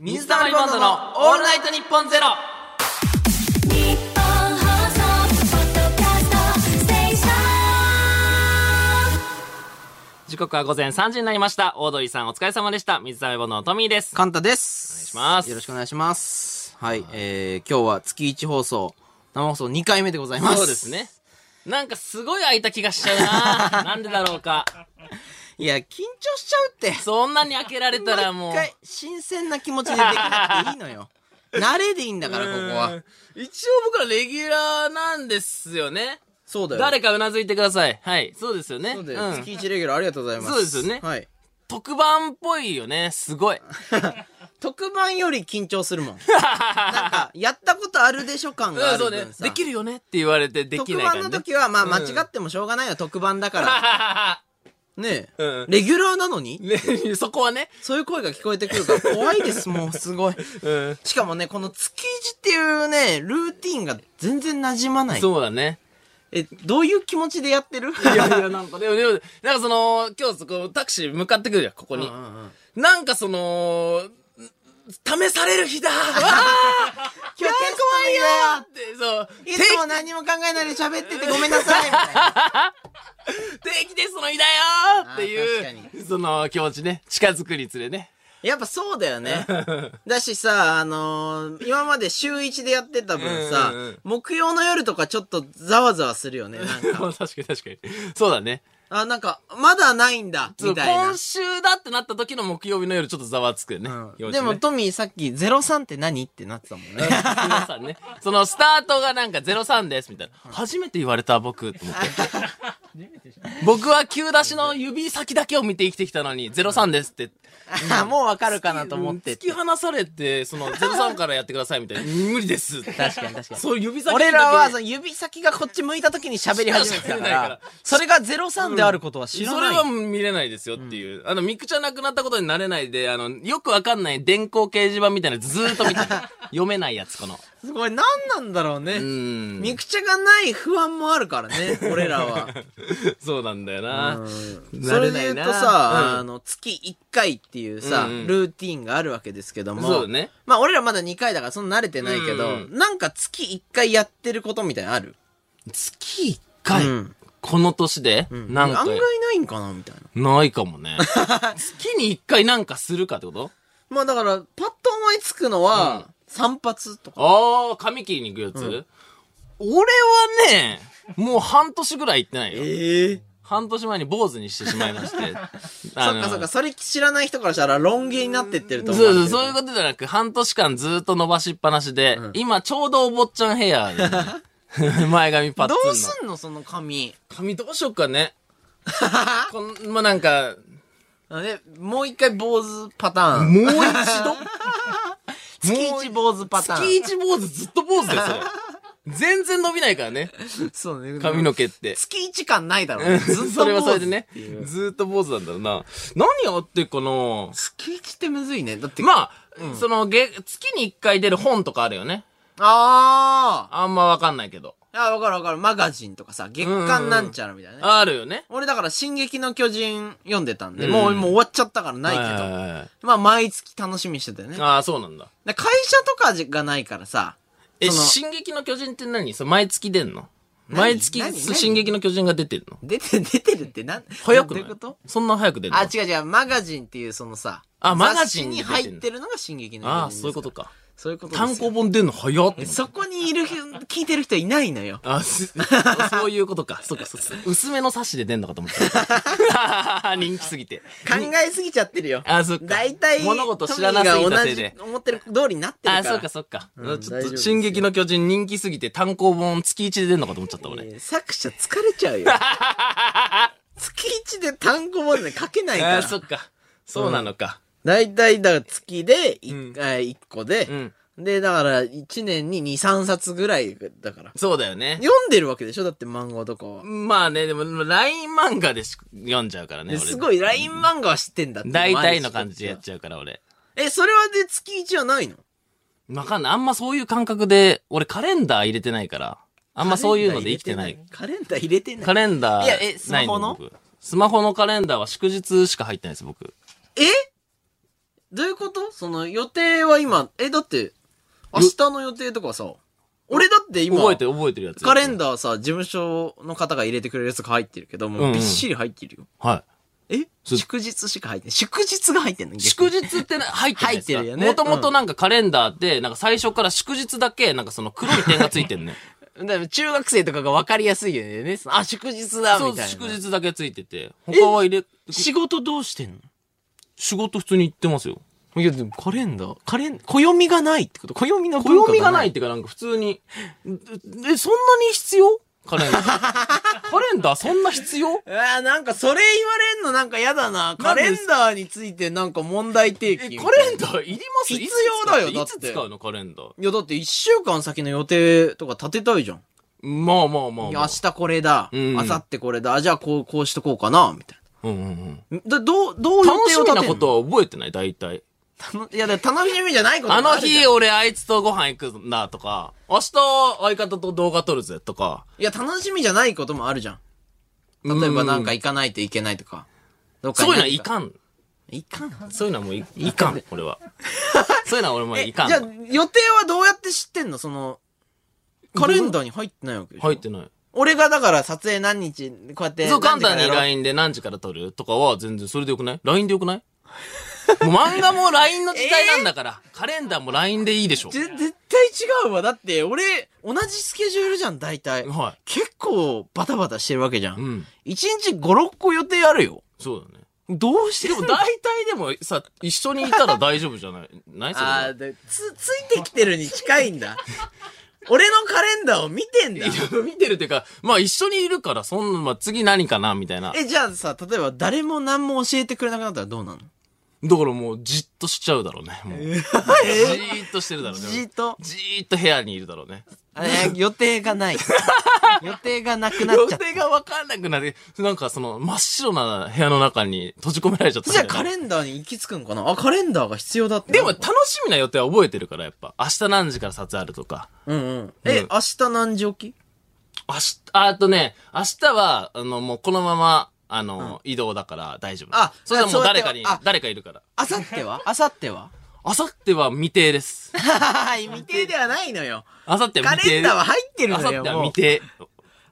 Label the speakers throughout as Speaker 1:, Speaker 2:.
Speaker 1: 水溜りボンドのオールナイトニッポンゼロ
Speaker 2: 日本放送ポッドキャストステーション
Speaker 1: 時刻は午前3時になりました。オードリーさんお疲れ様でした。水溜りボンドのトミーです。
Speaker 3: カンタです。
Speaker 1: お願いします
Speaker 3: よろしくお願いします。はい、えー、今日は月1放送、生放送2回目でございます。
Speaker 1: そうです。ね。なんかすごい空いた気がしちゃう ななんでだろうか。
Speaker 3: いや、緊張しちゃうって。
Speaker 1: そんなに開けられたらもう。
Speaker 3: 一回、新鮮な気持ちでできなくていいの よ。慣れでいいんだから、ここ
Speaker 1: う
Speaker 3: は
Speaker 1: ん。。一応僕らレギュラーなんですよね。
Speaker 3: そうだよ。
Speaker 1: 誰かうなずいてください。はい。そうですよね。
Speaker 3: そうだよ、
Speaker 1: ん
Speaker 3: 月1レギュラーありがとうございます。
Speaker 1: そうですよね
Speaker 3: はい。
Speaker 1: 特番っぽいよね。すごい。
Speaker 3: 特番より緊張するもん。 なんか、やったことあるでしょ感があ
Speaker 1: うん、
Speaker 3: る
Speaker 1: そう
Speaker 3: 分
Speaker 1: ね。
Speaker 3: さ、
Speaker 1: できるよねって言われてでき
Speaker 3: 特
Speaker 1: ない
Speaker 3: 番
Speaker 1: 感
Speaker 3: の
Speaker 1: じ、ね。
Speaker 3: 時は、まあ、
Speaker 1: うん
Speaker 3: 間違ってもしょうがないよ、特番 だから。ねえ、
Speaker 1: うん
Speaker 3: レギュラーなのに
Speaker 1: ね、そこはね。
Speaker 3: そういう声が聞こえてくるから怖いです、もうすごい。
Speaker 1: うん。
Speaker 3: しかもね、この築地っていうね、ルーティンが全然馴染まない。
Speaker 1: そうだね。
Speaker 3: え、どういう気持ちでやってる
Speaker 1: いやいや、なんか、でも、でも、なんかその、今日そこ、タクシー向かってくるじゃん、ここ
Speaker 3: うんう
Speaker 1: に。
Speaker 3: んうん
Speaker 1: なんかその、ん試される日だわー
Speaker 3: 今日怖いよ
Speaker 1: って、そう、
Speaker 3: いつも何も考えないで喋っててごめんなさ いみたいな。
Speaker 1: 定期テストの日だよーって
Speaker 3: あー確
Speaker 1: いう、その気持ちね、近づくにつれね。
Speaker 3: やっぱそうだよね。だしさ、あのー今まで週1でやってた分
Speaker 1: う
Speaker 3: さ、
Speaker 1: んうんうん
Speaker 3: 木曜の夜とかちょっとざわざわするよね。な んか、
Speaker 1: 確かに確かに。そうだね。
Speaker 3: あ、なんか、まだないんだ、
Speaker 1: そう
Speaker 3: みたいな
Speaker 1: 今。週だってなった時の木曜日の夜ちょっとざわつくよね。
Speaker 3: うん
Speaker 1: 気持ちね
Speaker 3: でも、トミーさっき03って何ってなってたもん ね。
Speaker 1: 皆さんね。そのスタートがなんか03ですみたいな。初めて言われた僕と思って。 僕は急出しの指先だけを見て生きてきたのに03ですって。
Speaker 3: あもうわかるかなと思って
Speaker 1: 突。き放されて、そ の03からやってくださいみたいな。無理です。
Speaker 3: 確かに確かに。
Speaker 1: そう指先だけ
Speaker 3: 俺らはその指先がこっち向いた時に喋り始めてたか
Speaker 1: 喋れないから
Speaker 3: ら、それが03であることは知ら
Speaker 1: それ
Speaker 3: ない。
Speaker 1: は見れないですよっていう。あの、ミクちゃん亡くなったことになれないで、あの、よくわかんない電光掲示板みたいなのずーっと見てる 読めないやつ、この。
Speaker 3: すごい、何なんだろう
Speaker 1: う
Speaker 3: ね。
Speaker 1: ん。
Speaker 3: ミクチャがない不安もあるから ね、俺らは。
Speaker 1: そうなんだよな。
Speaker 3: そ
Speaker 1: 慣
Speaker 3: れ
Speaker 1: れないな
Speaker 3: で言うと
Speaker 1: う
Speaker 3: さ、
Speaker 1: ん
Speaker 3: あの、月1回っていうさ、
Speaker 1: うんうん
Speaker 3: ルーティンがあるわけですけども。
Speaker 1: そうね。
Speaker 3: まあ、俺らまだ2回だからそんな慣れてないけど、
Speaker 1: うんう
Speaker 3: なんか月1回やってることみたいなのある
Speaker 1: 月1回、
Speaker 3: うん
Speaker 1: この年で、
Speaker 3: うん
Speaker 1: なんか
Speaker 3: 案外ないんかなみたいな。
Speaker 1: ないかもね。 月に1回なんかするかってこと
Speaker 3: まあ、だから、パッと思いつくの
Speaker 1: うん
Speaker 3: は、散髪とか。
Speaker 1: ああ、髪切りに行くやつ、俺はね、もう半年ぐらい行ってないよ。
Speaker 3: ええ
Speaker 1: 半年前に坊主にしてしまいま して。あ
Speaker 3: そっ
Speaker 1: の
Speaker 3: かそっか、それ知らない人からしたら、ロン毛になってってると思う。
Speaker 1: そうそう、そういうことじゃなく、半年間ずっと伸ばしっぱなしで、今ちょうどお坊ちゃんヘ アで、前髪パッツン
Speaker 3: ど
Speaker 1: の。
Speaker 3: うすんのその髪。
Speaker 1: 髪どうしよっか ね。こん、まあ、なんか、
Speaker 3: ね、もう一回坊主パターン。
Speaker 1: もう一度
Speaker 3: 月一坊主パターン。
Speaker 1: 月一坊主ずっと坊主だ よ、それ。全然伸びないからね、
Speaker 3: そうね。
Speaker 1: 髪の毛って。
Speaker 3: 月一感な いだろうね。ずっと坊主
Speaker 1: それはそれでね
Speaker 3: ってい、う
Speaker 1: ずーっと坊主なんだろうな。何やってっかな
Speaker 3: 月一ってむずいね。だって、
Speaker 1: まあ、その、げ月に一回出る本とかあるよね。
Speaker 3: あ
Speaker 1: あんまわかんないけど。
Speaker 3: ー。あ、わかるわかる。マガジンとかさ、月刊なんちゃらみたいなね。
Speaker 1: あるよね。
Speaker 3: 俺だから、進撃の巨人読んでたんで、
Speaker 1: うん
Speaker 3: もう、もう終わっちゃったからないけど。
Speaker 1: は
Speaker 3: まあ、毎月楽しみにしてたよね。
Speaker 1: い。ああ、そうなんだ。
Speaker 3: で会社とかがないからさ、
Speaker 1: え、
Speaker 3: その
Speaker 1: 進撃の巨人って何そう毎月出んの毎月、
Speaker 3: 何何
Speaker 1: 進撃の巨人が出てるの
Speaker 3: 出て、出てるってなん、
Speaker 1: 早く
Speaker 3: ど
Speaker 1: な
Speaker 3: う
Speaker 1: い
Speaker 3: いうこと
Speaker 1: そんな早く出るの
Speaker 3: あ、違う違う、マガジンっていうそのさ、
Speaker 1: あマガジン
Speaker 3: 雑誌
Speaker 1: に
Speaker 3: に
Speaker 1: 出てんの
Speaker 3: 入ってるのが進撃の巨人
Speaker 1: ああ、
Speaker 3: です
Speaker 1: そういうこと。か。
Speaker 3: そういうことですよ
Speaker 1: 単行本出んの早っ
Speaker 3: えそこにいる、聞いてる人いないのよ。
Speaker 1: あ、す そういうことか。そうか、 そうか。薄めの冊子で出んのかと思った。 人気すぎて。
Speaker 3: 考えすぎちゃってるよ。
Speaker 1: あ、そっか。
Speaker 3: 大体、
Speaker 1: 物事知らなす
Speaker 3: トミ
Speaker 1: ぎ
Speaker 3: ーが
Speaker 1: た
Speaker 3: 同
Speaker 1: せい
Speaker 3: じ
Speaker 1: で。
Speaker 3: 思ってる通りになってるから。
Speaker 1: あ、そうか、そうか。ちょ
Speaker 3: 大
Speaker 1: っ
Speaker 3: 丈夫
Speaker 1: と、
Speaker 3: です
Speaker 1: 進撃の巨人人気すぎて単行本月1で出んのかと思っちゃった、俺。
Speaker 3: えー作者疲れちゃうよ。 月一で単語まで書けないか
Speaker 1: あ、
Speaker 3: ら。
Speaker 1: そっか。そうなのか。
Speaker 3: 大体、だから月で
Speaker 1: うん
Speaker 3: 1回、1個で
Speaker 1: う、ん。
Speaker 3: で、だから、1年に2、3冊ぐらいだから。
Speaker 1: そうだよね。
Speaker 3: 読んでるわけでしょだって漫画とかは。
Speaker 1: まあね、でも、LINE 漫画でし読んじゃうからね、
Speaker 3: で
Speaker 1: 俺。
Speaker 3: すごい、ライン漫画は知ってんだって。
Speaker 1: 大体の感じでやっちゃうから、俺。
Speaker 3: え、それはで月1はないの
Speaker 1: わかんない。あんまそういう感覚で、俺カレンダー入れてないから、あんまそういうので生きてない。。
Speaker 3: カレンダー入れてない。
Speaker 1: カレンダー。
Speaker 3: いやえスマホの
Speaker 1: ない僕スマホのカレンダーは祝日しか入ってないです、僕。
Speaker 3: えどういうことその予定は今、え、だって、明日の予定とかさ、俺だって今、
Speaker 1: 覚えてる覚えてるやつ。
Speaker 3: カレンダーさ、事務所の方が入れてくれるやつが入ってるけど、
Speaker 1: うん
Speaker 3: も
Speaker 1: う
Speaker 3: うんびっしり入ってるよ。
Speaker 1: は
Speaker 3: え
Speaker 1: そう
Speaker 3: 祝日しか入ってない。祝日が入ってんの
Speaker 1: い。祝
Speaker 3: 日
Speaker 1: 日ってな入ってるやつ
Speaker 3: 入ってるよね
Speaker 1: もともとなんかカレンダーって、なんか最初から祝日だけ、なんかその黒い点がついてん ね。
Speaker 3: だから中学生とかが分かりやすいよね。そのあ、祝日だ、
Speaker 1: そ
Speaker 3: み
Speaker 1: う、
Speaker 3: たいな。
Speaker 1: 祝日だけついてて。他は入れ、
Speaker 3: 仕事どうしてん
Speaker 1: 仕事普通に行ってますよ。
Speaker 3: のいや、でもカレンダー、カレン、暦がないってこと暦の文化
Speaker 1: 暦がないっ。ていうかなんか普通に、え、えそんなに必要カ レンダー。カレンダーそんな必要
Speaker 3: えー、なんかそれ言われんのなんか嫌だな。カレンダーについてなんか問題提
Speaker 1: え、
Speaker 3: 起。
Speaker 1: カレンダーいります
Speaker 3: 必要だよ
Speaker 1: いつ使う
Speaker 3: だって
Speaker 1: いつ使うのカレンダー。
Speaker 3: いや、だって一週間先の予定とか立てたいじゃん。
Speaker 1: まあまあまあ、
Speaker 3: い
Speaker 1: ま
Speaker 3: や
Speaker 1: あ。
Speaker 3: 明日これだ。
Speaker 1: うん
Speaker 3: 明後日これだ。あじゃあこう、こうしとこうかな、みたい
Speaker 1: うんうん
Speaker 3: な。だどう、
Speaker 1: う。
Speaker 3: どうん予
Speaker 1: 楽
Speaker 3: 定
Speaker 1: し
Speaker 3: を立
Speaker 1: み
Speaker 3: てんの
Speaker 1: なことは覚えてない大体。
Speaker 3: 楽いや、だから楽しみじゃないこと
Speaker 1: あ
Speaker 3: も
Speaker 1: の
Speaker 3: るじゃん
Speaker 1: 日俺あいつとご飯行くなとか、明日相方と動画撮るぜとか。
Speaker 3: いや、楽しみじゃないこともあるじゃん。
Speaker 1: うん
Speaker 3: 例えばなんか行かないといけないとか。どっか
Speaker 1: そういうのはい
Speaker 3: ん。
Speaker 1: かん。
Speaker 3: いかん。
Speaker 1: そういうのはもう いいかん、俺は。そういうのは俺も
Speaker 3: え、
Speaker 1: い
Speaker 3: じゃ
Speaker 1: か
Speaker 3: あ
Speaker 1: ん。
Speaker 3: 予定はどうやって知ってんのその、カレンダーに入ってないわけでしょ
Speaker 1: 入ってない。
Speaker 3: 俺がだから撮影何日、こうやって。
Speaker 1: そう、簡単に
Speaker 3: 何時からやろ
Speaker 1: LINE で何時から撮るとかは全然それでよくない ?LINE でよくないもう漫画も LINE の時代なんだ から、カレンダーも LINE でいいでしょ。
Speaker 3: ぜ絶対違うわ。だって、俺、同じスケジュールじゃん、大体。
Speaker 1: は
Speaker 3: 結構、バタバタしてるわけじゃ。
Speaker 1: い。うんん。
Speaker 3: 一日5、6個予定あるよ。
Speaker 1: そうだね。
Speaker 3: どうし て
Speaker 1: でも大体でもさ、一緒にいたら大丈夫じゃないないそれ
Speaker 3: あ
Speaker 1: は
Speaker 3: ーで、つ、ついてきてるに近いんだ。 俺のカレンダーを見てんだ。
Speaker 1: い や見てるっていうか、まあ一緒にいるから、そんな、まあ次何かなみたいな。
Speaker 3: え、じゃあさ、例えば誰も何も教えてくれなくなったらどうなの
Speaker 1: だからもうじっとしちゃうだろうね。もう。じーっとしてるだろうね。
Speaker 3: じーっと。
Speaker 1: じーっと部屋にいるだろうね。
Speaker 3: えー予定が ない。予定がなくなっ
Speaker 1: 予
Speaker 3: ちゃった。
Speaker 1: 定がわかんなくなって、なんかその真っ白な部屋の中に閉じ込められちゃったみ
Speaker 3: じ
Speaker 1: た
Speaker 3: ゃ
Speaker 1: い
Speaker 3: あ
Speaker 1: な。
Speaker 3: カレンダーに行き着くんかなあ、カレンダーが必要だって。
Speaker 1: でも楽しみな予定は覚えてるから、やっぱ。明日何時から撮影あるとか。
Speaker 3: うんうん。え、
Speaker 1: うん
Speaker 3: 明日何時起き
Speaker 1: 明日、あとね、明日は、あの、もうこのまま、あの、移動だから大丈夫。
Speaker 3: あ
Speaker 1: それはもう
Speaker 3: そうやっ
Speaker 1: 誰
Speaker 3: て
Speaker 1: かに
Speaker 3: あ、
Speaker 1: 誰かいるから。
Speaker 3: あさって はあさっては
Speaker 1: 明後日は未定です。
Speaker 3: 未定ではないのよ。
Speaker 1: 明後日は
Speaker 3: カ
Speaker 1: 未定。
Speaker 3: レンダーは入ってる
Speaker 1: 明
Speaker 3: の
Speaker 1: 後日
Speaker 3: よ。
Speaker 1: は
Speaker 3: もう
Speaker 1: 未定。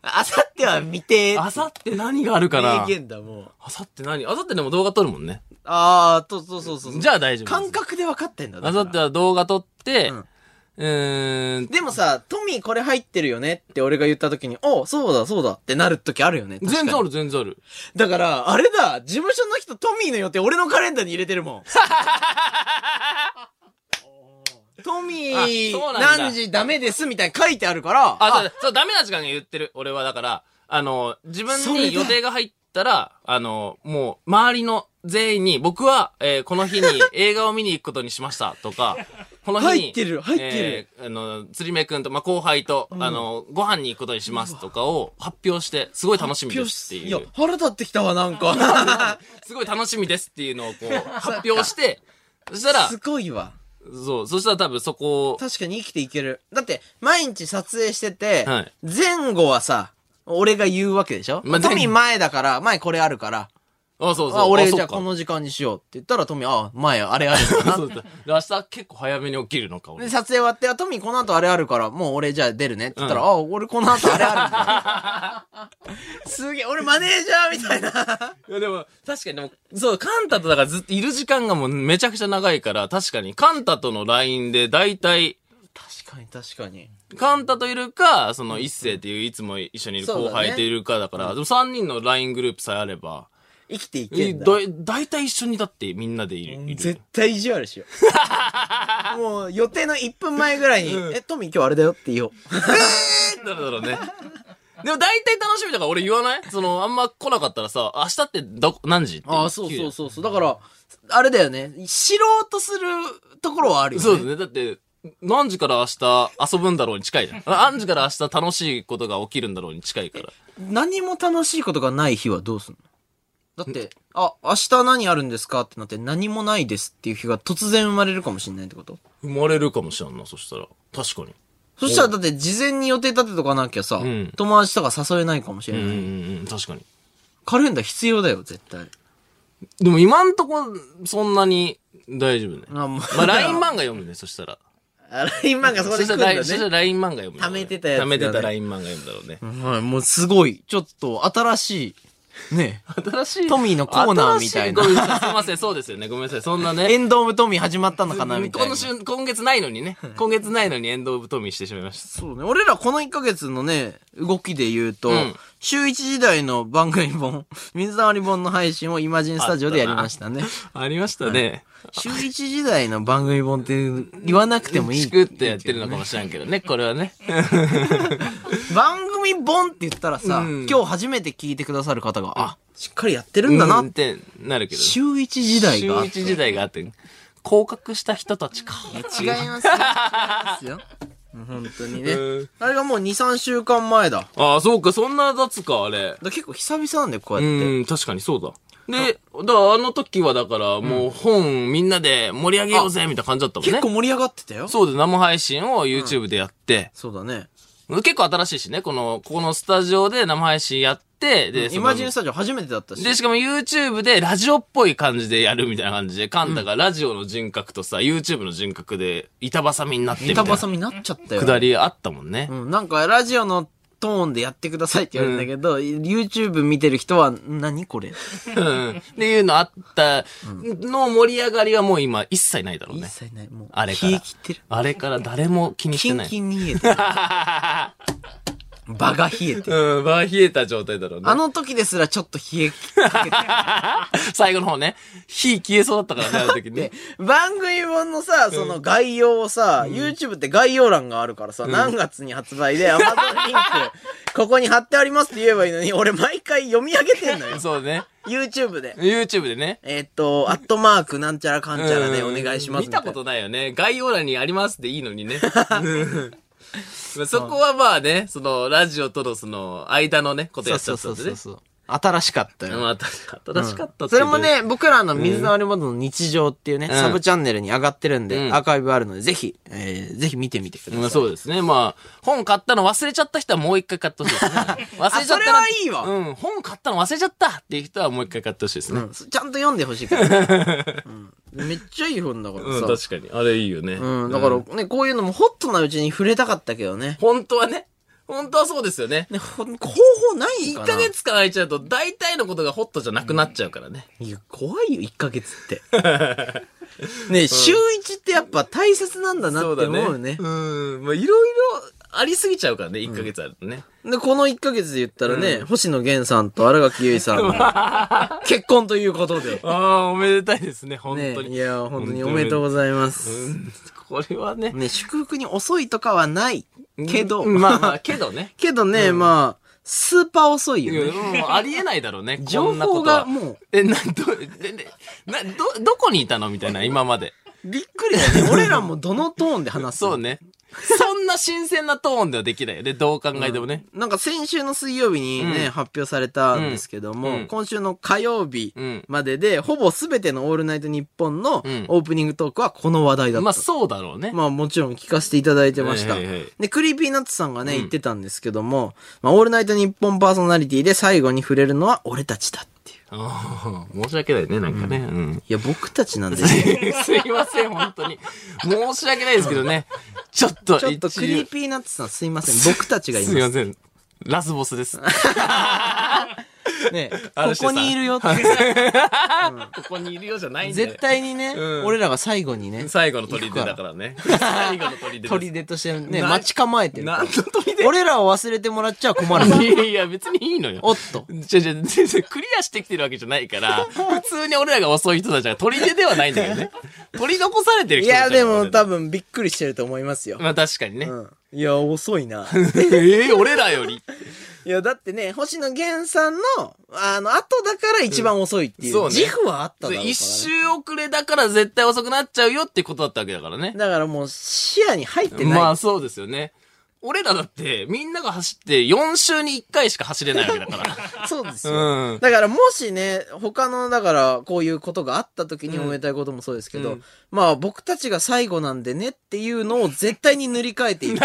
Speaker 3: あさっては未定。
Speaker 1: 明後日何があるかな
Speaker 3: 名
Speaker 1: 明
Speaker 3: 言だ、もう。
Speaker 1: 後日何明後日でも動画撮るもんね。
Speaker 3: あー、とそうそうそうそう。
Speaker 1: じゃあ大丈夫。
Speaker 3: 感。覚で分かってんだ。
Speaker 1: 明
Speaker 3: だ
Speaker 1: 後
Speaker 3: から
Speaker 1: 日は動画撮って、
Speaker 3: うん
Speaker 1: うーん。
Speaker 3: でもさ、トミーこれ入ってるよねって俺が言った時に、おそうだそうだってなる時あるよね。確かに
Speaker 1: 全然ある、全然ある。
Speaker 3: だから、あれだ、事務所の人トミーの予定俺のカレンダーに入れて るもん。トミー
Speaker 1: あそうなんだ
Speaker 3: 何時ダメですみたいに書いてあるから、
Speaker 1: あ、そうだ、そう、ダメな時間に言ってる。俺はだから、あの、自分
Speaker 3: それだ
Speaker 1: に予定が入ったら、あの、もう、周りの全員に、僕は、えーこの日 に映画を見に行くことにしました、とか、この日に、
Speaker 3: 入ってる入ってる。
Speaker 1: えーあの、釣り目くんと、まあ、後輩と、あの、ご飯に行くことにします、とかを発表して、すごい楽しみですって
Speaker 3: い
Speaker 1: い
Speaker 3: や
Speaker 1: う。、
Speaker 3: 腹立ってきたわ、なんか。
Speaker 1: すごい楽しみですっていうのを こう、発表して、そ したら
Speaker 3: す、ごいわ。
Speaker 1: そう、そしたら多分そこを、
Speaker 3: 確かに生きていける。だって、毎日撮影してて、
Speaker 1: はい
Speaker 3: 前後はさ、俺が言うわけでしょ、
Speaker 1: まあ
Speaker 3: ト
Speaker 1: 前
Speaker 3: ミー
Speaker 1: 後
Speaker 3: 前だから、前これあるから、
Speaker 1: あ、そうそう。
Speaker 3: あ俺じ
Speaker 1: そ
Speaker 3: ゃ
Speaker 1: っ
Speaker 3: あ
Speaker 1: か
Speaker 3: この時間にしようって言ったら、トミー、あ、前 あれあるかな。
Speaker 1: そうそうで明日結構早めに起きるのか、俺
Speaker 3: で、。撮影終わって、あ、トミーこの後あれあるから、もう俺じゃあ出るねって言ったら、
Speaker 1: うん
Speaker 3: あ、俺この後あれあ るんだ。すげえ、俺マネージャーみたいな。
Speaker 1: い やでも、確かにでも、そう、カンタとだからずっといる時間がもうめちゃくちゃ長いから、確かにカンタとの LINE で大体、
Speaker 3: 確かに確かに。
Speaker 1: カンタといるか、その一世っていういつも一緒にいる
Speaker 3: そうだね
Speaker 1: 後輩といるかだから、でも3人の LINE グループさえあれば、
Speaker 3: 生きていけ
Speaker 1: え
Speaker 3: んだ。
Speaker 1: だい大体一緒にだってみんなでいる。い
Speaker 3: 絶
Speaker 1: る
Speaker 3: 対意地悪しよ う。もう予定の1分前ぐらいに、え、トミー今日あれだよって言おう。
Speaker 1: だろうだろうね。 でも大体楽しみだから俺言わないその、あんま来なかったらさ、明日ってどこ、何時って。
Speaker 3: ああ、そうそうそうそう。だから、あれだよね。知ろうとするところはあるよね。
Speaker 1: そうですね。だって、何時から明日遊ぶんだろうに近いじゃん。何時から明日楽しいことが起きるんだろうに近いから。
Speaker 3: 何も楽しいことがない日はどうすんのだって、あ、明日何あるんですかってなって何もないですっていう日が突然生まれるかもしれないってこと
Speaker 1: 生まれるかもしれんな、そしたら。確かに。
Speaker 3: そしたらだって事前に予定立てとかなきゃさ、
Speaker 1: ん
Speaker 3: 友達とか誘えないかもしれ
Speaker 1: う
Speaker 3: なんい。
Speaker 1: うんうん、確かに。
Speaker 3: カレンダー必要だよ、絶対。
Speaker 1: でも今んとこ、そんなに、大丈夫ね。
Speaker 3: あ、もう。
Speaker 1: まあ、LINE 漫画読むね、そしたら。
Speaker 3: あ、LINE 漫画そこ
Speaker 1: そ
Speaker 3: で
Speaker 1: し
Speaker 3: 来
Speaker 1: た
Speaker 3: るん
Speaker 1: ら
Speaker 3: だ
Speaker 1: LINE そしたら
Speaker 3: ね。
Speaker 1: LINE 漫画読むよ、
Speaker 3: 貯めてたやつだ
Speaker 1: 貯
Speaker 3: ね
Speaker 1: めてた LINE 漫画読むだろうね。
Speaker 3: はい、もうすごい。ちょっと新しい。ね。
Speaker 1: 新しい。
Speaker 3: トミーのコーナーみたいな
Speaker 1: 新しごめんなさいすいません、そうですよね。ごめんなさい。そんな ね。
Speaker 3: エンドオブトミー始まったのかなみたい
Speaker 1: こ
Speaker 3: な
Speaker 1: の。瞬今月ないのにね。今月ないのにエンド・オブ・トミーしてしまいました。
Speaker 3: そうね。俺らこの1ヶ月のね、動きで言うと、
Speaker 1: うん
Speaker 3: 週1時台の番組本、 水溜り本の配信をイマジンスタジオでやりましたね。
Speaker 1: ありましたね。
Speaker 3: 週1時台の番組本って言わなくてもい
Speaker 1: チ
Speaker 3: い。
Speaker 1: クってやってるのかもしれんけどね、これはね。
Speaker 3: 番組本って言ったらさ、
Speaker 1: うん
Speaker 3: 今日初めて聞いてくださる方が、あ、しっかりやってるんだな。
Speaker 1: うんってなるけど。
Speaker 3: 週1時代があっ
Speaker 1: 週
Speaker 3: て。
Speaker 1: 一時代があって。降格した人たちか。
Speaker 3: 違い ますよ。違いますよ。本当にね
Speaker 1: うん。
Speaker 3: あれがもう2、3週間前だ。だか
Speaker 1: ああ、そうか、そんな経つか、あれ。
Speaker 3: ら結構久々なんだよ、こう
Speaker 1: う
Speaker 3: やって。
Speaker 1: ん、確かにそうだ。で、だからあの時はだから、もう本みんなで盛り上げようぜ、みたいな感じだったもんね
Speaker 3: 結。構盛り上がってたよ。
Speaker 1: そうで、生配信を YouTube でやって、
Speaker 3: そうだね。
Speaker 1: 結構新しいしね、この、ここのスタジオで生配信やって、で、そ
Speaker 3: イ
Speaker 1: の
Speaker 3: マジンスタジオ初めてだったし。
Speaker 1: で、しかも YouTube でラジオっぽい感じでやるみたいな感じで、カンタがラジオの人格とさ、YouTube の人格で板挟みになってみたい
Speaker 3: 板
Speaker 1: な
Speaker 3: 挟みになっちゃったよ。
Speaker 1: くだりあったもんね
Speaker 3: う。ん、なんかラジオのトーンでやってくださいって言われるんだけど、YouTube 見てる人は、何これ
Speaker 1: うん。 っていうのあったの盛り上がりはもう今一切ないだろう
Speaker 3: 一
Speaker 1: ね。
Speaker 3: 切ない。もう、
Speaker 1: あれから
Speaker 3: 冷え切ってる。
Speaker 1: あれから誰も気にし
Speaker 3: キ
Speaker 1: て
Speaker 3: ン
Speaker 1: ない。
Speaker 3: キンに冷えてる。場が冷え てる。
Speaker 1: うん、場冷えた状態だろうね
Speaker 3: あ。の時ですらちょっと冷え切
Speaker 1: 最後の方ね。火消えそうだったからね、あの 時
Speaker 3: って
Speaker 1: ね。、
Speaker 3: 番組本のさ、その概要をさ、YouTube って概要欄があるからさ、何月に発売で Amazon リンク、ここに貼ってありますって言えばいいのに、俺毎回読み上げてんの よ。
Speaker 1: そうね。
Speaker 3: YouTube で。
Speaker 1: YouTube でね。
Speaker 3: えーっと、アットマークなんちゃらかんちゃらでお願いします
Speaker 1: 見
Speaker 3: み
Speaker 1: た
Speaker 3: たいな
Speaker 1: ことないよね。概要欄にありますでいいのに ね。ま あそこはまあね、その、ラジオとのその、間のね、ことやっちゃったんでね。
Speaker 3: そう。新しかったよ。
Speaker 1: まあ、新しかったってい
Speaker 3: そ
Speaker 1: う
Speaker 3: れも、ね、僕らの水溜りボンドの日常っていうね、
Speaker 1: ん
Speaker 3: サブチャンネルに上がってるん
Speaker 1: う
Speaker 3: で、
Speaker 1: ん
Speaker 3: アーカイブあるので、ぜひ、えーぜひ見てみてください。
Speaker 1: まあそうですね。まあ、本買ったの忘れちゃった人はもう一回買ってほしい ですね。忘れちゃったな
Speaker 3: それはいいわ
Speaker 1: うん、本買ったの忘れちゃったっていう人はもう一回買ってほしいですね。
Speaker 3: うんちゃんと読んでほしいから、ね うんめっちゃいい本だから
Speaker 1: うん、
Speaker 3: さ。
Speaker 1: 確かに。あれいいよね。
Speaker 3: うん、だからね、こういうのもホットなうちに触れたかったけどね。
Speaker 1: 本当はね、本当はそうですよね。
Speaker 3: ね、ほ方法ない
Speaker 1: 1
Speaker 3: かな
Speaker 1: ヶ月間空いちゃうと、大体のことがホットじゃなくなっちゃうからね。
Speaker 3: いや、怖いよ、1ヶ月って。 ね、週1ってやっぱ大切なんだなって思うね。
Speaker 1: うん。まあ、いろいろありすぎちゃうからね、1ヶ月あるとね。
Speaker 3: で、この1ヶ月で言ったらね、星野源さんと荒垣結衣さんが 結婚ということで。
Speaker 1: ああ、おめでたいですね、 本
Speaker 3: ね
Speaker 1: 当に。
Speaker 3: いや、本当におめでとうございます。
Speaker 1: うんこれはね。
Speaker 3: ね、祝福に遅いとかはない。けど、
Speaker 1: うんまあ まあ、けどね。
Speaker 3: けどね、まあ、スーパー遅い
Speaker 1: い
Speaker 3: よ
Speaker 1: や
Speaker 3: ね。
Speaker 1: もうありえないだろうね。こ
Speaker 3: 情
Speaker 1: んなこ
Speaker 3: 報
Speaker 1: とは
Speaker 3: がもう、
Speaker 1: え、な、ど、ででな、ど、どこにいたのみたいな、今ま で。
Speaker 3: びっく りだよね。俺らもどのトーンで話すの
Speaker 1: そうね。そんな新鮮なトーンではできないよね。どう考えてもね。
Speaker 3: なんか先週の水曜日にね、
Speaker 1: うん
Speaker 3: 発表されたんですけども、
Speaker 1: うん
Speaker 3: 今週の火曜日
Speaker 1: うん
Speaker 3: までで、ほぼ全てのオールナイトニッポンの
Speaker 1: うん
Speaker 3: オープニングトークはこの話題だった。
Speaker 1: ま
Speaker 3: ま
Speaker 1: あ、そうだろうね。
Speaker 3: あもちろん聞かせていただいてました。
Speaker 1: はいはいはい
Speaker 3: で、クリーピーナッツさんがね、言ってたんですけども、まあ、オールナイトニッポンパーソナリティで最後に触れるのは俺たちだっていう。
Speaker 1: あー申し訳ないね、なんかね。うん。
Speaker 3: いや、僕たちなんですよ。
Speaker 1: すいません、本当に。申し訳ないですけどね。ちょっと、
Speaker 3: ちょっと
Speaker 1: 一応
Speaker 3: クリーピーナッツさんすいません。僕たちがいます
Speaker 1: いません。ラスボスです。こ
Speaker 3: す。ね、こ
Speaker 1: 嵐さ
Speaker 3: こ
Speaker 1: ん
Speaker 3: にいるよって。
Speaker 1: こにいるようじゃないんだよ
Speaker 3: 絶対にね、
Speaker 1: うん
Speaker 3: 俺らが最後にね、
Speaker 1: 最後の砦だからね。最後の砦です。
Speaker 3: 砦としてね、
Speaker 1: な
Speaker 3: 待ち構えてるから
Speaker 1: 何の砦。
Speaker 3: 俺らを忘れてもらっちゃ困 る
Speaker 1: いやいや、別にいいのよ。
Speaker 3: おっと。
Speaker 1: じゃじゃ、全然クリアしてきてるわけじゃないから、普通に俺らが遅い人たちが取り出ではないんだけどね。取り残されてる
Speaker 3: い
Speaker 1: 人たち
Speaker 3: や、でも多
Speaker 1: 分。
Speaker 3: 分びっくりしてると思いますよ。
Speaker 1: まあ確かにね。
Speaker 3: うん。いや、遅いな。
Speaker 1: ええ、俺らより。
Speaker 3: いや、だってね、星野源さんの、あの、後だから一番遅いっていう。
Speaker 1: うんそうね
Speaker 3: 自負はあっただろうから、ね。
Speaker 1: 一周遅れだから絶対遅くなっちゃうよってことだったわけだからね。
Speaker 3: だからもう視野に入ってない。
Speaker 1: まあそうですよね。俺らだって、みんなが走って4週に1回しか走れないわけだから。
Speaker 3: そうですよ。
Speaker 1: うん
Speaker 3: だからもしね、他の、だから、こういうことがあった時におめでたいこともそうですけ
Speaker 1: う
Speaker 3: ど、
Speaker 1: ん
Speaker 3: まあ僕たちが最後なんでねっていうのを絶対に塗り替えていく。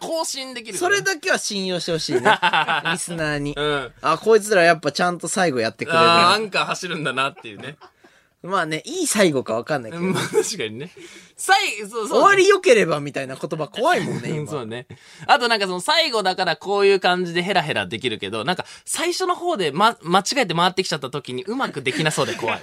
Speaker 1: 更新できるか
Speaker 3: そ
Speaker 1: ら。
Speaker 3: れだけは信用してほしい ね。リスナーに。
Speaker 1: うん。
Speaker 3: あ、こいつらやっぱちゃんと最後やってくれる
Speaker 1: ああ、ア
Speaker 3: な。
Speaker 1: ンカー走るんだなっていうね。
Speaker 3: まあね、いい最後かわかんないけ ど。
Speaker 1: まあ確かにね。最、そうそう。
Speaker 3: 終わり良ければみたいな言葉怖いもんね、
Speaker 1: うん
Speaker 3: 今。
Speaker 1: そうね。あとなんかその最後だからこういう感じでヘラヘラできるけど、なんか最初の方でま、間違えて回ってきちゃった時にうまくできなそうで怖い。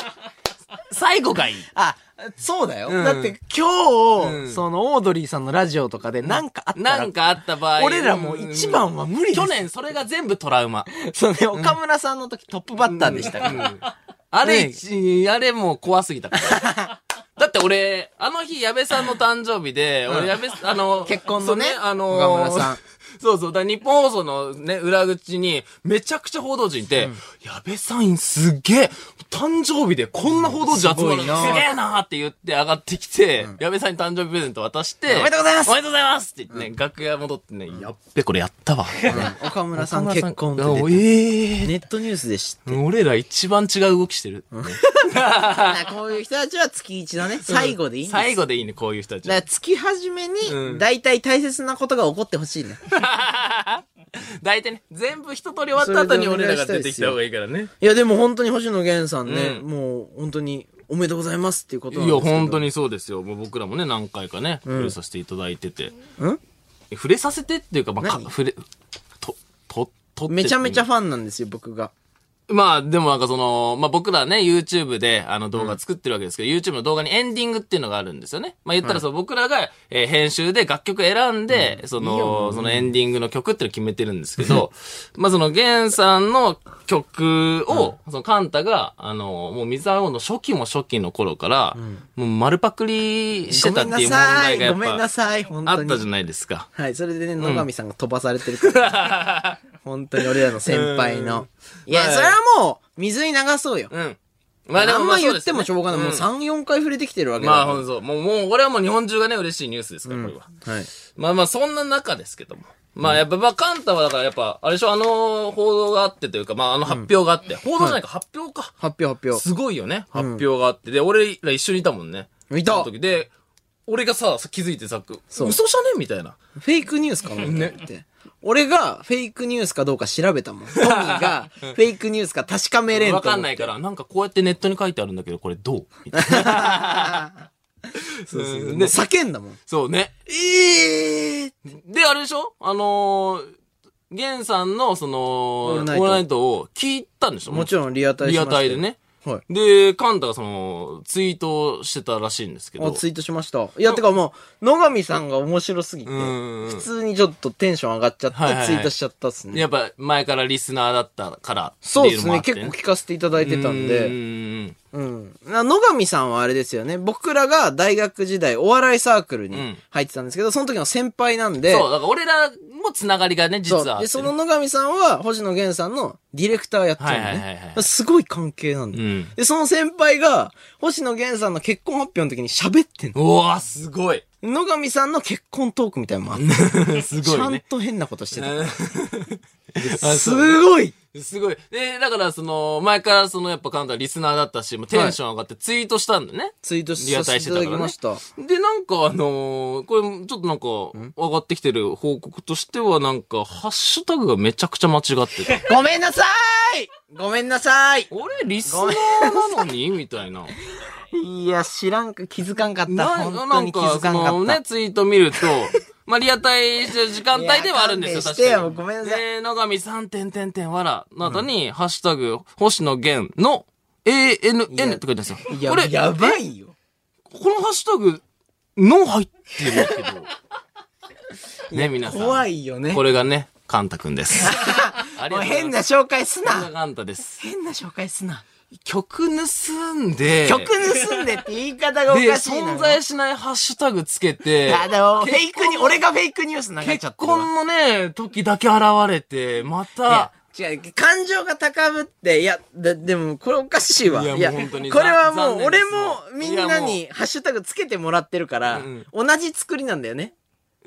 Speaker 1: 最後がいい。
Speaker 3: あ、そうだよ。
Speaker 1: ん
Speaker 3: だって今日、
Speaker 1: うん
Speaker 3: そのオードリーさんのラジオとかでなんかあったら、
Speaker 1: なんかあった場合。
Speaker 3: 俺らもう一番は無理です。
Speaker 1: 去年それが全部トラウマ。
Speaker 3: そうね、岡村さんの時トップバッターでしたから。
Speaker 1: あ
Speaker 3: ね
Speaker 1: れ、あれもう怖すぎたから。 だって俺、あの日、矢部さんの誕生日で、俺、矢部さん、あの、
Speaker 3: 結婚のね
Speaker 1: そうあの
Speaker 3: 岡村さん。
Speaker 1: そうそう。だから日本放送のね、裏口に、めちゃくちゃ報道陣いて、矢部さんすげえ誕生日でこんな報道陣集まるの
Speaker 3: うんすごい
Speaker 1: す
Speaker 3: な
Speaker 1: げえなーって言って上がってきて、矢部さんに誕生日プレゼント渡して、
Speaker 3: おめでとうございます
Speaker 1: おめでとうございますって言ってね、楽屋戻ってね、やっべ、これやった わ。
Speaker 3: うん岡村さん結婚って
Speaker 1: あ
Speaker 3: 出
Speaker 1: お
Speaker 3: て
Speaker 1: えー
Speaker 3: ネットニュースで知っ
Speaker 1: 俺ら一番違う動きしてる。
Speaker 3: た。こういう人たちは月一のね、最後でいいんです。
Speaker 1: 最後でいいね、こういう人たち
Speaker 3: だか。ら月始め
Speaker 1: う
Speaker 3: に、
Speaker 1: ん
Speaker 3: 大体大切なことが起こってほしいね。
Speaker 1: 大体ね、全部一通り終わった後に俺らが出てきた方がいいからね。
Speaker 3: いや、でも本当に星野源さんね、
Speaker 1: う
Speaker 3: もう本当におめでとうございますっていうこ
Speaker 1: い
Speaker 3: となんで
Speaker 1: や、
Speaker 3: すけど。
Speaker 1: 本当にそうですよ。もう僕らもね、何回かね、触れさせていただいてて。
Speaker 3: ん
Speaker 1: え触れさせてっていうか、まあ、か
Speaker 3: 何
Speaker 1: 触れ、と、と、とってっていう
Speaker 3: めちゃめちゃファンなんですよ、僕が。
Speaker 1: まあ、でもなんかその、まあ僕らね、YouTube であの動画作ってるわけですけど、YouTube の動画にエンディングっていうのがあるんですよね。まあ言ったらそう、僕らが、えー編集で楽曲選んで、そ
Speaker 3: いいよ
Speaker 1: の、そのエンディングの曲っていうのを決めてるんですけ ど、まあその、ゲンさんの曲を、そのカンタが、あの、もう水青の初期も初期の頃から、もう丸パクリしてたっていう問題がや
Speaker 3: ごめんな
Speaker 1: っぱ、
Speaker 3: さい、ごめんな
Speaker 1: あ
Speaker 3: さい、
Speaker 1: った
Speaker 3: 本当
Speaker 1: じゃ
Speaker 3: に。
Speaker 1: ないですか。
Speaker 3: はい、それでね、野上さんが飛ばされてるから。 本当に俺らの先輩の。いや、
Speaker 1: まあ
Speaker 3: それはもう、水に流そうよ。
Speaker 1: うん。ま
Speaker 3: あ
Speaker 1: でも
Speaker 3: ん
Speaker 1: ま
Speaker 3: ま
Speaker 1: そう
Speaker 3: 言
Speaker 1: で
Speaker 3: っ
Speaker 1: す
Speaker 3: て
Speaker 1: ね
Speaker 3: もしょうがない。もう
Speaker 1: うん
Speaker 3: 3、4回触れてきてるわけだ
Speaker 1: まあ、
Speaker 3: か
Speaker 1: ほんとそう。もう、もう、これはもう日本中がね、嬉しいニュースですから、これは。
Speaker 3: ら。はい。
Speaker 1: まあまあ、そんな中ですけども。まあ、やっぱ、まあ、カンタはだから、やっぱ、あれでしょ、あの、報道があってというか、まあ、あの発表があって、報道じゃないか、発表か。
Speaker 3: 発表発表。
Speaker 1: すごいよね、発表があって。で、俺ら一緒にいたもんね。
Speaker 3: いた
Speaker 1: その時で、俺がさ、さ気づいてさ、嘘じゃ
Speaker 3: う
Speaker 1: ねみたいな。
Speaker 3: フェイクニュースかなねって。俺がフェイクニュースかどうか調べたも ん。トミーがフェイクニュースか確かめれんと
Speaker 1: わ
Speaker 3: 思って。
Speaker 1: かんないから、なんかこうやってネットに書いてあるんだけど、これどうみたい
Speaker 3: そうそうそう。
Speaker 1: うん
Speaker 3: もう叫んだもん。
Speaker 1: なそうね。
Speaker 3: ええ
Speaker 1: で、あれでしょあのー、ゲンさんの、その、
Speaker 3: オ
Speaker 1: オ
Speaker 3: ー
Speaker 1: ー
Speaker 3: ル
Speaker 1: ル
Speaker 3: ナイ
Speaker 1: ナ
Speaker 3: ト
Speaker 1: イトを聞いたんでしょ
Speaker 3: もちろんリアタイし
Speaker 1: リ
Speaker 3: ま
Speaker 1: ア
Speaker 3: したよ
Speaker 1: タイで。ね。
Speaker 3: はい。
Speaker 1: で、カンタがその、ツイートしてたらしいんですけ
Speaker 3: あ
Speaker 1: ど。
Speaker 3: ツイートしました。いや、てかもう、野上さんが面白すぎて、
Speaker 1: うんうんうん
Speaker 3: 普通にちょっとテンション上がっちゃって、
Speaker 1: はいはいはい
Speaker 3: ツイートしちゃったっすね。
Speaker 1: やっぱ前からリスナーだったからって
Speaker 3: そう
Speaker 1: い
Speaker 3: で
Speaker 1: う
Speaker 3: す
Speaker 1: のもあ
Speaker 3: ね。
Speaker 1: って、
Speaker 3: 結構聞かせていただいてたん
Speaker 1: う
Speaker 3: で、
Speaker 1: ん
Speaker 3: うん。な野上さんはあれですよね。僕らが大学時代お笑いサークル
Speaker 1: う
Speaker 3: に
Speaker 1: ん
Speaker 3: 入ってたんですけど、その時の先輩なんで、
Speaker 1: そう、だから俺らもつながりがね、実
Speaker 3: そう
Speaker 1: はあってね。
Speaker 3: で、その野上さんは、星野源さんのディレクターやってるのね。
Speaker 1: はいはいはいはい
Speaker 3: すごい関係なんで、
Speaker 1: うん
Speaker 3: で、その先輩が、星野源さんの結婚発表の時に喋ってんの。
Speaker 1: うわすごい。
Speaker 3: 野上さんの結婚トークみたいなのもあって、
Speaker 1: す
Speaker 3: ちゃ
Speaker 1: ごい
Speaker 3: ん
Speaker 1: ね。
Speaker 3: と変なことして た。
Speaker 1: あ
Speaker 3: す
Speaker 1: そう
Speaker 3: ごい
Speaker 1: すごい。で、だからその、前からその、やっぱカンタはリスナーだったし、もうテンション上がってツイートしたんだよね。
Speaker 3: ツイートさせていただきました。
Speaker 1: で、なんかあのーこれ、ちょっとなんか、上がってきてる報告としては、なんか、ハッシュタグがめちゃくちゃ間違ってた。
Speaker 3: ごめんなさいごめんなさい
Speaker 1: 俺、リスナーなのに みたいな。
Speaker 3: いや、知らんか、気づかんかった。
Speaker 1: な
Speaker 3: 本当に気づかん
Speaker 1: なんか、その
Speaker 3: かっ
Speaker 1: ね、ツイート見ると、まあ、リアタイしてる時間帯ではあるんですよ、
Speaker 3: いや
Speaker 1: 確
Speaker 3: 勘弁してよ
Speaker 1: かに。
Speaker 3: ごめんなさい
Speaker 1: で、野上さん、点点点、わら、の後に、ハッシュタグ、星野源の、ANN って書いてあるんですよ。
Speaker 3: た。いや、
Speaker 1: これ、
Speaker 3: やば
Speaker 1: え
Speaker 3: いよ。
Speaker 1: このハッシュタグ、の入ってるけど。ね、皆さん。
Speaker 3: 怖 いよね。
Speaker 1: これがね、カンタくん です。あり
Speaker 3: お
Speaker 1: がとうござ
Speaker 3: い
Speaker 1: い
Speaker 3: 変な
Speaker 1: ます。
Speaker 3: 紹介す
Speaker 1: これ
Speaker 3: な
Speaker 1: がカンタです。
Speaker 3: 変な紹介すな。
Speaker 1: 曲盗んで、
Speaker 3: 曲盗んでって言い方がお
Speaker 1: で、
Speaker 3: かしいな。
Speaker 1: 存在しないハッシュタグつけて、
Speaker 3: あでもフェイクに、俺がフェイクニュース流れち
Speaker 1: 結
Speaker 3: ゃってるわ。
Speaker 1: 婚のね、時だけ現れて、また、
Speaker 3: いや違う、感情が高ぶって、いや、ででも、これおかしいわ。
Speaker 1: いやもう
Speaker 3: いや、
Speaker 1: 本当に
Speaker 3: これは
Speaker 1: ざ
Speaker 3: もう、
Speaker 1: 残念で
Speaker 3: 俺
Speaker 1: す
Speaker 3: もみん
Speaker 1: いや
Speaker 3: な
Speaker 1: も
Speaker 3: にハッシュタグつけてもらってるから、
Speaker 1: うん
Speaker 3: 同じ作りなんだよね。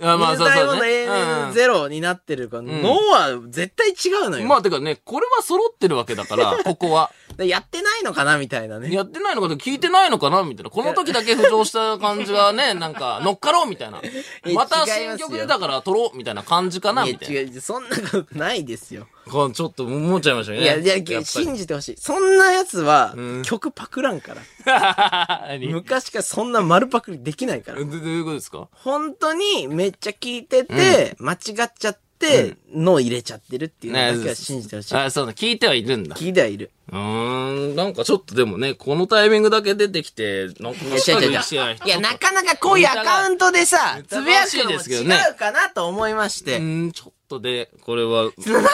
Speaker 1: あまあ、そ
Speaker 3: 水
Speaker 1: う
Speaker 3: 大
Speaker 1: そ
Speaker 3: 王
Speaker 1: う
Speaker 3: の
Speaker 1: ね。う
Speaker 3: AN0 になってるから、
Speaker 1: ん
Speaker 3: 脳は絶対違うのよ。
Speaker 1: んまあ、てかね、これは揃ってるわけだから、ここは。
Speaker 3: でやってないのかなみたいなね。
Speaker 1: やってないのかと聞いてないのかなみたいな。この時だけ浮上した感じが ね、なんか、乗っかろうみたいな
Speaker 3: え。
Speaker 1: また
Speaker 3: 違いますよ
Speaker 1: 新曲だから撮ろうみたいな感じかないみたいな。
Speaker 3: や違う、そんなことないですよ。
Speaker 1: こうちょっと思っちゃいましたね。
Speaker 3: いや、いや、
Speaker 1: っぱり
Speaker 3: 信じてほしい。そんなやつは
Speaker 1: うん、
Speaker 3: 曲パクらんから。
Speaker 1: 何ど
Speaker 3: 昔からそんな丸パクリできないから。
Speaker 1: どういうことですか
Speaker 3: 本当にめっちゃ聞いてて、間違っちゃって、のを入れちゃってるっていうのだけは信じてほしい。
Speaker 1: あ、そうだ、聞いてはいるんだ。
Speaker 3: 聞いてはいる。
Speaker 1: うーん、なんかちょっとでもね、このタイミングだけ出てきて、なんか、
Speaker 3: いや、違う違う違う。いや、なかなかこういうアカウントでさ、つ
Speaker 1: 疑
Speaker 3: ぶや
Speaker 1: 疑疑わし
Speaker 3: くのも
Speaker 1: いですけ
Speaker 3: 違
Speaker 1: どね
Speaker 3: うかなと思いまし
Speaker 1: う
Speaker 3: て。
Speaker 1: ーん、ちょっとで、これは、
Speaker 3: なんでこんな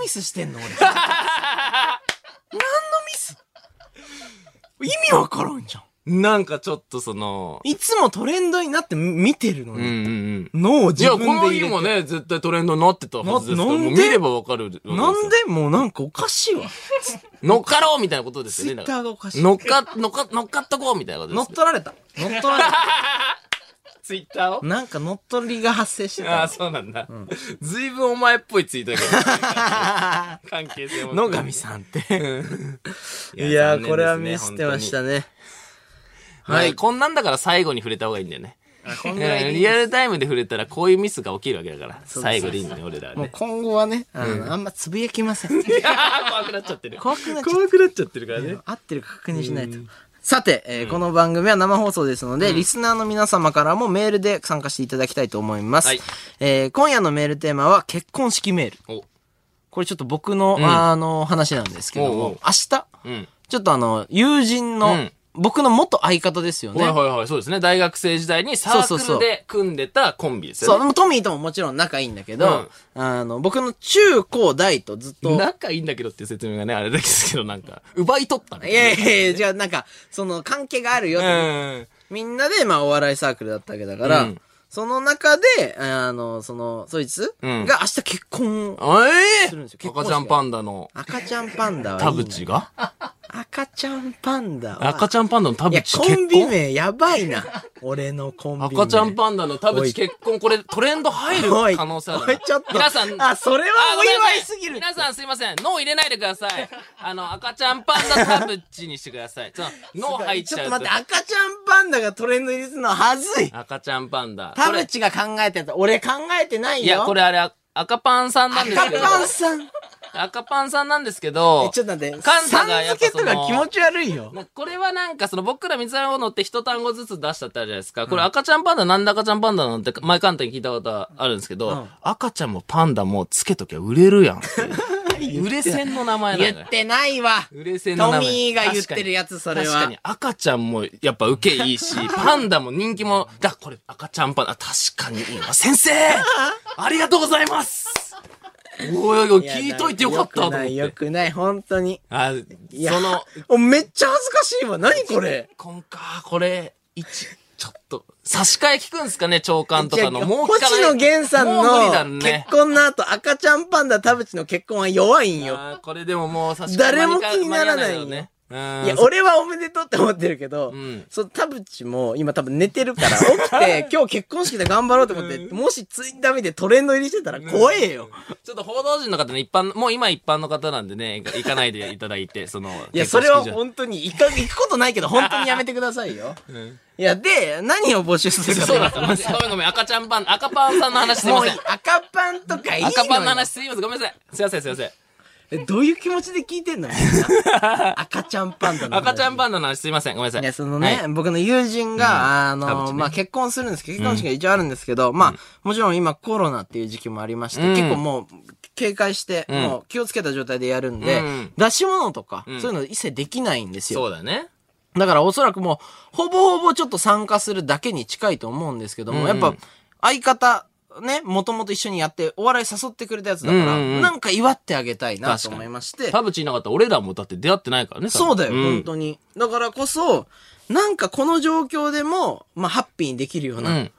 Speaker 3: ミスしてんの 俺。何のミス意味わからんじゃん。
Speaker 1: なんかちょっとその、
Speaker 3: いつもトレンドになって見てるの
Speaker 1: うんう
Speaker 3: に、
Speaker 1: んうん。
Speaker 3: 脳を
Speaker 1: い
Speaker 3: 自
Speaker 1: や、こ
Speaker 3: 分で
Speaker 1: の
Speaker 3: 入
Speaker 1: 日
Speaker 3: れて
Speaker 1: もね、絶対トレンドになってたはずですから、
Speaker 3: な
Speaker 1: も
Speaker 3: な
Speaker 1: うん
Speaker 3: で
Speaker 1: 見ればわかるわけですよ。
Speaker 3: なんでもうなんかおかしいわ。
Speaker 1: 乗っかろうみたいなことです
Speaker 3: ツイ
Speaker 1: よね。
Speaker 3: ッ
Speaker 1: だから
Speaker 3: ターがおかしい。
Speaker 1: 乗っか、乗っか、乗っかっとこうみたいなことで
Speaker 3: 乗っ
Speaker 1: す、ね。
Speaker 3: 取られた。乗っ取られ た。
Speaker 1: ツイッターを
Speaker 3: なんか乗っ取りが発生して
Speaker 1: あ
Speaker 3: た
Speaker 1: あ、。そうなんだ。ずいぶんお前っぽいツイートだ けど。関係性も。
Speaker 3: 野上さんって。
Speaker 1: い
Speaker 3: いやー、これは見せてまし。
Speaker 1: 残念ですね本
Speaker 3: たね。
Speaker 1: 当にはい。こんなんだから最後に触れた方がいいんだよね。
Speaker 3: こんぐらい
Speaker 1: うん
Speaker 3: で
Speaker 1: リアルタイムで触れたらこういうミスが起きるわけだから。
Speaker 3: うです
Speaker 1: 最後でいいんだね、俺らは
Speaker 3: もう
Speaker 1: ね。
Speaker 3: 今後はね、あの、あんまつぶやきませ ん。
Speaker 1: 怖くなっちゃってる。
Speaker 3: 怖くなっちゃった
Speaker 1: 怖くなっちゃってるからね。
Speaker 3: 合ってるか確認しないと。さて、えーこの番組は生放送ですので、リスナーの皆様からもメールで参加していただきたいと思います。
Speaker 1: はい
Speaker 3: えー今夜のメールテーマは結婚式メール。
Speaker 1: お、
Speaker 3: これちょっと僕の、
Speaker 1: ん
Speaker 3: あの話なんですけども、
Speaker 1: おうおう
Speaker 3: 明日、
Speaker 1: うん。
Speaker 3: ちょっとあの、友人の、
Speaker 1: うん
Speaker 3: 僕の元相方ですよね。
Speaker 1: はいはいはい、そうですね。大学生時代にサ
Speaker 3: そう
Speaker 1: ー
Speaker 3: そう
Speaker 1: ク
Speaker 3: そ
Speaker 1: ル
Speaker 3: う
Speaker 1: で組んでたコンビです
Speaker 3: そ
Speaker 1: よ
Speaker 3: う、で
Speaker 1: ね。
Speaker 3: もトミーとももちろん仲いいんだけど、あの、僕の中高大とずっと、
Speaker 1: 仲いいんだけどっていう説明がね、あれですけど、なんか、奪い取ったね
Speaker 3: いやいやいや、じゃあなんか、その関係があるよって
Speaker 1: うん。
Speaker 3: みんなで、まあ、お笑いサークルだったわけだから、
Speaker 1: うん
Speaker 3: その中で、あの、その、そいつ
Speaker 1: う
Speaker 3: が
Speaker 1: ん
Speaker 3: 明日結婚、
Speaker 1: え
Speaker 3: するんですよ
Speaker 1: え
Speaker 3: 結
Speaker 1: 赤
Speaker 3: 婚式
Speaker 1: ちゃんパンダの
Speaker 3: 赤ちゃんパンダはいい
Speaker 1: 田
Speaker 3: んだ
Speaker 1: 淵が
Speaker 3: 赤ちゃんパンダは。
Speaker 1: 赤ちゃんパンダの田
Speaker 3: いや、
Speaker 1: 淵
Speaker 3: コ
Speaker 1: 結
Speaker 3: ンビ
Speaker 1: 婚
Speaker 3: 名やばいな。俺のコンビ名。
Speaker 1: 赤ちゃんパンダの田淵結婚、これトレンド入る
Speaker 3: おい
Speaker 1: 可能性ある
Speaker 3: お
Speaker 1: ない
Speaker 3: ちょっと
Speaker 1: 皆さん、
Speaker 3: あそれは
Speaker 1: あごめんなさ
Speaker 3: お祝いすぎる
Speaker 1: 皆さんすいません、脳入れないでください。あの、赤ちゃんパンダ田淵にしてください。ちょっと脳入っち
Speaker 3: ちょっ
Speaker 1: ゃ
Speaker 3: と
Speaker 1: う
Speaker 3: 待って、赤ちゃんパンダがトレンド入りするのははずい。
Speaker 1: 赤ちゃんパンダ。
Speaker 3: 田
Speaker 1: これ
Speaker 3: 淵が考えてた。俺考えてないよ。
Speaker 1: いや、これあれ、あ赤パンさんなんです
Speaker 3: 赤
Speaker 1: けど。
Speaker 3: パンさん。え
Speaker 1: 赤パンさんなんですけど、
Speaker 3: ちょっと待って、
Speaker 1: カン
Speaker 3: さ
Speaker 1: タ
Speaker 3: ん
Speaker 1: がやっぱ
Speaker 3: 付けと
Speaker 1: その
Speaker 3: か気持ち悪いよ。
Speaker 1: なこれはなんかその僕ら水溜りボンドって一単語ずつ出したってあるじゃないですか。これ赤ちゃんパンダなんで赤ちゃんパンダなんて前カンタに聞いたことあるんですけど、
Speaker 3: うん
Speaker 1: 赤ちゃんもパンダもつけときゃ売れるやんって いう。売れ線の名前なんだ
Speaker 3: 言
Speaker 1: よ。
Speaker 3: ってないわ。
Speaker 1: 売れ線の名
Speaker 3: ト
Speaker 1: 前。
Speaker 3: ミーが言ってるやつ、それ
Speaker 1: 確
Speaker 3: は。
Speaker 1: かに赤ちゃんもやっぱ受けいいし、パンダも人気も、だ、これ赤ちゃんパンダ、あ確かにいいわ。先 生ありがとうございますおいおいおい、聞いといてよかったと
Speaker 3: よく
Speaker 1: 思っ
Speaker 3: ない、よ
Speaker 1: て。
Speaker 3: くない、本当に。
Speaker 1: あ、
Speaker 3: いや
Speaker 1: その、
Speaker 3: おめっちゃ恥ずかしいわ。何これ。
Speaker 1: 今か、これ、一、ちょっと、差し替え聞くんですかね、長官とかの。
Speaker 3: 違う
Speaker 1: もう聞かない
Speaker 3: 星野源さん
Speaker 1: もう無理だ
Speaker 3: の
Speaker 1: ね
Speaker 3: 結。婚の後、赤ちゃんパンダ田淵の結婚は弱いんよ。
Speaker 1: あーこれでももう差し替え
Speaker 3: 誰も気にならないよ
Speaker 1: 間に合わないいだろ
Speaker 3: や、
Speaker 1: うね。
Speaker 3: 俺はおめでとうって思ってるけど、
Speaker 1: ん
Speaker 3: その田淵も今多分寝てるから、起き て今日結婚式で頑張ろうと思って、もしツイッター見てトレンド入りしてたら怖えよ。
Speaker 1: うんちょっと報道陣の方ね、一般、もう今一般の方なんでね、行かないでいただいて、その、
Speaker 3: いや、
Speaker 1: 結
Speaker 3: そ
Speaker 1: 婚式
Speaker 3: れは
Speaker 1: 場
Speaker 3: 本当に、行か、行くことないけど、本当にやめてくださいよ。
Speaker 1: ん
Speaker 3: いや、で、何を募集するかと
Speaker 1: そう
Speaker 3: 言い
Speaker 1: だ
Speaker 3: ま
Speaker 1: っ
Speaker 3: す
Speaker 1: た。ごめんごめん、赤ちゃんパン、赤パンさんの話すい
Speaker 3: も
Speaker 1: ま
Speaker 3: うい
Speaker 1: せ
Speaker 3: い
Speaker 1: ん。
Speaker 3: 赤パンとかいいのよ
Speaker 1: 赤パンの話すいません、ごめんなさい。すいません、すいません。
Speaker 3: えどういう気持ちで聞いてんのみん な赤ちゃんパンダの話
Speaker 1: 赤ちゃんパンダの話すいません、ごめんなさい。
Speaker 3: いや、そのね、僕の友人が、あ
Speaker 1: 田
Speaker 3: の、
Speaker 1: 淵ね
Speaker 3: まあ、結婚するんですけど、結婚式が一応あるんですけど、まあ、もちろん今コロナっていう時期もありまして、
Speaker 1: うん
Speaker 3: 結構もう、警戒して、
Speaker 1: ん
Speaker 3: もう気をつけた状態でやるんで、
Speaker 1: うん
Speaker 3: 出し物とか、
Speaker 1: ん
Speaker 3: そういうの一切できないんですよ。
Speaker 1: そうだね。
Speaker 3: だからおそらくもう、ほぼほぼちょっと参加するだけに近いと思うんですけども、
Speaker 1: うんうん
Speaker 3: やっぱ、相方、ね、もともと一緒にやって、お笑い誘ってくれたやつだから、
Speaker 1: うんうんうん
Speaker 3: なんか祝ってあげたいなと思いまして、
Speaker 1: 田淵いなかったら俺らもだって出会ってないからね。多分
Speaker 3: そうだよ、
Speaker 1: ん
Speaker 3: 本当に。だからこそ、なんかこの状況でも、まあ、ハッピーにできるような、
Speaker 1: うん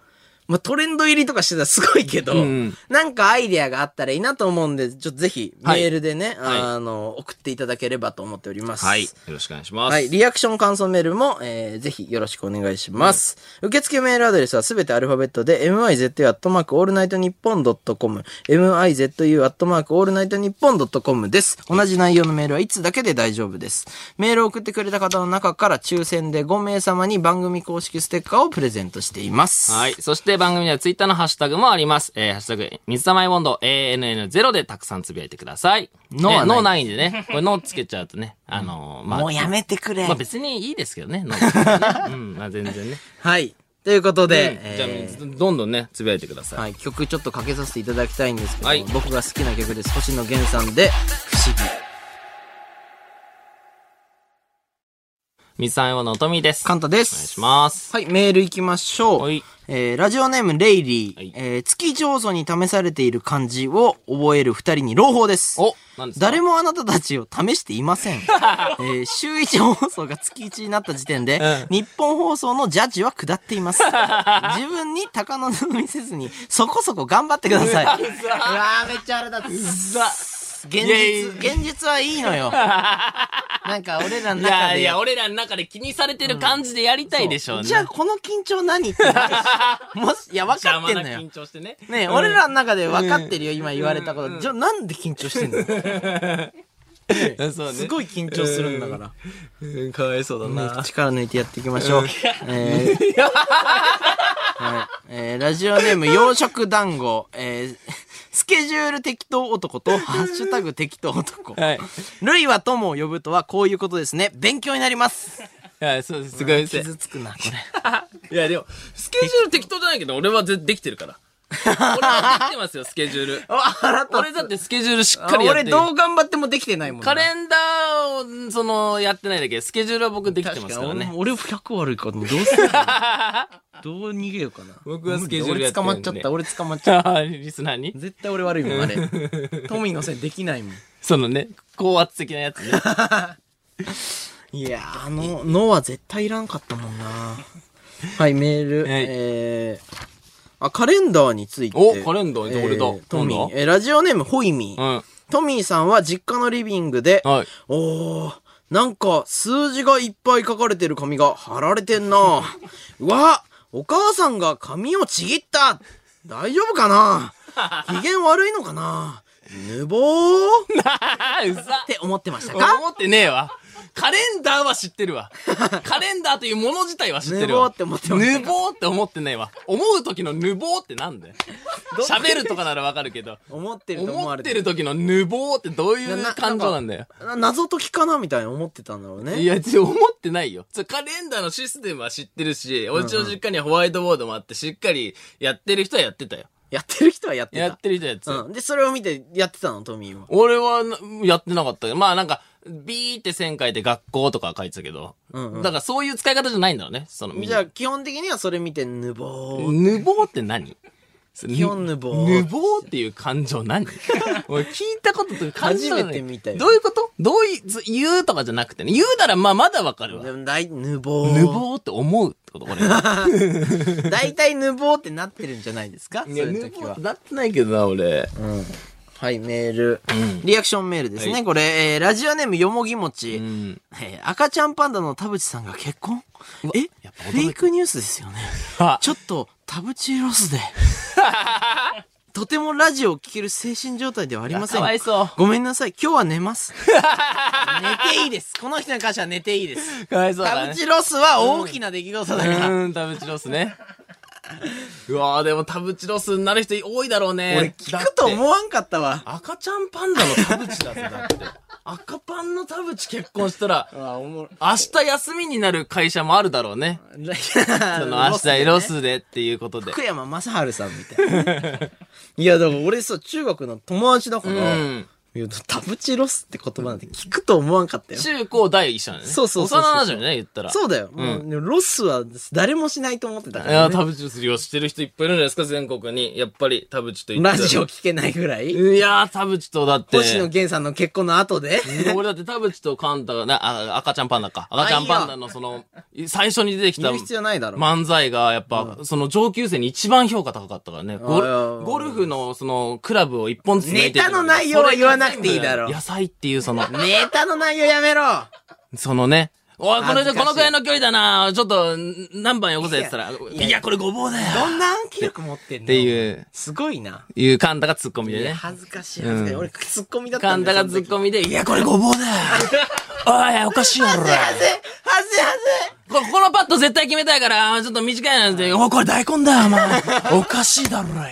Speaker 3: まあ、トレンド入りとかしてたらすごいけど、
Speaker 1: うん
Speaker 3: なんかアイデアがあったらいいなと思うんで、ちょっとぜひ、メ
Speaker 1: はい
Speaker 3: ールでね、
Speaker 1: はい
Speaker 3: あの、送っていただければと思っております。
Speaker 1: はい。よろしくお願いします。
Speaker 3: はい。リアクション感想メールも、えー、ぜひよろしくお願いします。受付メールアドレスはすべてアルファベットで、m i z u アットマークオールナイトニッポンドットコム、m i z u アットマークオールナイトニッポンドットコムです。同じ内容のメールはいつだけで大丈夫です。メールを送ってくれた方の中から抽選で5名様に番組公式ステッカーをプレゼントしています。
Speaker 1: はい。そして番組ではツイッターのハッシュタグもあります。えー、ハッシュタグ、水溜りボンド ANN0 でたくさんつぶやいてください。
Speaker 3: 脳
Speaker 1: えー
Speaker 3: はない
Speaker 1: 脳ないんで ね。これ脳つけちゃうとね、あのーまあ、
Speaker 3: もうやめてくれ。
Speaker 1: まあ別にいいですけどね、脳つ けてねうん、まあ全然ね。
Speaker 3: はい。ということで、
Speaker 1: うん
Speaker 3: えー
Speaker 1: じゃあ、どんどんね、つぶやいてください。
Speaker 3: はい、曲ちょっとかけさせていただきたいんですけど、
Speaker 1: はい
Speaker 3: 僕が好きな曲です。星野源さんで、不思議。
Speaker 1: 水溜りボンドのトミーです。
Speaker 3: カンタで
Speaker 1: お願い
Speaker 3: す。
Speaker 1: します。
Speaker 3: はい、メール行きましょう。
Speaker 1: はい
Speaker 3: えーラジオネーム、レイリー。
Speaker 1: はい
Speaker 3: えー月上手に試されている漢字を覚える二人に朗報です。
Speaker 1: お、なんですか
Speaker 3: 誰もあなたたちを試していません。 えー週一放送が月1になった時点で、
Speaker 1: う
Speaker 3: 日本放送のジャッジは下って います。自分に高望みせずに、そこそこ頑張ってください。うわー、めっちゃあれだ。現
Speaker 1: いやい
Speaker 3: 実、
Speaker 1: や
Speaker 3: 現実はいいのよ。なんか俺らの
Speaker 1: い
Speaker 3: 中で
Speaker 1: やいや、俺らの中で気にされてる感じでやりたいでしょうね。
Speaker 3: じゃあこの緊張何ってなる しもし、いや、分かってん
Speaker 1: 邪魔
Speaker 3: の
Speaker 1: な
Speaker 3: よ
Speaker 1: 緊。張してね。
Speaker 3: ねえ、俺らの中で分かってるよ、今言われたこと。じゃあなんで緊張してんの
Speaker 1: うん、そうね。
Speaker 3: すごい緊張するんだから。
Speaker 1: うん、かわいそうだ
Speaker 3: ね
Speaker 1: な。
Speaker 3: 力抜いてやっていきましょう。えー はいえーラジオネーム、洋食団子、えースケジュール適当男 と、ハッシュタグ適当男。
Speaker 1: はい。
Speaker 3: ルイは友を呼ぶとはこういうことですね。勉強になります。
Speaker 1: はい、そうです。すごいです。
Speaker 3: 傷つくな、こ れ。
Speaker 1: いや、でも、スケジュール適当じゃないけど、俺はぜできてるから。俺はできてますよ、スケジュー ル。
Speaker 3: あ、腹立つ
Speaker 1: 俺だってスケジュールしっ
Speaker 3: あ
Speaker 1: かりやって
Speaker 3: 俺
Speaker 1: る。
Speaker 3: どう頑張ってもできてないもんな。
Speaker 1: カレンダーを、その、やってないだけで、スケジュールは僕できてますからね。
Speaker 3: 俺俺100悪いからどう するかなどう逃げようかな。
Speaker 1: 僕はスケジュールやってるんで
Speaker 3: 俺捕まっちゃった、俺捕まっちゃっ
Speaker 1: あー リスナーに
Speaker 3: た。絶対俺悪い もん、あれ。トミーのせいできないもん。
Speaker 1: そのね、高圧的なやつ ね。
Speaker 3: いやー、あの、脳は絶対いらんかったもんな。はい、メール。
Speaker 1: はい
Speaker 3: えー、あ、カレンダーについて。
Speaker 1: おカレンダー俺だ
Speaker 3: えトミ
Speaker 1: なん
Speaker 3: ー。
Speaker 1: だ
Speaker 3: えーラジオネーム、ホイミ
Speaker 1: う
Speaker 3: ー。
Speaker 1: ん。
Speaker 3: トミーさんは実家のリビングで、
Speaker 1: はい。
Speaker 3: おー、なんか数字がいっぱい書かれてる紙が貼られてんな。うわ、お母さんが紙をちぎった。大丈夫かな機嫌悪いのかなぬぼーっ
Speaker 1: あ ー、うざ。
Speaker 3: て思ってました か
Speaker 1: 思ってねえわ。カレンダーは知ってるわ。カレンダーというもの自体は知ってるわ。
Speaker 3: ぬぼーって思ってました
Speaker 1: ぬぼーって思ってないわ。思う時のぬぼーってなんだよ。喋るとかならわかるけど。
Speaker 3: 思ってると思
Speaker 1: 思
Speaker 3: わ
Speaker 1: っ
Speaker 3: れ
Speaker 1: て
Speaker 3: て
Speaker 1: る時のぬぼーってどうい
Speaker 3: なな
Speaker 1: う感情なんだよ。
Speaker 3: な謎解きかなみたいに思ってたんだろうね。
Speaker 1: いや、ちょ思ってないよ。それカレンダーのシステムは知ってるし、おうちの実家にはホワイトボードもあって、しっかりやってる人はやってたよ。
Speaker 3: やってる人はやってた。
Speaker 1: やってる人はやってた。
Speaker 3: うん。で、それを見てやってたの、トミーは。
Speaker 1: 俺はな、やってなかったけど、まあなんか、ビーって線書いて学校とか書いてたけど、
Speaker 3: んうん
Speaker 1: だからそういう使い方じゃないんだろうね。その、みん
Speaker 3: じ
Speaker 1: な
Speaker 3: ゃあ、基本的にはそれ見て、ぬぼーっ
Speaker 1: ぬぼーって何基
Speaker 3: 本ぬぼー
Speaker 1: ぬぼーっていう感情 何俺聞いたことという感情
Speaker 3: 初めて見たよ
Speaker 1: どういうことどういう、ず言うとかじゃなくてね。言うならまあまだわかるわ。
Speaker 3: で
Speaker 1: ぬ
Speaker 3: もだい、ぬぼー。
Speaker 1: ぼーって思うってこと俺。い
Speaker 3: 大体ぬぼーってなってるんじゃないです かそう
Speaker 1: や、
Speaker 3: い
Speaker 1: ぬ
Speaker 3: う時
Speaker 1: ぼーっ
Speaker 3: は
Speaker 1: て。なってないけどな、俺。
Speaker 3: はい、メール。
Speaker 1: ん
Speaker 3: リアクションメールですね。
Speaker 1: はい
Speaker 3: これ、えーラジオネームよもぎもち。
Speaker 1: うん。
Speaker 3: えー赤ちゃんパンダの田淵さんが結婚え
Speaker 1: やっぱ驚く
Speaker 3: フェイクニュースですよね。
Speaker 1: あ、
Speaker 3: ちょっと、田淵 ロスで。とてもラジオを聴ける精神状態ではありませ
Speaker 1: い
Speaker 3: ん。
Speaker 1: やかわいそう
Speaker 3: ごめんなさい。今日は寝ます。寝ていいです。この人に関しては寝ていいです。
Speaker 1: かわいそうだ
Speaker 3: 田
Speaker 1: ね。
Speaker 3: 淵ロスは大きな出来事だから。
Speaker 1: うーん、田淵ロスね。 うわーでも田淵ロスになる人多いだろうね。
Speaker 3: 俺聞くと
Speaker 1: だって
Speaker 3: 思わんかったわ。
Speaker 1: 赤ちゃんパンダの田淵だぜ、だって。赤パンの田淵結婚したら、
Speaker 3: あ、おもろ。
Speaker 1: 明日休みになる会社もあるだろうね。 そ
Speaker 3: そ
Speaker 1: の明日ロスでっていうことで。
Speaker 3: 福山雅治さんみたいなね。いや、でも俺さ、中学の友達だか
Speaker 1: う
Speaker 3: ら、
Speaker 1: ん。
Speaker 3: いや田淵ロスって言葉なんて聞くと思わんかったよ。
Speaker 1: 中高大一緒なんだね。
Speaker 3: そうそうそうそう
Speaker 1: 幼馴染ね、言ったら。
Speaker 3: そうだよ。
Speaker 1: ん
Speaker 3: もうでもロスは誰もしないと思ってたか
Speaker 1: いや
Speaker 3: ら、
Speaker 1: ー、
Speaker 3: ね。
Speaker 1: 田淵ロス利用してる人いっぱいいるんじゃないですか、全国に。やっぱり田淵と言った
Speaker 3: ラ
Speaker 1: ら。
Speaker 3: ジオ聞けないぐらい。
Speaker 1: いやー、田淵とだって。
Speaker 3: 星野源さんの結婚の後で。
Speaker 1: 俺だって田淵とカンタが、な、あ、赤ちゃんパンダか。赤ちゃんパンダのその、最初に出てきた
Speaker 3: 言う必要ないだろ。
Speaker 1: 漫才が、やっぱ、その上級生に一番評価高かったからね。ゴ
Speaker 3: あー
Speaker 1: ルゴルフの、その、クラブを一本ずつ抜いてて
Speaker 3: ネタの内容は言わなくていいだろ
Speaker 1: それが全部野菜っていう、その、
Speaker 3: ネタの内容やめろ
Speaker 1: そのね。おい、これ
Speaker 3: 恥
Speaker 1: で
Speaker 3: ずかしい
Speaker 1: このくらいの距離だなちょっと、ん何番よこせって言ったら、
Speaker 3: いや
Speaker 1: いや、これごぼうだよ
Speaker 3: どんな暗記力持ってんの
Speaker 1: っていう、
Speaker 3: すごいな。
Speaker 1: いうカンタがツッコミで
Speaker 3: いや
Speaker 1: ね。
Speaker 3: 恥ずかしい恥ずかしい。俺、ツッコミだった
Speaker 1: カン
Speaker 3: んだ
Speaker 1: タ
Speaker 3: よ。
Speaker 1: が ツッコミで、いや、これごぼうだよおい、おかしいやろ
Speaker 3: はずいはずいはずい
Speaker 1: ここのパッド絶対決めたいから、ちょっと短いなんて、お、これ大根だよ、お 前。おかしいだろ、れ。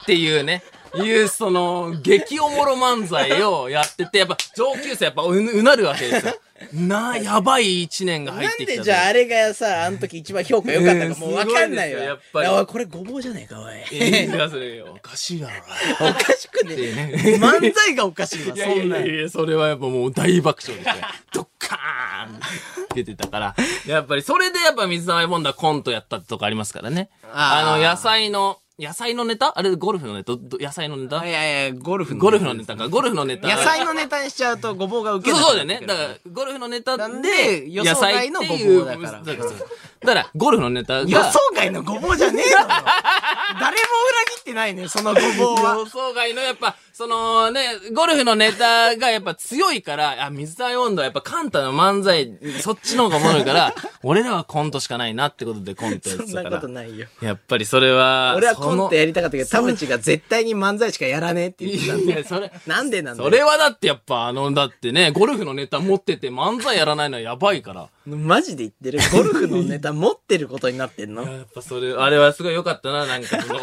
Speaker 1: っていうね。いう、その、激おもろ漫才をやってて、やっぱ上級生やっぱううなるわけですよ。な、やばい一年が入
Speaker 3: な
Speaker 1: っ
Speaker 3: ん
Speaker 1: てきた
Speaker 3: でじゃああれがさ、あの時一番評価良かったかもうわかんない よ。
Speaker 1: うんすごいですよやっぱり
Speaker 3: いやおいこれごぼうじゃねえか、おい。
Speaker 1: えーそれおかしいだろ、れ。
Speaker 3: おかしくねえ。漫才がおかしいわ、
Speaker 1: い
Speaker 3: そ
Speaker 1: やいや
Speaker 3: ん
Speaker 1: い
Speaker 3: な
Speaker 1: や
Speaker 3: ん。
Speaker 1: いや、それはやっぱもう大爆笑でしたよ。 ドッカーン出てたから。 やっぱり、それでやっぱ水溜りボンドはコントやったとかありますからね。
Speaker 3: あー
Speaker 1: あの、野菜の、野菜のネタあれ、ゴルフのネタど野菜のネタ
Speaker 3: いやいや、ゴルフの。
Speaker 1: ゴルフのネタか、ゴルフのネタ。
Speaker 3: 野菜のネタにしちゃうとごぼうが受け
Speaker 1: そう
Speaker 3: な
Speaker 1: そうだ
Speaker 3: く
Speaker 1: よ
Speaker 3: なっ
Speaker 1: ね
Speaker 3: て。く
Speaker 1: だから、
Speaker 3: る
Speaker 1: ゴルフのネタで
Speaker 3: なんで、予想外のごぼうだか
Speaker 1: 野
Speaker 3: ら
Speaker 1: 菜っていうそうそうだから、ゴルフのネタが。
Speaker 3: 予想外のごぼうじゃね えだろ。誰も裏切ってないね、そのごぼうは
Speaker 1: 予。想外のやっぱ、そのね、ゴルフのネタがやっぱ強いから、あ、水溜り温度はやっぱカンタの漫才、そっちの方がおもろいから、 俺らはコントしかないなってことでコントやっ
Speaker 3: そ
Speaker 1: て
Speaker 3: ん
Speaker 1: た
Speaker 3: な
Speaker 1: か
Speaker 3: こと
Speaker 1: ら。
Speaker 3: ないよ。
Speaker 1: やっぱりそれは、
Speaker 3: 俺はコントや
Speaker 1: り
Speaker 3: りたかったけど、田淵が絶対に漫才しかやらねえって言ってたん
Speaker 1: い
Speaker 3: で。
Speaker 1: や、 それ、
Speaker 3: なんでなんだ
Speaker 1: そ
Speaker 3: よ
Speaker 1: れはだってやっぱあの、だってね、ゴルフのネタ持ってて漫才やらないのはやばいから。
Speaker 3: マジで言ってる。ゴルフのネタ持ってることになってんの
Speaker 1: やっぱそれ、あれはすごい良かったな、なんか その。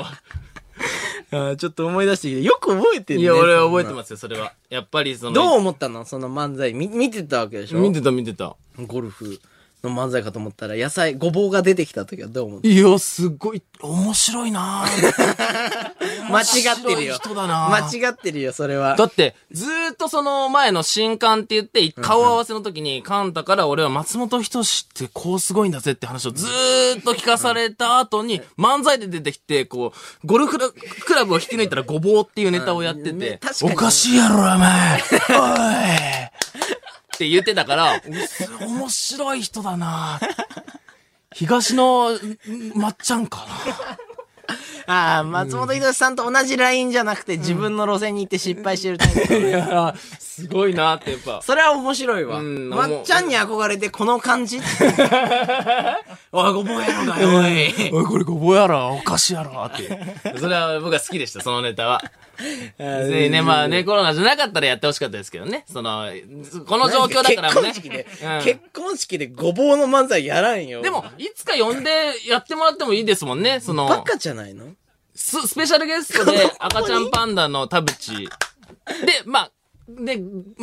Speaker 3: あーちょっと思い出してきて、よく覚えてる
Speaker 1: い
Speaker 3: ね。
Speaker 1: や、俺は覚え
Speaker 3: そん
Speaker 1: て
Speaker 3: な
Speaker 1: ますよ、それは。やっぱりその、
Speaker 3: どう思ったのその漫才。み、見てたわけでしょ
Speaker 1: 見てた見てた。
Speaker 3: ゴルフの漫才かと思ったら、野菜、ごぼうが出てきた時はどう思った
Speaker 1: いや、すごい、面白いなぁ。
Speaker 3: 間違ってるよ。
Speaker 1: 面白い人だな
Speaker 3: 間違ってるよ、それは
Speaker 1: だ。って、ずーっとその前の新刊って言って、顔合わせの時に、カンタから俺は松本人志ってこうすごいんだぜって話をずーっと聞かされた後に、漫才で出てきて、こう、ゴルフクラブを引き抜いたらごぼうっていうネタをやって
Speaker 3: うんね
Speaker 1: て
Speaker 3: 確、か
Speaker 1: お
Speaker 3: に
Speaker 1: かしいやろ、お 前おいって言ってたから、うっ面白い人だな東の、んまっちゃんか
Speaker 3: ああ、松本人志さんと同じラインじゃなくて、自分の路線に行って失敗してるタイ
Speaker 1: な。
Speaker 3: プ。
Speaker 1: いやすごいなってやっぱ。
Speaker 3: それは面白いわ。
Speaker 1: うん
Speaker 3: まっちゃんに憧れて、この感じ おい、ごぼうやろがよ、おい。
Speaker 1: おい、これごぼうやろ、お菓子やろ、って。 それは僕は好きでした、そのネタ は。でね、まあね、コロナじゃなかったらやってほしかったですけどね。その、この状況だからもね。
Speaker 3: 結婚式で、
Speaker 1: うん
Speaker 3: 結婚式でごぼうの漫才やらん よ。
Speaker 1: でも、、いつか呼んでやってもらってもいいですもんね。そ
Speaker 3: バ
Speaker 1: の、
Speaker 3: カじゃないの
Speaker 1: ススペシャルゲストで赤ちゃんパンダの田淵。で、まあ、で、まあ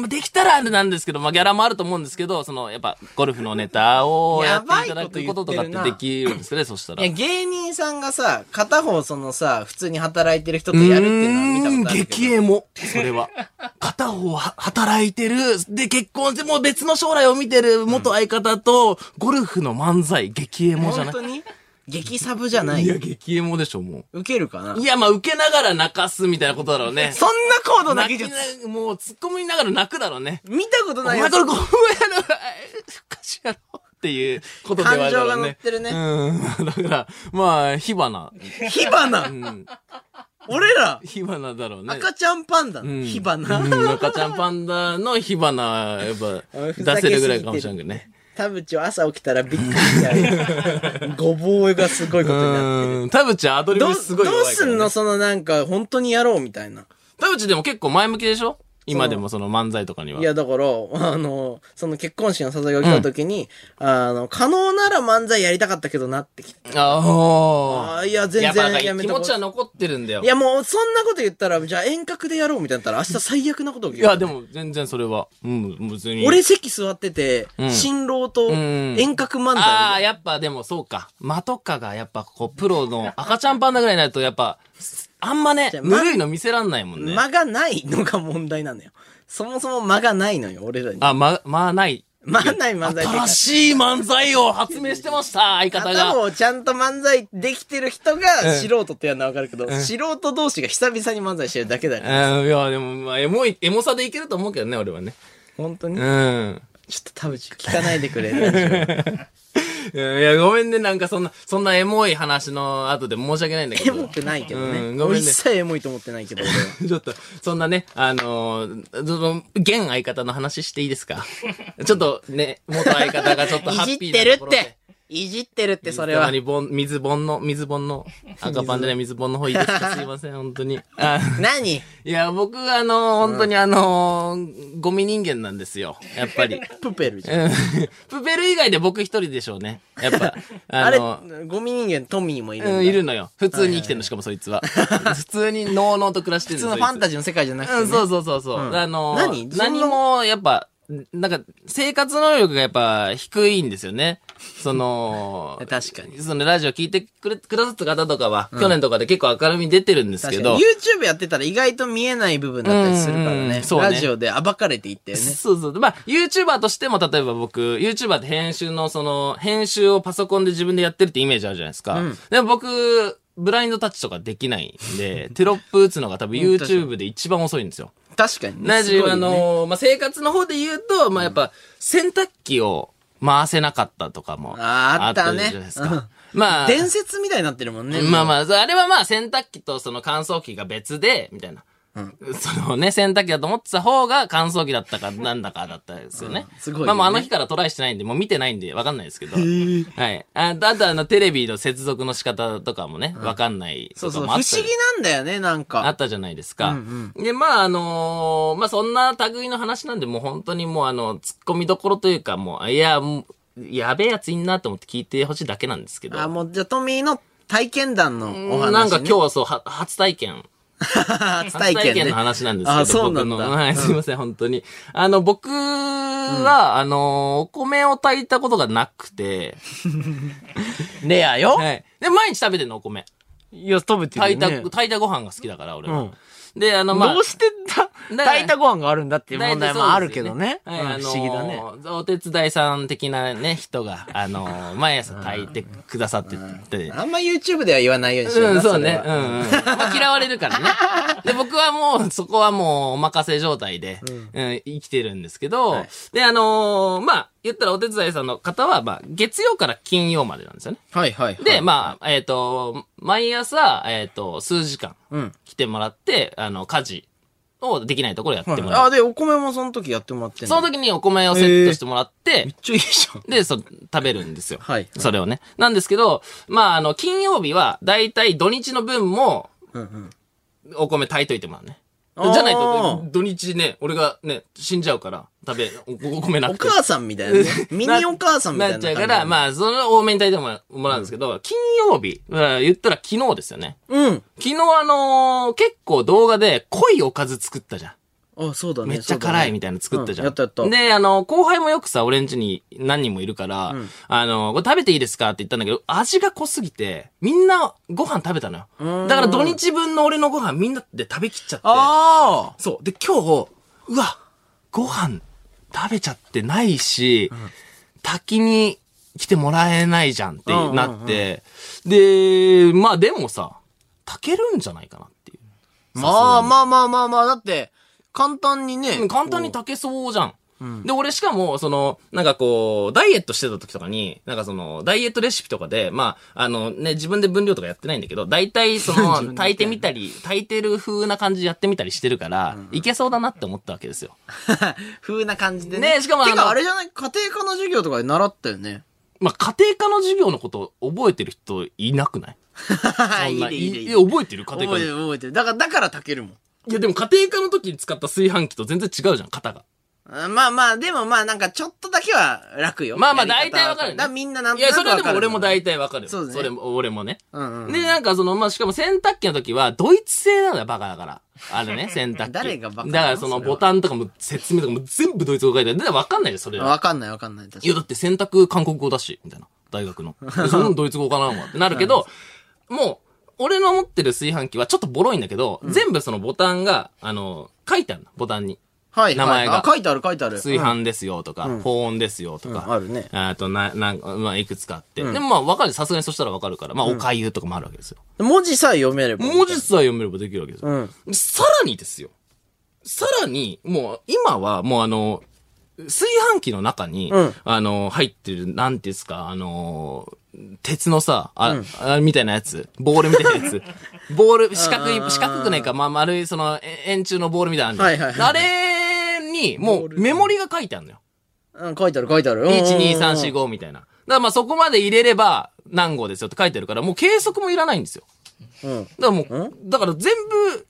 Speaker 1: できたらあれなんですけど、まあギャラもあると思うんですけど、その、やっぱゴルフのネタをやっていただくこととかってできるんですかね、そしたら。
Speaker 3: いや、芸人さんがさ、片方そのさ、普通に働いてる人とやるっていうのは見たことあるけど。
Speaker 1: 激エモ。それ は。片方は働いてる。で、結婚して、もう別の将来を見てる元相方と、ゴルフの漫才、激エモじゃ
Speaker 3: 本
Speaker 1: ない
Speaker 3: 当に激サブじゃないい
Speaker 1: や、激エモでしょ、も
Speaker 3: 受けるかな
Speaker 1: う。いや、まあ、受けながら泣かすみたいなことだろうね。
Speaker 3: そんな高度な
Speaker 1: 泣
Speaker 3: 技術
Speaker 1: き。なもう、突っ込みながら泣くだろうね。
Speaker 3: 見たこと
Speaker 1: お
Speaker 3: ない
Speaker 1: 前
Speaker 3: やつ
Speaker 1: これごめんやろ、お前おかしいやろ。っていうことではあ
Speaker 3: 感
Speaker 1: るだ
Speaker 3: 情
Speaker 1: ろ
Speaker 3: が
Speaker 1: う
Speaker 3: 乗っ
Speaker 1: ね。
Speaker 3: てるね。
Speaker 1: うん。だから、まあ、火花。
Speaker 3: 火花、
Speaker 1: ん
Speaker 3: 俺ら、
Speaker 1: 火花だろうね。
Speaker 3: 赤ちゃんパンダ
Speaker 1: う
Speaker 3: の
Speaker 1: ん
Speaker 3: 火花、
Speaker 1: うん、赤ちゃんパンダの火花、やっぱ、出せるぐらいかもしれんけどね。
Speaker 3: 田淵は朝起きたらびっくりしちゃ う。ごぼうがすごいこ
Speaker 1: う
Speaker 3: とになってる。
Speaker 1: ーん。田淵アドリ
Speaker 3: ど
Speaker 1: ブ
Speaker 3: う、
Speaker 1: すごい
Speaker 3: ど
Speaker 1: 弱
Speaker 3: う
Speaker 1: いか
Speaker 3: す
Speaker 1: らね
Speaker 3: んのそのなんか、本当にやろうみたいな。
Speaker 1: 田淵でも結構前向きでしょ今でもその漫才とかには。
Speaker 3: いや、だから、あの、その結婚式の誘いが来た時に、あの、可能なら漫才やりたかったけどなってきて。あ
Speaker 1: あ
Speaker 3: あ、いや、
Speaker 1: あ。や
Speaker 3: 全
Speaker 1: っぱなん
Speaker 3: 然
Speaker 1: か
Speaker 3: やめ
Speaker 1: 気
Speaker 3: とこ
Speaker 1: 持
Speaker 3: う
Speaker 1: ちは残ってるんだよ。
Speaker 3: い
Speaker 1: いや、
Speaker 3: や、もう、そんなこと言ったら、じゃあ遠隔でやろうみたいになったら、明日最悪なこと起きる。
Speaker 1: でも全然それは。うん、別に。
Speaker 3: 俺席座ってて、
Speaker 1: うん
Speaker 3: 新郎と
Speaker 1: ん
Speaker 3: 遠隔漫
Speaker 1: ああ、
Speaker 3: 才。
Speaker 1: やっぱでもそうか。間とかがやっぱこう、プロの赤ちゃんパンダぐらいになるとやっぱ、あんまね
Speaker 3: じゃ、あ
Speaker 1: ぬるいの見せらんないもんね。
Speaker 3: 間がないのが問題なのよ。そもそも間がないのよ、俺らに。
Speaker 1: あ、ま、まあない。
Speaker 3: 間がない漫才っていうか
Speaker 1: 新しい漫才を発明してま した、相方
Speaker 3: 片
Speaker 1: が。
Speaker 3: 方ちゃんと漫才できてる人が
Speaker 1: うん
Speaker 3: 素人ってやるのはわかるけど、素人同士が久々に漫才してるだけだ
Speaker 1: う
Speaker 3: から。
Speaker 1: ん、いや、でも、まあ、エモい、エモさでいけると思うけどね、俺はね。
Speaker 3: 本当
Speaker 1: う
Speaker 3: に。
Speaker 1: ん。
Speaker 3: ちょっと田淵聞かない でくれ。ラジオ
Speaker 1: いや、ごめんね、なんかそんな、そんなエモい話の後で申し訳ないんだけ
Speaker 3: エ
Speaker 1: ど
Speaker 3: モ。くないけどね。
Speaker 1: うんごめん
Speaker 3: 俺
Speaker 1: ね
Speaker 3: 一切エモいと思ってないけど、俺は。
Speaker 1: ちょっと、そんなね、あのーその、現 相方の話していいですかちょっとね、元相方がちょっとハッピーなところで
Speaker 3: いじってるっていじってるって、それ
Speaker 1: たま
Speaker 3: は。
Speaker 1: にボン、水盆の、水盆の、赤パンじゃない水盆の方いいですかすいません、本当に。あ
Speaker 3: 何
Speaker 1: いや、僕、あの、本当にあの、ゴミ人間なんですよ。やっぱ り。
Speaker 3: プペルじゃん。
Speaker 1: うんプペル以外で僕一人でしょうね。やっぱ、
Speaker 3: あ
Speaker 1: あ
Speaker 3: れ
Speaker 1: の、、
Speaker 3: ゴミ人間、トミーもいるんだ。
Speaker 1: うん、いるのよ。普通に生きてるの、しかもそいつは。普通に、のうのうと暮らしてる
Speaker 3: 普通のファンタ
Speaker 1: ジ
Speaker 3: ジーの世界じゃなくて、ね。
Speaker 1: うん、そうそうそうそう。
Speaker 3: うん
Speaker 1: あのー
Speaker 3: 何そんな、
Speaker 1: 何も、やっぱ、なんか、生活能力がやっぱ、低いんですよね。その
Speaker 3: 確かに。
Speaker 1: そのラジオ聞いてくれ、くださった方とかは、去年とかで結構明るみに出てるんですけ
Speaker 3: 確か
Speaker 1: ど、
Speaker 3: に YouTube やってたら意外と見えない部分だったりするからね。
Speaker 1: うんうんそうね
Speaker 3: ラジオで暴かれていったよね。
Speaker 1: そうそう。まあ、YouTuber としても、例えば僕、YouTuber って編集の、その、編集をパソコンで自分でやってるってイメージあるじゃないですか。
Speaker 3: うん
Speaker 1: でも僕、ブラインドタッチとかできないんで、テロップ打つのが多 分 YouTube で一番遅いんですよ。
Speaker 3: 確かにね。
Speaker 1: な
Speaker 3: す
Speaker 1: じ、
Speaker 3: ごい
Speaker 1: あ
Speaker 3: よね
Speaker 1: の、まあ、生活の方で言うと、まあ、やっぱ、洗濯機を回せなかったとかも。
Speaker 3: あーあったね
Speaker 1: じゃないですか。まあ、
Speaker 3: 伝説みたいになってるもんね。
Speaker 1: まあまあ、そうあれはまあ洗濯機とその乾燥機が別で、みたいな。そのね、洗濯機だと思ってた方が乾燥機だったかなんだかだったんですよね。
Speaker 3: うんすごいよね
Speaker 1: まあまああの日からトライしてないんで、もう見てないんでわかんないですけど。はい。ああとあのテレビの接続の仕方とかもね、わかんない
Speaker 3: そ
Speaker 1: とか
Speaker 3: うそ
Speaker 1: も
Speaker 3: う。不
Speaker 1: あ
Speaker 3: 思
Speaker 1: った
Speaker 3: 議なんだよね、なん
Speaker 1: あ
Speaker 3: か。
Speaker 1: ったじゃないですか。で、まあ、あのーまあ、そんな類の話なんで、もう本当にもう、あの、突っ込みどころというか、もう、あいや、もうやべえやついんなと思って聞いてほしいだけなんですけど。
Speaker 3: あ、もう、じゃあトミーの体験談のお話、ね。
Speaker 1: なんか今日はそう、は初体験。
Speaker 3: 初
Speaker 1: 初体
Speaker 3: 体験ね。
Speaker 1: 験の話なんですけど。
Speaker 3: あそうなんだ
Speaker 1: 僕のはい、すいません、本当に。あの、僕は、あの、お米を炊いたことがなくて、
Speaker 3: レアよ。
Speaker 1: はい。で、毎日食べてんの、お米。
Speaker 3: いや、食べて
Speaker 1: 炊いた、
Speaker 3: ね
Speaker 1: 炊いたご飯が好きだから、俺
Speaker 3: う
Speaker 1: は
Speaker 3: ん。
Speaker 1: で、あの、まあ
Speaker 3: どう、してた、
Speaker 1: ら
Speaker 3: 炊いたご飯があるんだっていう問題もあるけどね。
Speaker 1: 大体
Speaker 3: うん
Speaker 1: そうで
Speaker 3: 不思
Speaker 1: す
Speaker 3: 議
Speaker 1: よ
Speaker 3: だ
Speaker 1: ねは
Speaker 3: ね。
Speaker 1: い、あの、お手伝いさん的なね、人が、あの、毎朝炊いてくださってて、
Speaker 3: あんま YouTube では言わないようにしよ
Speaker 1: うん、そう
Speaker 3: れ
Speaker 1: ね
Speaker 3: は。
Speaker 1: うん、うん。まあ、嫌われる からね。で、僕はもう、そこはもう、お任せ状態で、うん、生きてるんですけど、
Speaker 3: はい
Speaker 1: で、あのーまあ、言ったらお手伝いさんの方は、まあ、月曜から金曜までなんですよね。
Speaker 3: はいはいはい。
Speaker 1: で、まあ、えっ、と、毎朝、えっ、と、数時間
Speaker 3: うん。
Speaker 1: 来てもらって、あの、家事をできないところやって
Speaker 3: はい
Speaker 1: もらう。
Speaker 3: あ、で、お米もその時やってもらってん
Speaker 1: その
Speaker 3: 時。
Speaker 1: 時にお米をセットしてもらって、
Speaker 3: めっちゃいいじゃん。
Speaker 1: で、そ、食べるんですよ。
Speaker 3: はい
Speaker 1: それをね。なんですけど、まあ、あの、金曜日は、だいたい土日の分も、
Speaker 3: うんうん。
Speaker 1: お米炊いといてもらうね。じ
Speaker 3: あー
Speaker 1: ゃないと、土日ね、俺がね、死んじゃうから、食べ、おお米な
Speaker 3: お
Speaker 1: くて。
Speaker 3: 母さんみたいなね。ミニお母さんみたいな
Speaker 1: っ
Speaker 3: 感
Speaker 1: ち
Speaker 3: じ。
Speaker 1: ゃうから、まあ、その多めに炊いてもらうもらうんですけど、金曜日、まあ言ったら昨日ですよね。
Speaker 3: うん。
Speaker 1: 昨日あのー結構動画で濃いおかず作ったじゃん。
Speaker 3: あ、そうだね。
Speaker 1: めっちゃ辛いみ
Speaker 3: たい
Speaker 1: たいなの作ったじゃん。
Speaker 3: うんやったやった
Speaker 1: で、あの、後輩もよくさ、俺ん家に何人もいるから、あの、これ食べていいですかって言ったんだけど、味が濃すぎて、みんなご飯食べたの
Speaker 3: ー
Speaker 1: よ。だから土日分の俺のご飯みんなで食べきっちゃって。
Speaker 3: ああ
Speaker 1: そう。で、今日、うわ、ご飯食べちゃってないし、滝に来てもらえないじゃんってなって、で、まあでもさ、炊けるんじゃないかなっていう。
Speaker 3: まあまあまあまあまあ、だって、簡単に
Speaker 1: うん
Speaker 3: ね。
Speaker 1: 簡単に炊けそうじゃん。で、俺しかも、その、なんかこう、ダイエットしてた時とかに、なんかその、ダイエットレシピとかで、まあ、あのね、自分で分量とかやってないんだけど、大体そ
Speaker 3: 自分
Speaker 1: の、
Speaker 3: で
Speaker 1: 炊いてみたり、炊いてる風な感じやってみたりしてるから、いけそうだなって思ったわけですよ。
Speaker 3: 風な感じで
Speaker 1: ねしかもあ
Speaker 3: て
Speaker 1: の
Speaker 3: か、あれじゃない家庭科の授業とかで習ったよね。
Speaker 1: まあ、家庭科の授業のこと覚えてる人いなくない そんなえ
Speaker 3: 覚
Speaker 1: 覚えてる家庭科
Speaker 3: えて
Speaker 1: の。
Speaker 3: る覚えてる。だから、だから炊けるもん。
Speaker 1: いや、でも家庭科の時に使った炊飯器と全然違うじゃん、型が。
Speaker 3: あまあまあ、でもまあなんかちょっとだけは楽よ。
Speaker 1: まあまあ
Speaker 3: やり
Speaker 1: 大体
Speaker 3: 方は
Speaker 1: わかるよね
Speaker 3: だらみんななん
Speaker 1: い
Speaker 3: とな
Speaker 1: や、
Speaker 3: く
Speaker 1: そ
Speaker 3: わか
Speaker 1: れは
Speaker 3: る。
Speaker 1: でも俺も大体わかるよ。
Speaker 3: そうだね
Speaker 1: れも、俺もね。
Speaker 3: うんうんうん
Speaker 1: で、なんかその、まあ、しかも洗濯機の時は、ドイツ製なのよ、バカだから。あれ ね、洗濯機。
Speaker 3: 誰がバカなの
Speaker 1: だからその、
Speaker 3: それは
Speaker 1: ボタンとかも、説明とかも全部ドイツ語書いてある。で、わかんないよ、それは。
Speaker 3: わかんないわかんない。確か
Speaker 1: いや、だって洗濯韓国語だし、みたいな。大学 の。でそんなのドイツ語かなもんってなるけど、もう、俺の持ってる炊飯器はちょっとボロいんだけど、全部そのボタンが、あの、書いてあるの、ボタンに。
Speaker 3: はい。
Speaker 1: 名前が
Speaker 3: はいあ書いてある書いてある。
Speaker 1: 炊飯ですよとか、
Speaker 3: うん
Speaker 1: 保温ですよとか。
Speaker 3: うんあるね
Speaker 1: あと、な、なんか、まあ、いくつかあって。でもまあ、わかる。さすがにそしたらわかるから。まあ、おかゆとかもあるわけですよ。
Speaker 3: うん文字さえ読めれば。
Speaker 1: 文字さえ読めればできるわけですよ。
Speaker 3: うん。
Speaker 1: さらにですよ。さらに、もう、今は、もうあの、炊飯器の中に、
Speaker 3: うん
Speaker 1: あの、入ってる、なんていうんですか、あの、鉄のさ、あ、あみたいなやつ、ボールみたいな やつ、ボール、四角い、四角くないか、まあ、丸い、その、え円柱のボールみたいなのあるじゃん
Speaker 3: はいはい
Speaker 1: あれに、もう、メモリが書いてあるのよ。
Speaker 3: うん、書いてある書いてある。うんうんうん
Speaker 1: 1、2、3、4、5みたいな。からまあそこまで入れれば何号ですよって書いてるから、もう計測もいらないんですよ。
Speaker 3: うん。
Speaker 1: だからもう、だから全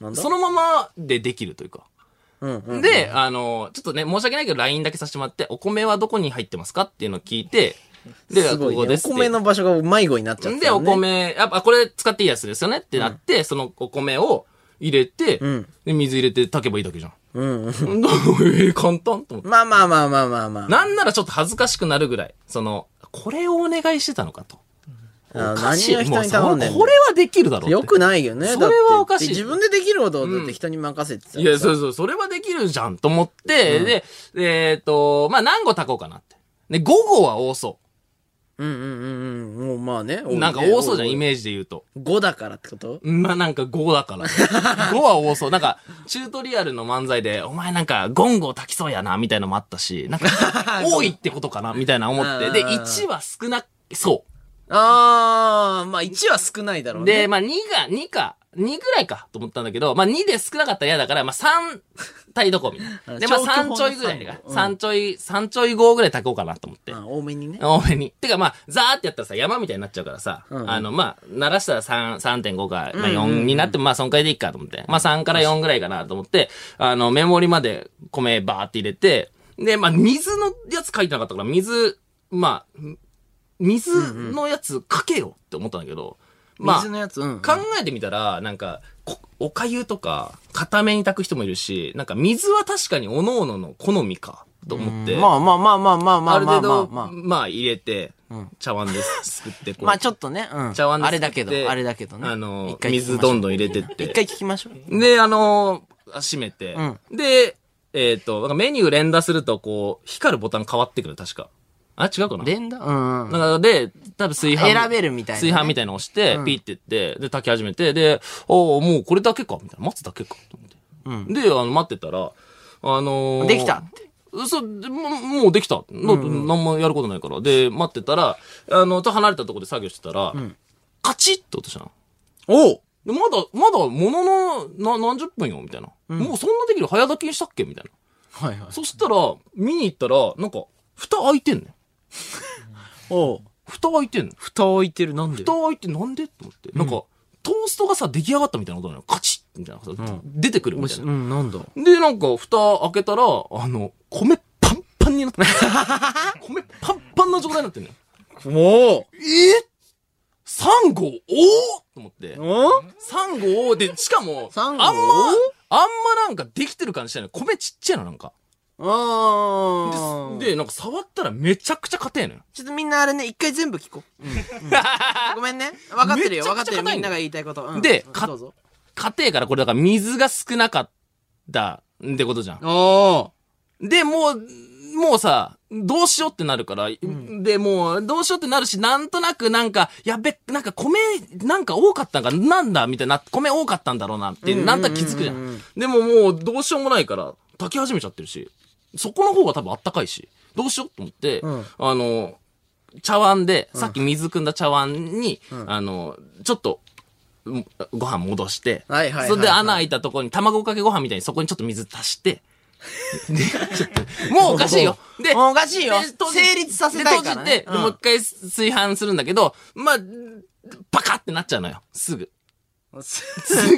Speaker 3: な
Speaker 1: 部、
Speaker 3: んだ
Speaker 1: そのままでできるというか。
Speaker 3: うん。うん。
Speaker 1: で、あの、ちょっとね、申し訳ないけど LINE だけさせてもらって、お米はどこに入ってますかっていうのを聞いて、で、
Speaker 3: すご
Speaker 1: ここ
Speaker 3: いね。
Speaker 1: で
Speaker 3: お
Speaker 1: すって
Speaker 3: 米の場所が迷子になっちゃった。
Speaker 1: で、お。米、やっぱこれ使っていいやつですよねってなって、そのお米を入れて、
Speaker 3: ん
Speaker 1: で、水入れて炊けばいいだ けじゃん。
Speaker 3: うんうん。
Speaker 1: どういう簡単と思って。
Speaker 3: まあまあまあまあまあまあ。
Speaker 1: なんならちょっと恥ずかしくなるぐらい、その、これをお願いしてたのかと。
Speaker 3: あ
Speaker 1: おかしい。
Speaker 3: 何を人に頼んでんの
Speaker 1: もうそこれはできるだろうって。
Speaker 3: よくないよね。
Speaker 1: それは
Speaker 3: だって
Speaker 1: おかしい
Speaker 3: 自分でできるほど、だって人に任せてた。
Speaker 1: いや、そううそう、それはできるじゃんと思って、で、えっ、と、まあ、何個炊こうかなって。で、5号は多そ
Speaker 3: うんうんうんうん。もうまあね。
Speaker 1: う。なんか多そうじゃん、イ
Speaker 3: ー
Speaker 1: メージで言うと。
Speaker 3: ジ。5だからってこと
Speaker 1: まあ、なんか5だ から。5は多そう。なんか、チュートリアルの漫才で、お前なんか、ゴンゴ炊きそうやな、みたいなのもあったし、 なんか、多いってことかな、みたいな思って。で、
Speaker 3: うん
Speaker 1: 1は少な、そ
Speaker 3: あー、まあ1は少ないだろ
Speaker 1: う。
Speaker 3: うね。
Speaker 1: で、まあ、2が、2か、2ぐらいか、と思ったんだけど、まあ、2で少なかったら嫌だから、まあ、3対どこみたいな。で、まあ、
Speaker 3: 消去法の
Speaker 1: 3ちょいぐらいが、
Speaker 3: うん
Speaker 1: 3ちょい、3ちょい5ぐらい炊こうかなと思って。
Speaker 3: あ多めにね。
Speaker 1: 多めに。てかまあ、ザーってやったらさ、山みたいになっちゃうからさ、
Speaker 3: うん
Speaker 1: あの、まあ、鳴らしたら3、3.5か、まあ4になっても、まあ、そんくらいでいいかと思って、まあ3から4ぐらいかなと思って、あの、メモリまで米バーって入れて、で、まあ、水のやつ書いてなかったから、水、まあ、水のやつかけよって思ったんだけど、まあ
Speaker 3: 水、のやつ、うん。
Speaker 1: 考えてみたら、なんか、こおかゆとか、固めに炊く人もいるし、なんか水は確かに各々の好みか、と思って。
Speaker 3: まあまあまあまあまあま
Speaker 1: あ
Speaker 3: あ
Speaker 1: る
Speaker 3: まあ
Speaker 1: 程
Speaker 3: ま
Speaker 1: 度、
Speaker 3: あま
Speaker 1: まあ
Speaker 3: あ。
Speaker 1: 入れて、茶碗ですくって、こう
Speaker 3: まあちょっとね、うん。
Speaker 1: 茶碗です
Speaker 3: あ
Speaker 1: く
Speaker 3: れ
Speaker 1: って
Speaker 3: だけど、あれだけどね。
Speaker 1: あの
Speaker 3: 一、回聞きましょう
Speaker 1: 水どんどん入れてっ
Speaker 3: 一
Speaker 1: て。
Speaker 3: 回聞きましょう。
Speaker 1: で、あの、閉めて。
Speaker 3: う
Speaker 1: で、えっ、と、なんかメニュー連打すると、こう、光るボタン変わってくる、確か。あ、違うかな
Speaker 3: 連打うんうん。
Speaker 1: なので、多分炊飯。
Speaker 3: 選べるみたいなね
Speaker 1: 炊飯みたいなの押して、ピッてって、で、炊き始めて、で、おーもうこれだけか、みたいな。待つだけか、と思って。で、あの、待ってたら、あのー
Speaker 3: できたって
Speaker 1: そう、でもうもうできた。な何もやることないから。で、待ってたら、あの、と離れたところで作業してたら、カチッって音したの。
Speaker 3: おう
Speaker 1: で、まだ、まだ、ものの、な、何十分よ、みたいな。もうそんなできる早炊きにしたっけみたいな。
Speaker 3: はいはい。
Speaker 1: そしたら、見に行ったら、なんか、蓋開いてんねん。
Speaker 3: おう
Speaker 1: 蓋開いてんねん。
Speaker 3: 蓋を置いてる、なんで
Speaker 1: 蓋開いてなんでって思って。なんか、トーストがさ、出来上がったみたいなことなの。カチッみたいなさ、出てくるみたいな
Speaker 3: う。ん、なんだ
Speaker 1: で、なんか、蓋開けたら、あの、米パンパンになっ てる米パンパンの状態になってんのよ。
Speaker 3: も
Speaker 1: えぇ、?3 号おーと思って
Speaker 3: う。お
Speaker 1: 3号おーで、しかも、
Speaker 3: 三号
Speaker 1: あんま、あんまなんかできてる感じしないの。米ちっちゃいの、なんか。
Speaker 3: あで、
Speaker 1: で、なんか触ったらめちゃくちゃ硬いのよ。
Speaker 3: ちょっとみんなあれね、一回全部聞こう。うんごめんね。分かってるよ、
Speaker 1: めち
Speaker 3: 分か
Speaker 1: ゃ
Speaker 3: っ
Speaker 1: く
Speaker 3: て
Speaker 1: ちゃ硬い
Speaker 3: るよ。
Speaker 1: んだよ
Speaker 3: みんなが言いたいこと。うん
Speaker 1: で
Speaker 3: うん
Speaker 1: か
Speaker 3: どうぞ。
Speaker 1: 硬いから、これだから水が少なかったってことじゃん。
Speaker 3: お
Speaker 1: で、もう、もうさ、どうしようってなるから、で、もう、どうしようってなるし、なんとなくなんか、やっべ、なんか米、なんか多かったんか、なんだみたいな、米多かったんだろうなって、なんとなく気づくじゃ
Speaker 3: うんうんうん
Speaker 1: ん。でももう、どうしようもないから、炊き始めちゃってるし、そこの方が多分あったかいし、どうしようと思って、
Speaker 3: ん
Speaker 1: あの、茶碗で、さっき水汲んだ茶碗に、あの、ちょっと、うんご飯戻して、
Speaker 3: はいはいはいはい
Speaker 1: それで穴開いたところに卵かけご飯みたいにそこにちょっと水足して、でちょっともうおかしいよ。で、
Speaker 3: もうおかしいよ
Speaker 1: で閉じ
Speaker 3: 成立させたいからね
Speaker 1: で、閉じて、
Speaker 3: うん
Speaker 1: でもう一回炊飯するんだけど、まあ、パカってなっちゃうのよ。すぐ。
Speaker 3: お
Speaker 1: す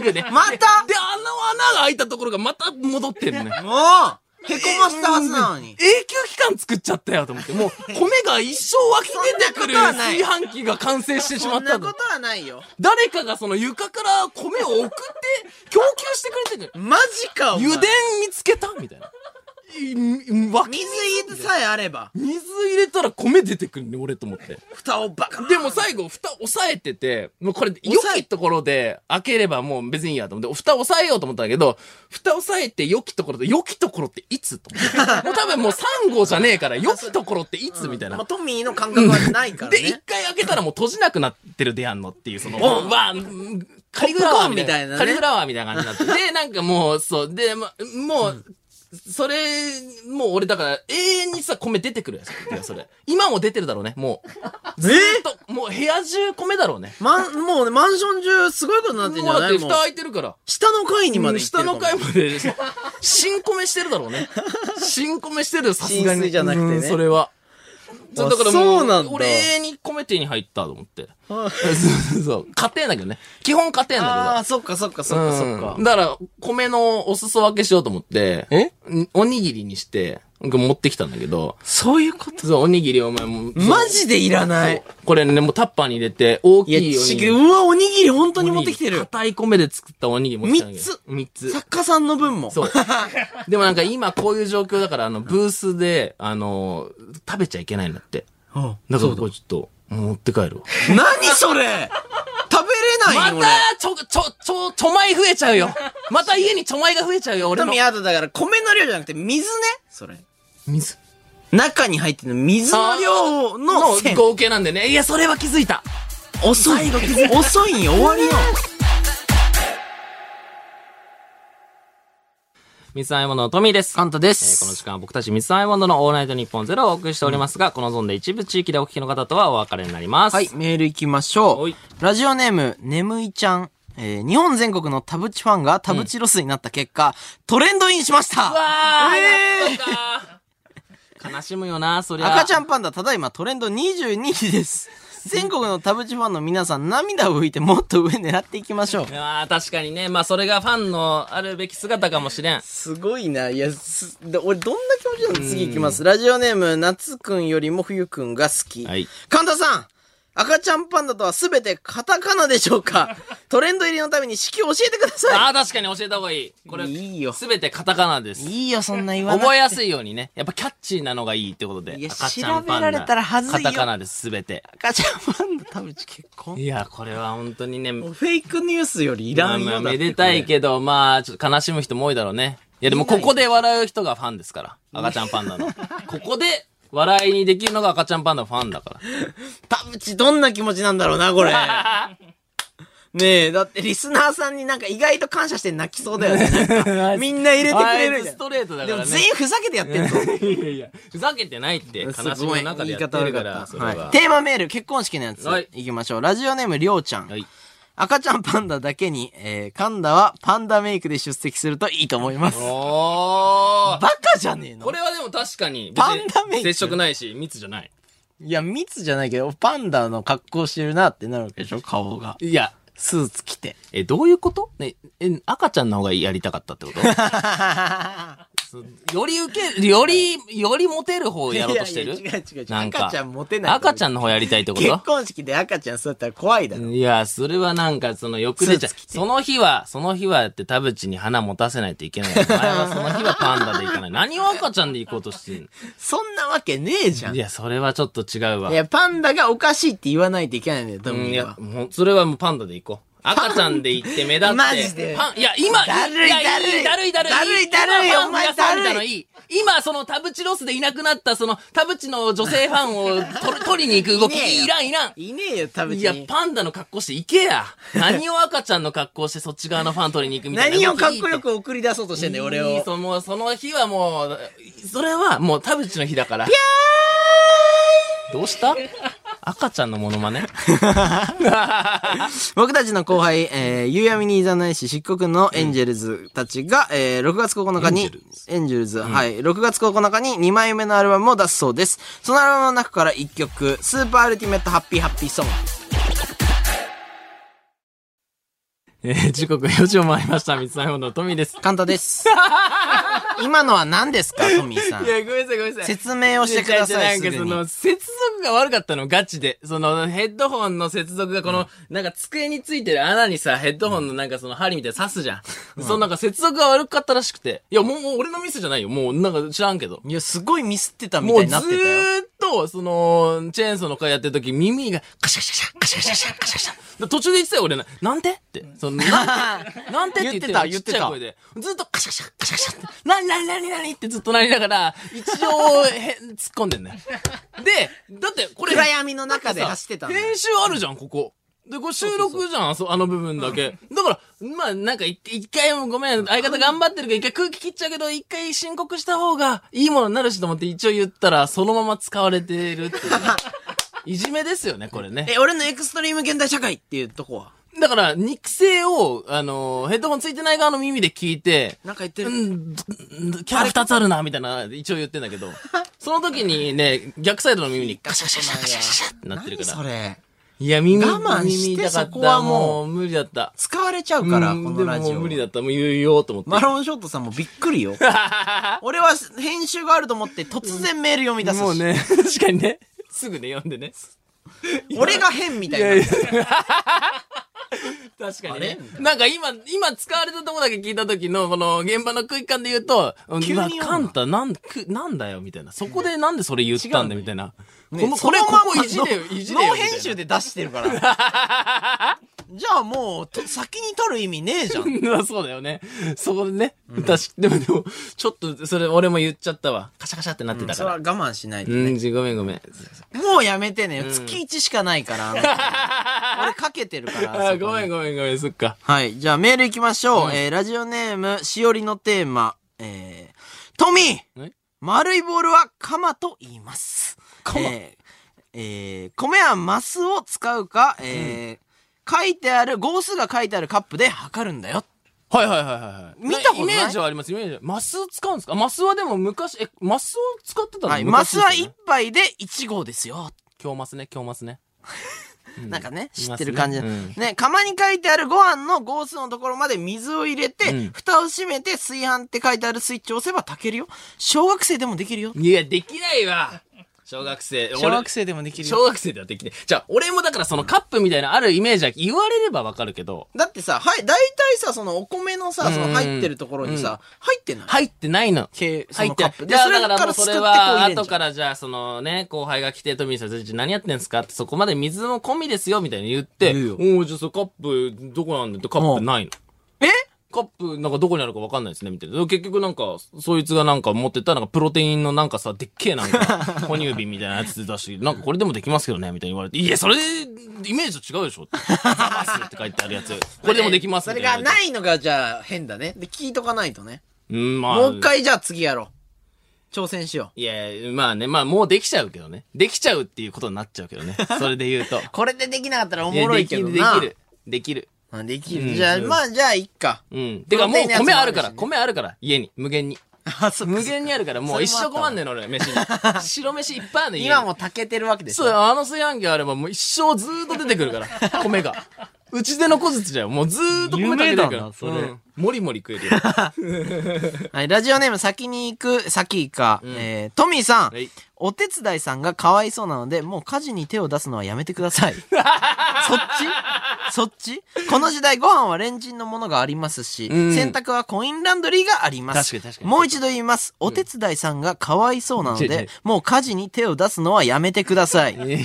Speaker 1: ぐね。
Speaker 3: また
Speaker 1: で、であの穴が開いたところがまた戻ってんのよ。
Speaker 3: もうへこませたはずなのに。
Speaker 1: 永久期間作っちゃったよと思って、もう米が一生湧き出てくる
Speaker 3: そんなことはない
Speaker 1: 炊飯器が完成してしま
Speaker 3: そ
Speaker 1: っ
Speaker 3: ん
Speaker 1: た
Speaker 3: な
Speaker 1: の
Speaker 3: ことはないよ。
Speaker 1: 誰かがその床から米を送って供給してくれてんのよ。
Speaker 3: マジか、お前
Speaker 1: 油田見つけたみたいな。いん湧き
Speaker 3: 水入れてさえあれば、
Speaker 1: 水入れたら米出てくるね、俺と思って。
Speaker 3: 蓋をバカ。
Speaker 1: でも最後、蓋押さえてて、もうこれ、良
Speaker 3: さ
Speaker 1: き
Speaker 3: え
Speaker 1: ところで開ければもう別にいいやと思って、蓋押さえようと思ったんだけど、蓋押さえて良きところで、良きところっていつと思って。もう多分もう3号じゃねえから、良きところっていつみたいな
Speaker 3: まあ、。トミーの感覚はないから
Speaker 1: で、
Speaker 3: ね。
Speaker 1: 一回開けたらもう閉じなくなってるでやんのっていう、その、
Speaker 3: ボン
Speaker 1: わあ、うんカリフラワーみたいな。カ
Speaker 3: ポップコーンみたいなね
Speaker 1: リフラワーみたいな感じになって。で、なんかもう、そう、で、ま、もう、それ、もう俺だから永遠にさ、米出てくるやつ。いやそれ。今も出てるだろうね、もう。ずっと、もう部屋中米だろうね。
Speaker 3: まん、もうね、マンション中すごいことになってんじ
Speaker 1: も
Speaker 3: ゃ
Speaker 1: うだ
Speaker 3: な
Speaker 1: って
Speaker 3: いもう
Speaker 1: 蓋開いてるから。
Speaker 3: 下の階にまで行って
Speaker 1: 下
Speaker 3: るか
Speaker 1: の
Speaker 3: も
Speaker 1: 階まで、新米してるだろうね。新米してるよ、さすがに。
Speaker 3: 浸水じゃなくてね
Speaker 1: うんそれは。そうだから
Speaker 3: あそうなん
Speaker 1: も
Speaker 3: だ
Speaker 1: う、俺にコメティに入ったと思って。
Speaker 3: あ
Speaker 1: そうそうそう。家庭だけどね。基本家庭
Speaker 3: あ
Speaker 1: だ
Speaker 3: ー、そっかそっか
Speaker 1: け
Speaker 3: そっ
Speaker 1: ど。
Speaker 3: かそっか
Speaker 1: うん。だから、米のお裾分けしようと思って、
Speaker 3: え
Speaker 1: んおにぎりにして、僕持ってきたんだけど、
Speaker 3: そういうこと
Speaker 1: そう、おにぎりお前もう、
Speaker 3: マジでいらな
Speaker 1: そう
Speaker 3: い。
Speaker 1: これね、もうタッパーに入れて、大き
Speaker 3: いや、
Speaker 1: いおにぎ
Speaker 3: ち
Speaker 1: り。
Speaker 3: うわ、おにぎり本当に持ってきて
Speaker 1: おにぎり
Speaker 3: る。
Speaker 1: 硬い米で作ったおにぎり持ってきたんだけど三つ。
Speaker 3: 作家さんの分も。
Speaker 1: そう。 でもなんか今こういう状況だから、あの、ブースで、あの、食べちゃいけないんだって。
Speaker 3: うん。
Speaker 1: だか
Speaker 3: そ
Speaker 1: ら
Speaker 3: う
Speaker 1: これちょっと、持って帰るわ。
Speaker 3: 何それ食べれないよ、俺。
Speaker 1: ちょ、ちょ、ちょ、ちょまい増えちゃう よ。また家にちょまいが増えちゃうよ、俺
Speaker 3: トミーあとだから米の量じゃなくて水ね。それ。
Speaker 1: 水
Speaker 3: 中に入ってる水の量の線。
Speaker 1: 合計なんでね。いや、それは気づいた。
Speaker 3: 遅い。 遅いんよ、終わりよ。
Speaker 1: ミスアイモンドのトミーです。
Speaker 3: カンタで
Speaker 1: えーこの
Speaker 3: す。
Speaker 1: 時間は僕たちミスアイモンドのオールナイトニッポンゼロをお送りしておりますが、このゾーンで一部地域でお聞きの方とはお別れになります。
Speaker 3: はい、。メール行きましょ
Speaker 1: は
Speaker 3: う
Speaker 1: い。
Speaker 3: ラジオネーム、眠いちゃん。えー日本全国の田淵ファンが田淵ロスになった結果、トレンドインしました
Speaker 1: わー、
Speaker 3: えー
Speaker 1: やっとか悲しむよな、そりゃ。
Speaker 3: 赤ちゃんパンダただいまトレンド22位です。全国の田淵ファンの皆さん涙を拭いてもっと上狙っていきましょう。
Speaker 1: まあ確かにね、まあそれがファンのあるべき姿かもしれん。
Speaker 3: すごいな。いや、すで俺どんな気持ちなの次行きます。ラジオネーム、夏くんよりも冬くんが好き。
Speaker 1: はい
Speaker 3: 神田さん赤ちゃんパンダとはすべてカタカナでしょう かトレンド入りのために式を教えてください
Speaker 1: ああ、確かに教えた方がいい。これ、
Speaker 3: いいよ
Speaker 1: すべてカタカナです。
Speaker 3: いいよ、そんな言わな
Speaker 1: 覚え
Speaker 3: い。
Speaker 1: やすいようにね。やっぱキャッチーなのがいいってことで。
Speaker 3: いや
Speaker 1: 赤ちゃんパン
Speaker 3: 調
Speaker 1: ダ
Speaker 3: べられたら恥ずいよ
Speaker 1: カタカナです、すべて。
Speaker 3: 赤ちゃんパンダ田淵結婚
Speaker 1: いや、これは本当にね、
Speaker 3: フェイクニュースよりい
Speaker 1: ま
Speaker 3: ら
Speaker 1: あ
Speaker 3: んよ
Speaker 1: まあ
Speaker 3: だっ
Speaker 1: め
Speaker 3: て
Speaker 1: でたいけど、まあ、ちょっと悲しむ人も多いだろうね。いや、でもここで笑う人がファンですから。赤ちゃんパンダの。ここで笑いにできるのが赤ちゃんパンダのファンだから。
Speaker 3: 田淵どんな気持ちなんだろう な、これ。ねえ、だってリスナーさんになんか意外と感謝して泣きそうだよね。 なんかみんな入れてくれる
Speaker 1: あいつ
Speaker 3: じゃん
Speaker 1: ス。トレートだか
Speaker 3: でも
Speaker 1: らね。
Speaker 3: 全員ふざけてやってんぞ。
Speaker 1: いやいや、ふざけてないって、悲しみの中でやってるから、
Speaker 3: す
Speaker 1: そ
Speaker 3: ご
Speaker 1: れ
Speaker 3: い言い方悪かった
Speaker 1: は。
Speaker 3: はいテーマメール、結婚式のやつ。
Speaker 1: はいい。
Speaker 3: きましょう。ラジオネーム、りょうちゃん。
Speaker 1: はい
Speaker 3: 赤ちゃんパンダだけに、えー、カンダはパンダメイクで出席するといいと思います。
Speaker 1: おー
Speaker 3: バカじゃねえの
Speaker 1: これはでも確かに、
Speaker 3: パンダメイク
Speaker 1: 接触ないし、密じゃない。
Speaker 3: いや、密じゃないけど、パンダの格好してるなってなるわけでしょ顔が。
Speaker 1: いや、
Speaker 3: スーツ着て。
Speaker 1: え、どういうことね、え、赤ちゃんの方がやりたかった ってことそより受け、より、よりモテる方をやろうとしてる
Speaker 3: いやいや違う違う違う
Speaker 1: なんか
Speaker 3: 赤ちゃんモテない
Speaker 1: 赤ちゃんの方やりたいってこ
Speaker 3: 結
Speaker 1: と
Speaker 3: 婚式で赤ちゃんそうやったら怖いだろ。
Speaker 1: いや、それはなんか、その、よく出ちゃう
Speaker 3: スーツ着。て
Speaker 1: その日は、その日はって田淵に花持たせないといけない。お前はその日はパンダで行かない。何を赤ちゃんで行こうとしてんの
Speaker 3: そんなわけねえじゃん。
Speaker 1: い
Speaker 3: い
Speaker 1: や、それはちょっと違うわ。
Speaker 3: や、パンダがおかしいって言わないといけないんだよ、ト
Speaker 1: うん、
Speaker 3: ミ
Speaker 1: い
Speaker 3: ー
Speaker 1: や
Speaker 3: は、。
Speaker 1: もう、それはもうパンダで行こう。赤ちゃんで行って目立って。
Speaker 3: マジで
Speaker 1: パンいや、今、
Speaker 3: だるい
Speaker 1: や
Speaker 3: だるい
Speaker 1: だるいだるい。
Speaker 3: だるいだるい
Speaker 1: 今
Speaker 3: お前
Speaker 1: ファンの皆さん
Speaker 3: だるい
Speaker 1: みたのいい。今、その田淵ロスでいなくなった、その田淵の女性ファン を取る取りに行く動き、
Speaker 3: いねえよ
Speaker 1: いらんいらん。
Speaker 3: いねえよ、田
Speaker 1: い
Speaker 3: 淵
Speaker 1: や
Speaker 3: に、。
Speaker 1: パンダの格好して行けや。何を赤ちゃんの格好してそっち側のファン取りに行くみたいな。
Speaker 3: 何をかっこよく送り出そうとしてんだよ、俺
Speaker 1: いい
Speaker 3: を。
Speaker 1: そのその日はもう、それはもう田淵の日だから。どうした赤ちゃんのモノマネ
Speaker 3: 僕たちの後輩、えー、夕闇にいざないし、漆黒のエンジェルズたちが、えー、6月9日に、エンジェルズ、はい、6月9日に2枚目のアルバムを出すそうです。そのアルバムの中から1曲、スーパーアルティメットハッピーハッピーソング。
Speaker 1: えー時刻4時を回りました。三つ葉のトミーです。
Speaker 3: カンタです。今のは何ですか、トミーさん。
Speaker 1: ごめんなさい、ごめんな。
Speaker 3: 説明をしてください、すぐ
Speaker 1: なんかそ
Speaker 3: に。
Speaker 1: の、接続が悪かったの、ガチで。その、ヘッドホンの接続がこの、なんか机についてる穴にさ、ヘッドホンのなんかその針みたいに刺すじゃん。そのなんか接続が悪かったらしくて。いや、もうもう俺のミスじゃないよ。もうなんか知らんけど。
Speaker 3: いや、すごいミスってたみ
Speaker 1: も
Speaker 3: た
Speaker 1: う
Speaker 3: いに
Speaker 1: ずー
Speaker 3: なってたよ。
Speaker 1: っと、その、チェーンソーの会やってる時、耳がカシャカシャカシャカシャカシャカシャカシャカシャ。で途中で言ってたよ、俺な。なんでって。その、 なんでなんでって言って
Speaker 3: 言っ
Speaker 1: ち
Speaker 3: てた
Speaker 1: っちゃい声で。ずっとカシャカシャカシャカシャって、なになになになにってずっとなりながら、一応、へ、突っ込んでんね。で、だってこれ、
Speaker 3: 暗闇の中で走ってたんだよ
Speaker 1: 編集あるじゃん、ここ。で、これ収録じゃん、あそあの部分だけ。だから、まあ、なんか一一回もごめん、相方頑張ってるけど、一回空気切っちゃうけど、一回申告した方がいいものになるしと思って一応言ったら、そのまま使われて るっていう。いじめですよね、これね。
Speaker 3: え、俺のエクストリーム現代社会っていうとこは。
Speaker 1: だから、肉声を、あの、ヘッドホンついてない側の耳で聞いて、
Speaker 3: なんか言って
Speaker 1: う
Speaker 3: る。
Speaker 1: ん、どんキャラ二つあるな、みたいな、一応言ってんだけ ど、その時にね、逆サイドの耳にガシャガシャガシャガシャガシャってなってる
Speaker 3: 何
Speaker 1: か
Speaker 3: そ
Speaker 1: ら。
Speaker 3: れ。
Speaker 1: いや、耳、
Speaker 3: 我慢して
Speaker 1: 耳痛かった
Speaker 3: そこはも
Speaker 1: もう無理だった。
Speaker 3: 使われちゃうから、
Speaker 1: うん
Speaker 3: このラジ
Speaker 1: でももう
Speaker 3: オ。
Speaker 1: 無理だった。もう言うよ、と思って。
Speaker 3: マロンショットさんもびっくりよ。俺は編集があると思って突然メール読み出すし。
Speaker 1: もうね、 確かにね、すぐね、読んでね。
Speaker 3: 俺が変みたいな。
Speaker 1: 確かに
Speaker 3: あれ
Speaker 1: ね。なんか今、今使われたとこだけ聞いた時の、この現場の空気感で言うと、
Speaker 3: 急に
Speaker 1: まあ、
Speaker 3: 読むな
Speaker 1: カンタ、なん、く、なんだよ、みたいな。そこでなんでそれ言ったんだ、みたいな。こ
Speaker 3: ね
Speaker 1: の、
Speaker 3: そ
Speaker 1: これ、
Speaker 3: の
Speaker 1: こ
Speaker 3: まんま
Speaker 1: こいじれよ
Speaker 3: ノ、
Speaker 1: いじれよ。
Speaker 3: ノー編集で出してるから。じゃあもう、と先に取る意味ねえじゃん。
Speaker 1: みたいな。そうだよね。そこでね。確かでもでも、ちょっと、それ俺も言っちゃったわ。カシャカシャってなってた
Speaker 3: そ
Speaker 1: か
Speaker 3: れは
Speaker 1: ら。
Speaker 3: 我慢しないと
Speaker 1: う
Speaker 3: ね。
Speaker 1: ん、じごめんごめん。
Speaker 3: もうやめてねよ。月1しかないから。あの人俺かけてるから。
Speaker 1: あ
Speaker 3: そこ
Speaker 1: ごめ
Speaker 3: に
Speaker 1: んごめんごめん、そっか。
Speaker 3: はい。じゃあメール行きましょう。えー、ラジオネーム、しおりのテーマ、えー、トミー
Speaker 1: え
Speaker 3: 丸いボールはカマと言います。
Speaker 1: カマ
Speaker 3: えーえー米はマスを使うか、えー書いてある、号数が書いてあるカップで測るんだよ。
Speaker 1: はいはいはいはいはい。
Speaker 3: 見たことない
Speaker 1: イメージはあります、イメージは。マス使うんですかマスはでも昔、え、マスを使ってたの
Speaker 3: はい。マ
Speaker 1: 昔
Speaker 3: ス
Speaker 1: ですよ
Speaker 3: は
Speaker 1: ね
Speaker 3: 1杯で1号ですよ。
Speaker 1: 今日マスね、今日マスね。
Speaker 3: なんかね、
Speaker 1: い
Speaker 3: 知
Speaker 1: ますね
Speaker 3: ってる感じ。
Speaker 1: うん
Speaker 3: ね、釜に書いてあるご飯の号数のところまで水を入れて、
Speaker 1: うん
Speaker 3: 蓋を閉めて炊飯って書いてあるスイッチを押せば炊けるよ。小学生でもできるよ。
Speaker 1: いや、できないわ。小学生。
Speaker 3: 小
Speaker 1: 俺
Speaker 3: 学生でもできるよ
Speaker 1: 小。学生ではできない。じゃあ、俺もだからそのカップみたいなあるイメージは言われればわかるけど、
Speaker 3: だってさ、はい、大体さ、そのお米のさ、その入ってるところにさ、入ってない。
Speaker 1: 入ってないの。
Speaker 3: けそ
Speaker 1: 入
Speaker 3: の
Speaker 1: っ
Speaker 3: カ
Speaker 1: て
Speaker 3: ップで
Speaker 1: いや
Speaker 3: それ
Speaker 1: だからもうそれ
Speaker 3: からすくってこう
Speaker 1: は、
Speaker 3: 入れんじゃん
Speaker 1: 後からじゃあ、そのね、後輩が来て、トミーさん、ちょ何やってんすかって、そこまで水も込みですよ、みたいに言って、
Speaker 3: 言うよ
Speaker 1: おおじゃあそのカップ、どこなんだって、カップないの。
Speaker 3: え
Speaker 1: カップ、なんかどこにあるかわかんないですね、みたいな。結局なんか、そいつがなんか持ってった、なんかプロテインのなんかさ、でっけえなんか、哺乳瓶みたいなやつ出して、なんかこれでもできますけどね、みたいに言われて、いや、それ、イメージと違うでしょ って。マスって書いてあるやつ。これでもできます
Speaker 3: そ
Speaker 1: みた
Speaker 3: れ
Speaker 1: いな
Speaker 3: がないのが、じゃあ、変だね。で、聞いとかないとね。
Speaker 1: うん、まあ。
Speaker 3: もう一。回、じゃあ次やろう。挑戦しよ
Speaker 1: いや、まあね、まあもうできちゃうけどね。できちゃうっていうことになっちゃうけ どね。それで言うと。
Speaker 3: う。これでできなかったらお
Speaker 1: いや
Speaker 3: もろいけどな。
Speaker 1: できる、できる。できる。
Speaker 3: あできる。
Speaker 1: うん
Speaker 3: じゃあ、
Speaker 1: そう
Speaker 3: まあ、じゃあ、いっか。
Speaker 1: うん。てかもう
Speaker 3: プロテイン
Speaker 1: 米
Speaker 3: のやつも
Speaker 1: あ
Speaker 3: ある
Speaker 1: る
Speaker 3: しね
Speaker 1: から、米あるから、家に。無限に。
Speaker 3: あ、そっか
Speaker 1: 無限にあるから、もう一生困んねえの、俺、飯 に。白飯いっぱいあるの、家に
Speaker 3: 今も炊けてるわけでしょ。
Speaker 1: そう、あの炊飯器あればもう一生ずーっと出てくる から、米が。うちでの小槌だよ。もうずーっと米食べてるか
Speaker 3: 夢だ
Speaker 1: ら
Speaker 3: な。それ
Speaker 1: うんもりもり食え るよ。
Speaker 3: はい、ラジオネーム先に行く、先行くか、えー、トミーさん、
Speaker 1: はい
Speaker 3: お手伝いさんがかわいそうなので、もう家事に手を出すのはやめてくだ さい。そっちそっちこの時代ご飯はレンチンのものがありますし、
Speaker 1: うん
Speaker 3: 洗濯はコインランドリーがあります。
Speaker 1: 確かに確かに
Speaker 3: もう一度言います。お手伝いさんがかわいそうなので、
Speaker 1: 違う違う
Speaker 3: もう家事に手を出すのはやめてください。
Speaker 1: いやいやいや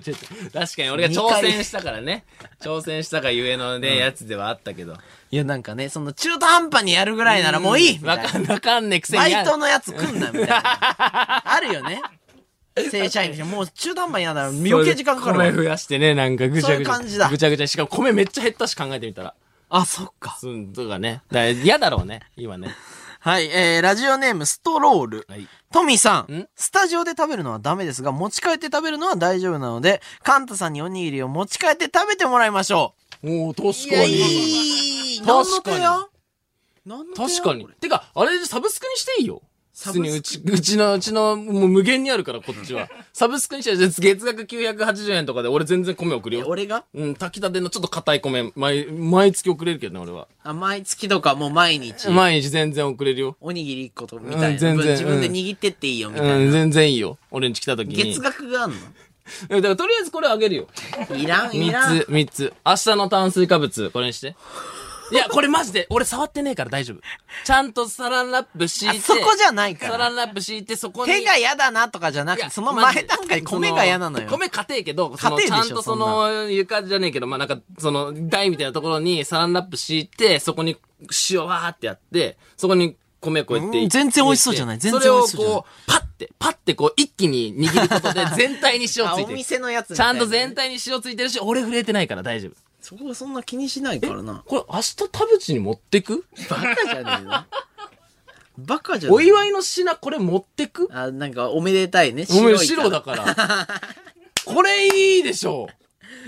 Speaker 1: ちょっと確かに俺が挑戦したからね。挑戦したがゆえのね、やつではあったけど。
Speaker 3: いや、なんかね、その中途半端にやるぐらいならもういいみた
Speaker 1: わ
Speaker 3: いな
Speaker 1: かん、わかんねえくせに。
Speaker 3: バイトのやつ来んな、みた いな。あるよね。正社員の人、もう中途半端にやだら余計時間かか
Speaker 1: 米
Speaker 3: るわ。
Speaker 1: 増やしてね、なんかぐちゃぐちゃ。
Speaker 3: そういう感じだ
Speaker 1: ぐちゃぐちゃ。しかも米めっちゃ減ったし考えてみたら。
Speaker 3: あ、そっか。
Speaker 1: うん、とかね。だから嫌だろうね、今ね。
Speaker 3: はい、えー、ラジオネーム、ストロール。
Speaker 1: はい。
Speaker 3: トミーさん
Speaker 1: ん
Speaker 3: スタジオで食べるのはダメですが、持ち帰って食べるのは大丈夫なので、カンタさんにおにぎりを持ち帰って食べてもらいましょ
Speaker 1: おお
Speaker 3: う。
Speaker 1: 確かに。
Speaker 3: いい
Speaker 1: 確かに
Speaker 3: 何の提案
Speaker 1: 確かに。てか、あれサブスクにしていいよ。
Speaker 3: サ
Speaker 1: 普
Speaker 3: ブ
Speaker 1: 通
Speaker 3: スク
Speaker 1: にうち、 うちの、うちの、もう無限にあるから、こっちは。サブスクにして、月額980円とかで、俺全然米送る
Speaker 3: え
Speaker 1: よ。
Speaker 3: 俺が
Speaker 1: うん、炊きたてのちょっと硬い米、毎、毎月送れるけどね、俺は。
Speaker 3: あ毎月とかもう毎日、
Speaker 1: 毎日全然送れるよ。
Speaker 3: おにぎり1個とみたいな。
Speaker 1: うん全然
Speaker 3: 自分で握ってっていいよ、みたいな。
Speaker 1: うん、全然いいよ。俺んち来た時に。
Speaker 3: 月額があんの
Speaker 1: えだからとりあえずこれあげるよ。
Speaker 3: いらん、い
Speaker 1: 三
Speaker 3: らん
Speaker 1: つ、。三つ。明日の炭水化物、これにして。いや、これマジで、俺触ってねえから大丈夫。ちゃんとサランラップ敷い
Speaker 3: あ
Speaker 1: て。
Speaker 3: そこじゃないか
Speaker 1: サラ
Speaker 3: ら。
Speaker 1: ンラップ敷いて、そこに。
Speaker 3: 手が嫌だなとかじゃな
Speaker 1: い
Speaker 3: くて、
Speaker 1: や
Speaker 3: その
Speaker 1: マジ
Speaker 3: 前
Speaker 1: で
Speaker 3: 段階
Speaker 1: そ
Speaker 3: 米が嫌なのよ。
Speaker 1: 米硬えけど、その
Speaker 3: 硬えで
Speaker 1: ち
Speaker 3: しょ
Speaker 1: ゃんとその床じゃねえけど、まあなんか、その台みたいなところにサランラップ敷いて、そこに塩わーってやって、そこに米こうやっ
Speaker 3: う
Speaker 1: て。
Speaker 3: ん全然美味しそうじゃない全然
Speaker 1: それ
Speaker 3: 美
Speaker 1: を
Speaker 3: 味しそうじゃない
Speaker 1: こう、パッて、パッてこう一気に握ることで全体に塩つ
Speaker 3: あ、
Speaker 1: い
Speaker 3: お
Speaker 1: てる。
Speaker 3: 店のやつみ
Speaker 1: ち
Speaker 3: たい
Speaker 1: ゃ
Speaker 3: なね
Speaker 1: んと全体に塩ついてるし、俺触れてないから大丈夫。
Speaker 3: そこはそんな気にしないからな。
Speaker 1: これ明日田淵に持って く
Speaker 3: バカじゃねえのバカじゃねえ
Speaker 1: お祝いの品これ持ってく
Speaker 3: あ、なんかおめでたいね。
Speaker 1: お 前
Speaker 3: 白い
Speaker 1: 白だから。これいいでしょ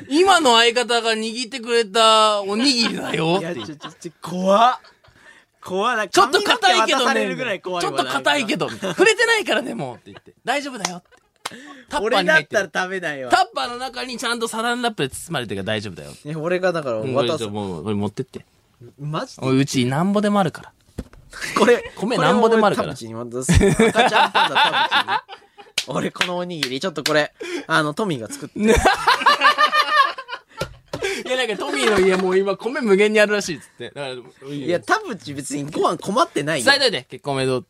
Speaker 1: 今の相方が握ってくれたおにぎりだよ
Speaker 4: い
Speaker 1: っ
Speaker 4: や、
Speaker 1: て
Speaker 4: ちょ、ちょ、ちょ、怖っ。怖い。
Speaker 1: ちょっと硬いけ
Speaker 4: 髪の毛渡
Speaker 1: ど
Speaker 4: され
Speaker 1: ね
Speaker 4: るぐらい怖い
Speaker 1: ちょっと硬いけ
Speaker 4: ど。
Speaker 1: ど、触れてないからね、もうって言って。大丈夫だよって。タッパー
Speaker 4: 俺
Speaker 1: に
Speaker 4: だ
Speaker 1: 入っ
Speaker 4: ってた
Speaker 1: る
Speaker 4: ら。食べないわ。
Speaker 1: タッパーの中にちゃんとサランラップで包まれてるから大丈夫だよ。
Speaker 3: ね俺がだから
Speaker 1: もう
Speaker 3: 渡す。
Speaker 1: もう、これ持ってって。
Speaker 4: マジで
Speaker 1: おいうちなんぼでもあるから。
Speaker 3: これ、
Speaker 1: 米なんぼでもあるから
Speaker 3: これを俺田淵に渡す。赤ちゃんパンダ田淵に。俺このおにぎり、ちょっとこれ、あの、トミーが作って。
Speaker 1: いや、なんかトミーの家もう今米無限にあるらしいっつって。だから、
Speaker 3: い
Speaker 1: い
Speaker 3: や、田淵別にご飯困ってないよ
Speaker 1: 伝えといて、結婚おめでとうっ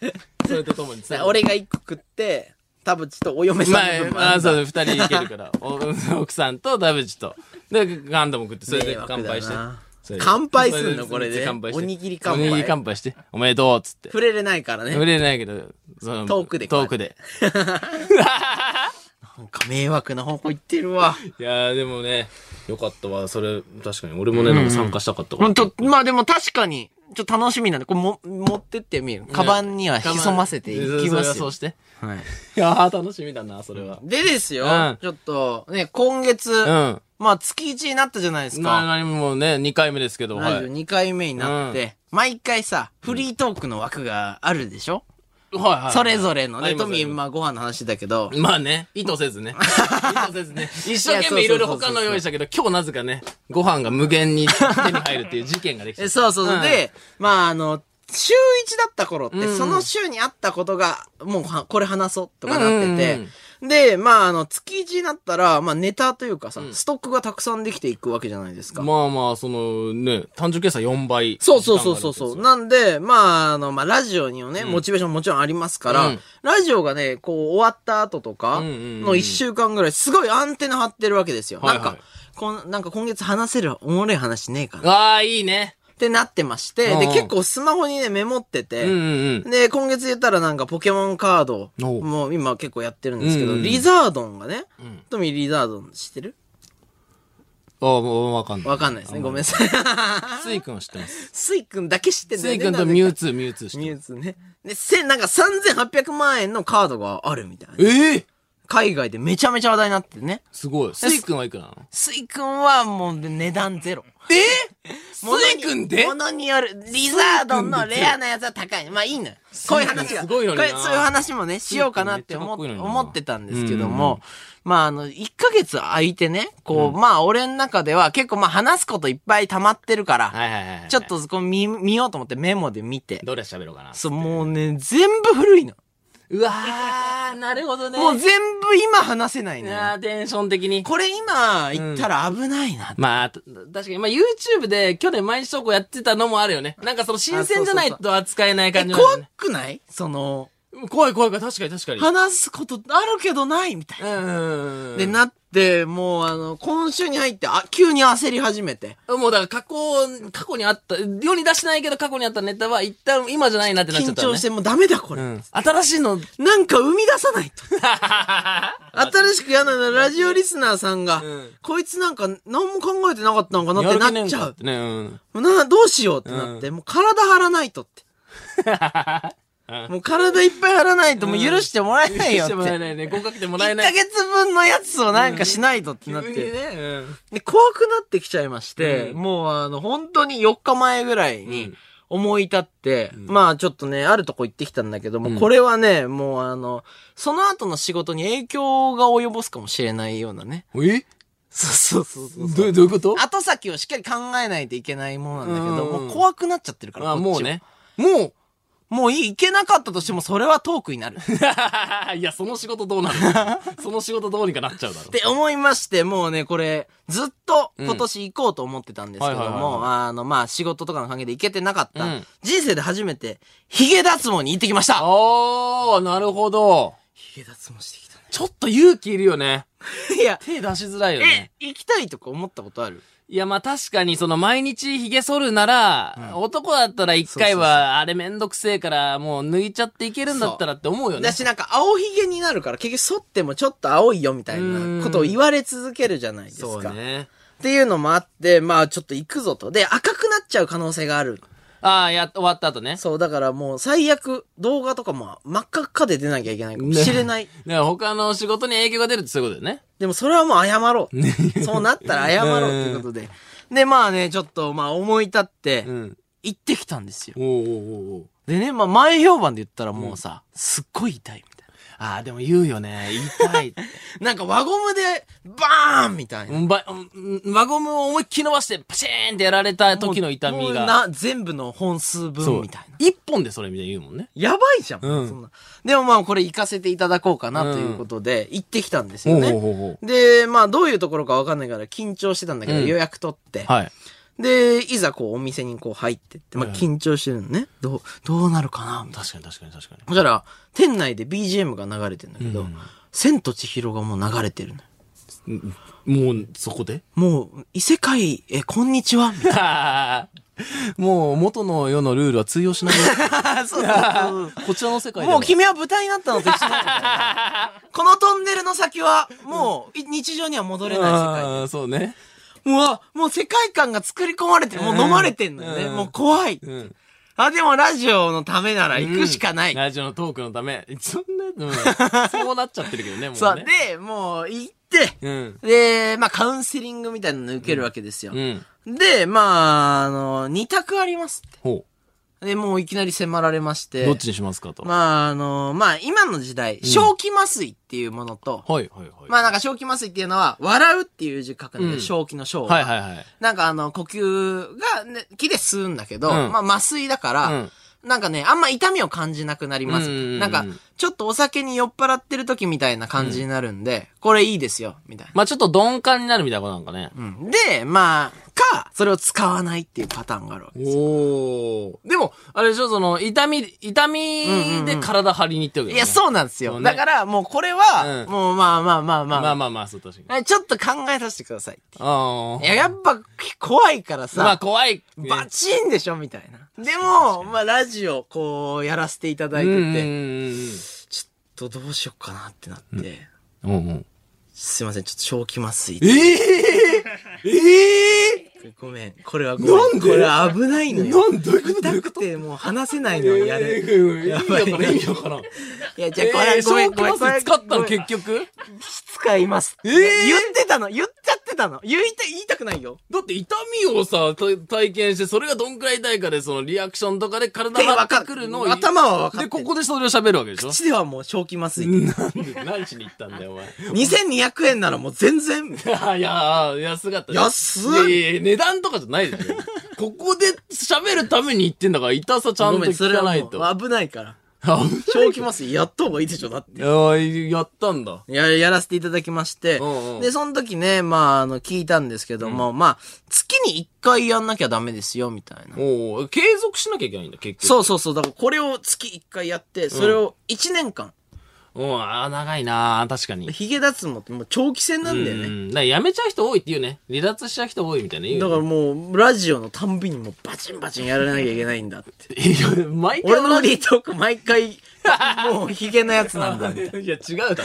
Speaker 1: て。それとともに伝えといて。
Speaker 3: 俺が一個食って、田淵とお嫁さ
Speaker 1: ま
Speaker 3: んの分も
Speaker 1: あ、
Speaker 3: あ
Speaker 1: あ
Speaker 3: ん
Speaker 1: そ
Speaker 3: だ
Speaker 1: う、二人いけるから。 お奥さんとダブチと。で、ガンダム食って、それで
Speaker 3: 迷惑
Speaker 1: 乾
Speaker 3: だな
Speaker 1: 杯して。それで
Speaker 3: 乾杯すんの
Speaker 1: そ
Speaker 3: これで
Speaker 1: 乾杯して
Speaker 3: おにぎり乾杯
Speaker 1: おにぎり乾杯して。おめでとうっつって。
Speaker 3: 触れれないからね。
Speaker 1: 触れないけど、その、
Speaker 3: トークで
Speaker 1: トークで。
Speaker 3: なんか迷惑な方向行ってるわ。
Speaker 1: いやーでもね、よかったわ。それ、確かに。俺もね、なんか参加したかったか
Speaker 3: ほ
Speaker 1: ら
Speaker 3: んと、まあでも確かに、ちょっと楽しみなんで、これも、持ってってみる。カバンには潜ませていき
Speaker 1: そ
Speaker 3: ま
Speaker 1: れは
Speaker 3: す
Speaker 1: そ
Speaker 3: よ
Speaker 1: う。して。
Speaker 3: はい。
Speaker 1: いやー楽しみだな、それは。
Speaker 3: でですよ、
Speaker 1: うん
Speaker 3: ちょっと、ね、今月、
Speaker 1: うん。
Speaker 3: まあ月1になったじゃないです
Speaker 1: な、
Speaker 3: か。
Speaker 1: なにもね、2回目ですけど、は
Speaker 3: ラジオ
Speaker 1: い。
Speaker 3: 2回目になって、毎回さ、フリートークの枠があるでしょ、
Speaker 1: はいはい。
Speaker 3: それぞれの
Speaker 1: あ
Speaker 3: ね、
Speaker 1: りま
Speaker 3: ト
Speaker 1: す
Speaker 3: ミー、まあご飯の話だけど、
Speaker 1: まあね、意図せず ね。意図せずね。一生懸命いろいろ他の用意したけど、今日なぜかね、ご飯が無限に手に入るっていう事件ができ
Speaker 3: え
Speaker 1: て。
Speaker 3: そうそうそう、
Speaker 1: ん、
Speaker 3: で、まああの、週1だった頃って、
Speaker 1: うん
Speaker 3: その週にあったことが、もうはこれ話そうとかなってて、
Speaker 1: うんうん
Speaker 3: で、まああの、月1になったら、まあネタというかさ、
Speaker 1: ん
Speaker 3: ストックがたくさんできていくわけじゃないですか。
Speaker 1: まあまあ、そのね、単純計算4倍。
Speaker 3: そうそうそうそうそう。
Speaker 1: 時間が
Speaker 3: なんで、まあ、あの、まあ、ラジオにはね、モチベーションもちろんありますから、
Speaker 1: うん
Speaker 3: ラジオがね、こう、終わった後とか、
Speaker 1: うんうんうん
Speaker 3: の一週間ぐらい、すごいアンテナ張ってるわけですよ。
Speaker 1: はいはい
Speaker 3: なんか、こん、なんか今月話せるおもろい話ねえか
Speaker 1: ある
Speaker 3: な。っ
Speaker 1: わあ、いいね。
Speaker 3: てなってまして、
Speaker 1: うんう
Speaker 3: で、
Speaker 1: ん
Speaker 3: 結構スマホにね、メモってて、
Speaker 1: うんうん
Speaker 3: で、今月言ったらなんかポケモンカード、
Speaker 1: おう
Speaker 3: もう今結構やってるんですけど、
Speaker 1: うんうん
Speaker 3: リザードンがね、
Speaker 1: うん
Speaker 3: トミーリザードン知ってる
Speaker 1: うん。ああ、もうわかんない。
Speaker 3: わかんないですね。ごめんなさい。
Speaker 1: スイ君は知ってます。
Speaker 3: スイ君だけ知ってんだ
Speaker 1: ス
Speaker 3: よ
Speaker 1: イ
Speaker 3: ね
Speaker 1: 君と
Speaker 3: なぜか
Speaker 1: ミュウツー、ミュウツー知っ
Speaker 3: ミ
Speaker 1: て
Speaker 3: ュ
Speaker 1: ま
Speaker 3: ー
Speaker 1: す。
Speaker 3: ズね。で、せ、なんか3800万円のカードがあるみたいな。
Speaker 1: ええ
Speaker 3: 海外でめちゃめちゃ話題になってね。
Speaker 1: すごい。スイ君はいくらなの
Speaker 3: スイ君はもう値段ゼロ。
Speaker 1: えス
Speaker 3: 物に
Speaker 1: イ君で
Speaker 3: 物による、リザードンのレアなやつは高い。まあいいのよ。こういう話が。
Speaker 1: すごいのに
Speaker 3: こ
Speaker 1: な
Speaker 3: れそういう話もね、しようかなって思っ
Speaker 1: スイ君めっちゃかっこいいのにな
Speaker 3: 思ってたんですけども、まああの、1ヶ月空いてね、こう、まあ俺の中では結構まあ話すこといっぱい溜まってるから、
Speaker 1: はいはいはいはい。
Speaker 3: ちょっ、とこう見、見ようと思ってメモで見て。
Speaker 1: どれ喋ろうかな。
Speaker 3: そう、もうね、全部古いの。
Speaker 1: うわー、なるほどね。
Speaker 3: もう全部今話せない
Speaker 1: い
Speaker 3: の
Speaker 1: や
Speaker 3: よ。
Speaker 1: ー、テンション的に。
Speaker 3: これ今言ったら危ないな。
Speaker 1: まあ、た確かに、まあ YouTube で去年毎日投稿やってたのもあるよね。なんかその新鮮じゃないと扱えない
Speaker 3: え
Speaker 1: 感じの、
Speaker 3: 怖
Speaker 1: ね。
Speaker 3: くないその、
Speaker 1: 怖い怖い怖い、確かに確か
Speaker 3: 話すことあるけどないみたい
Speaker 1: に。う
Speaker 3: な。
Speaker 1: んうんうん。
Speaker 3: で、、なって、もうあの、今週に入って、あ、急に焦り始めて。
Speaker 1: もうだから過去、過去にあった、世に出してないけど過去にあったネタは一旦今じゃないなってなっちゃ
Speaker 3: 緊
Speaker 1: った、ね。
Speaker 3: 張して、もうダメだこ
Speaker 1: う
Speaker 3: れ。
Speaker 1: ん。新しいの、
Speaker 3: なんか生み出さ ないと。新しく嫌なのはラジオリスナーさんが、
Speaker 1: うん
Speaker 3: こいつなんか何も考えてなかったのかな
Speaker 1: や
Speaker 3: っ
Speaker 1: る気
Speaker 3: て
Speaker 1: ね
Speaker 3: な
Speaker 1: え
Speaker 3: っ
Speaker 1: ん
Speaker 3: ちゃ
Speaker 1: かっ
Speaker 3: う。
Speaker 1: てね。うん。
Speaker 3: な、どうしようってなって、もう体張らない とって。もう体いっぱい張らないともう許してもらえないよっ
Speaker 1: して
Speaker 3: て。
Speaker 1: もらえないね。合格点もらえ
Speaker 3: 1
Speaker 1: な
Speaker 3: ヶ
Speaker 1: い。
Speaker 3: 月分のやつをなんかしないとってなっ
Speaker 1: 急にね。う
Speaker 3: て。
Speaker 1: ん。
Speaker 3: で、怖くなってきちゃいまして、
Speaker 1: うん
Speaker 3: もうあの、本当に4日前ぐらいうに
Speaker 1: ん
Speaker 3: 思い立って、まあちょっとね、あるとこ行ってきたんだけども、
Speaker 1: うん
Speaker 3: これはね、もうあの、その後の仕事に影響が及ぼすかもしれないようなね。
Speaker 1: え
Speaker 3: そうそうそうそう。
Speaker 1: ど、どういうこと
Speaker 3: 後先をしっかり考えないといけないものなんだけど、
Speaker 1: うん
Speaker 3: もう怖くなっちゃってるから、
Speaker 1: あ、
Speaker 3: こっちは
Speaker 1: もう。ね。もう、
Speaker 3: もういい、行けなかったとしてもそれはトークになる。
Speaker 1: いや、その仕事どうなる のその仕事どうにかなっちゃうだろ
Speaker 3: っ。て思いまして、もうね、これ、ずっと今年行こうと思ってたんですけど
Speaker 1: うんはいはいはい
Speaker 3: も、あの、まあ、仕事とかの関係で行けてなかった、
Speaker 1: うん
Speaker 3: 人生で初めて、髭脱毛に行ってきました
Speaker 1: おー、なるほど。
Speaker 3: 髭脱毛してきた
Speaker 1: ちょっと勇気いるよね。
Speaker 3: ね。いや、
Speaker 1: 手出しづらいよ
Speaker 3: え
Speaker 1: ね。、
Speaker 3: 行きたいとか思ったことある
Speaker 1: いや、まあ確かに、その毎日髭剃るなら、男だったら一回
Speaker 3: そうそう
Speaker 1: は、あれめんどくせえから、もう抜いちゃっていけるんだったらって思うよね
Speaker 3: だ。し、なんか、青髭になるから、結局剃ってもちょっと青いよみたいなことを言われ続けるじゃないです
Speaker 1: そう
Speaker 3: か。
Speaker 1: ね。
Speaker 3: っていうのもあって、まあ、ちょっと行くぞと。で、赤くなっちゃう可能性がある。
Speaker 1: ああ、や、終わった後ね。
Speaker 3: そう、だからもう最悪動画とかも真っ赤っかで出なきゃいけないかも
Speaker 1: ね
Speaker 3: しれない。
Speaker 1: だから他の仕事に影響が出るってそういうことだよ ね。
Speaker 3: でもそれはもう謝ろう。そうなったら謝ろうっていうことで。で、まあね、ちょっとまあ思い立って
Speaker 1: うん。
Speaker 3: 行ってきたんですよ。
Speaker 1: おうおうおうおう
Speaker 3: でね、まあ前評判で言ったらもうさ、すっごい痛いみたい
Speaker 1: ああ、でも言うよね。痛いって。
Speaker 3: な。なんか輪ゴムでバーンみたいな。
Speaker 1: うんばうん輪ゴムを思いっきり伸ばして、パシーンってやられた時の痛み
Speaker 3: もう
Speaker 1: が。
Speaker 3: な、全部の本数
Speaker 1: そう
Speaker 3: 分みたいな。。
Speaker 1: 一本でそれみたいに言うもんね。
Speaker 3: やばいじゃん。
Speaker 1: うん
Speaker 3: そんなでもまあこれ行かせていただこうかなということで、行ってきたんですよね。
Speaker 1: おうおうおうおう
Speaker 3: で、まあどういうところかわかんないから緊張してたんだけど、
Speaker 1: うん
Speaker 3: 予約取って。
Speaker 1: はい。
Speaker 3: で、いざこうお店にこう入ってって、ま
Speaker 1: う
Speaker 3: あ
Speaker 1: ん
Speaker 3: 緊張してるのね。どう、どうなるかなみたいな。
Speaker 1: 確かに確かに確か
Speaker 3: そしたら、店内で BGM が流れてんだけど、
Speaker 1: うん
Speaker 3: 千と千尋がもう流れてるのよ。
Speaker 1: に。もう、そこで
Speaker 3: もう、異世界、え、こんにちはみたい
Speaker 1: もう、元の世のルールは通用し ないよ。
Speaker 3: な。そうそうそう
Speaker 1: こちらの世界で
Speaker 3: もう君は舞台になったのと一緒なんだよこのトンネルの先は、もう、い日常には戻れない世界。
Speaker 1: あー そうね。
Speaker 3: うわ、もう世界観が作り込まれてる、もう飲まれてんのよね。
Speaker 1: うん
Speaker 3: もう怖い。
Speaker 1: うん。
Speaker 3: あ、でもラジオのためなら行くしかない。
Speaker 1: ラジオのトークのため。そんな、 うん、そうなっちゃってるけどね、もう、ね。
Speaker 3: さあ、で、もう行って、
Speaker 1: うん。
Speaker 3: で、まあカウンセリングみたいなの受けるわけですよ。
Speaker 1: うん。
Speaker 3: で、まあ、あの、2択ありますっ
Speaker 1: ほ
Speaker 3: て。で、もういきなり迫られまして。
Speaker 1: う。どっちにしますかと。
Speaker 3: まあ、あの、まあ今の時代、正気麻酔っていうものと、
Speaker 1: はいはいはい。
Speaker 3: まあなんか正気麻酔っていうのは、笑うっていう字書くんだけど、
Speaker 1: うん
Speaker 3: 正気の正が
Speaker 1: はいはいはい。
Speaker 3: なんかあの、呼吸が、ね、気で吸うんだけど、
Speaker 1: うん
Speaker 3: まあ麻酔だから、
Speaker 1: うん
Speaker 3: なんかね、あんま痛みを感じなくなりま
Speaker 1: う
Speaker 3: す。
Speaker 1: んうんうん
Speaker 3: なんか、ちょっとお酒に酔っ払ってる時みたいな感じになるんで、これいいですよ、みたいな。
Speaker 1: まあちょっと鈍感になるみたいなことなんかね。
Speaker 3: うんで、まあ、か、それを使わないっていうパターンがあるわけですよ。
Speaker 1: おお。でも、あれでしょ、その、痛み、痛みで体張りに行ってるわけ
Speaker 3: い
Speaker 1: だよ
Speaker 3: や、
Speaker 1: ね
Speaker 3: そうなんですよ。
Speaker 1: そうね
Speaker 3: だから、もうこれは、
Speaker 1: うん
Speaker 3: もうまあまあまあまあ、
Speaker 1: まあまあまあ、そう、確かに。
Speaker 3: はいちょっと考えさせてくださいってい
Speaker 1: あ
Speaker 3: う。いや、やっぱ怖いからさ、
Speaker 1: まあ、怖い。
Speaker 3: バチンでしょみたいな。でも、まあラジオ、こう、やらせていただいて
Speaker 1: う
Speaker 3: て、
Speaker 1: んうん
Speaker 3: ちょっとどうしようかなってなって、
Speaker 1: うんうん。うんうん。
Speaker 3: すいません、ちょっと正気麻酔。
Speaker 1: えええ
Speaker 3: ごめん、これはごめん。
Speaker 1: なんで
Speaker 3: これは危ないの
Speaker 1: え
Speaker 3: よ。
Speaker 1: んどういうこと
Speaker 3: 痛くてもう話せないのをやる。
Speaker 1: 意味わからん、意味わからん。
Speaker 3: いや、じゃあこ れ、
Speaker 1: えー、
Speaker 3: ごめ
Speaker 1: 消
Speaker 3: ん、ごめん、
Speaker 1: 化
Speaker 3: これ
Speaker 1: 麻酔使った
Speaker 3: ご
Speaker 1: の
Speaker 3: めん
Speaker 1: 結局
Speaker 3: 使います。
Speaker 1: えー
Speaker 3: 言ってたの、言っちゃってたの。言いた、言いたくないよ。
Speaker 1: だって痛みをさ、た体験して、それがどんくらい痛いかで、そのリアクションとかで体が張ってくるのを。
Speaker 3: 頭は分かって
Speaker 1: で、
Speaker 3: る
Speaker 1: ここでそれを喋るわけでしょ
Speaker 3: 口ではもう正気麻酔。
Speaker 1: なんで、何しに行ったんだよ、お前。
Speaker 3: 2200円ならもう全然。
Speaker 1: あ いやー、安かったね
Speaker 3: 安っ
Speaker 1: いやいやいや値段とかじゃないで しょ。ここで喋るために行ってんだから、痛さちゃん
Speaker 3: ご
Speaker 1: と
Speaker 3: めん、そ
Speaker 1: 聞
Speaker 3: れ
Speaker 1: か
Speaker 3: は
Speaker 1: ない
Speaker 3: も
Speaker 1: と。
Speaker 3: う危ないから。
Speaker 1: あ
Speaker 3: 正気麻酔やった方がいいでしょ、だっ
Speaker 1: い
Speaker 3: て。
Speaker 1: や ーやったんだ。
Speaker 3: や、やらせていただきまして、
Speaker 1: うんうん
Speaker 3: で、その時ね、まあ、あの、聞いたんですけども、まあ、月に1回やんなきゃダメですよ、みたいな。
Speaker 1: おお継続しなきゃいけないんだ、結局。
Speaker 3: そうそうそう、だからこれを月1回やって、それを1年間、
Speaker 1: おーあー長いなー確かに。
Speaker 3: ヒゲ脱毛ってもう長期戦なんだよ
Speaker 1: う
Speaker 3: ね。
Speaker 1: んだからやめちゃう人多いって言うね。離脱しちゃう人多いみたいな言う
Speaker 3: だから
Speaker 1: よね。
Speaker 3: もう、ラジオのたんびにもうバチンバチンやらなきゃいけないんだって。
Speaker 1: いや、毎回
Speaker 3: 俺のフリートーク毎回、もうヒゲのやつなんだ、みたいな。
Speaker 1: いや、違 うだろ。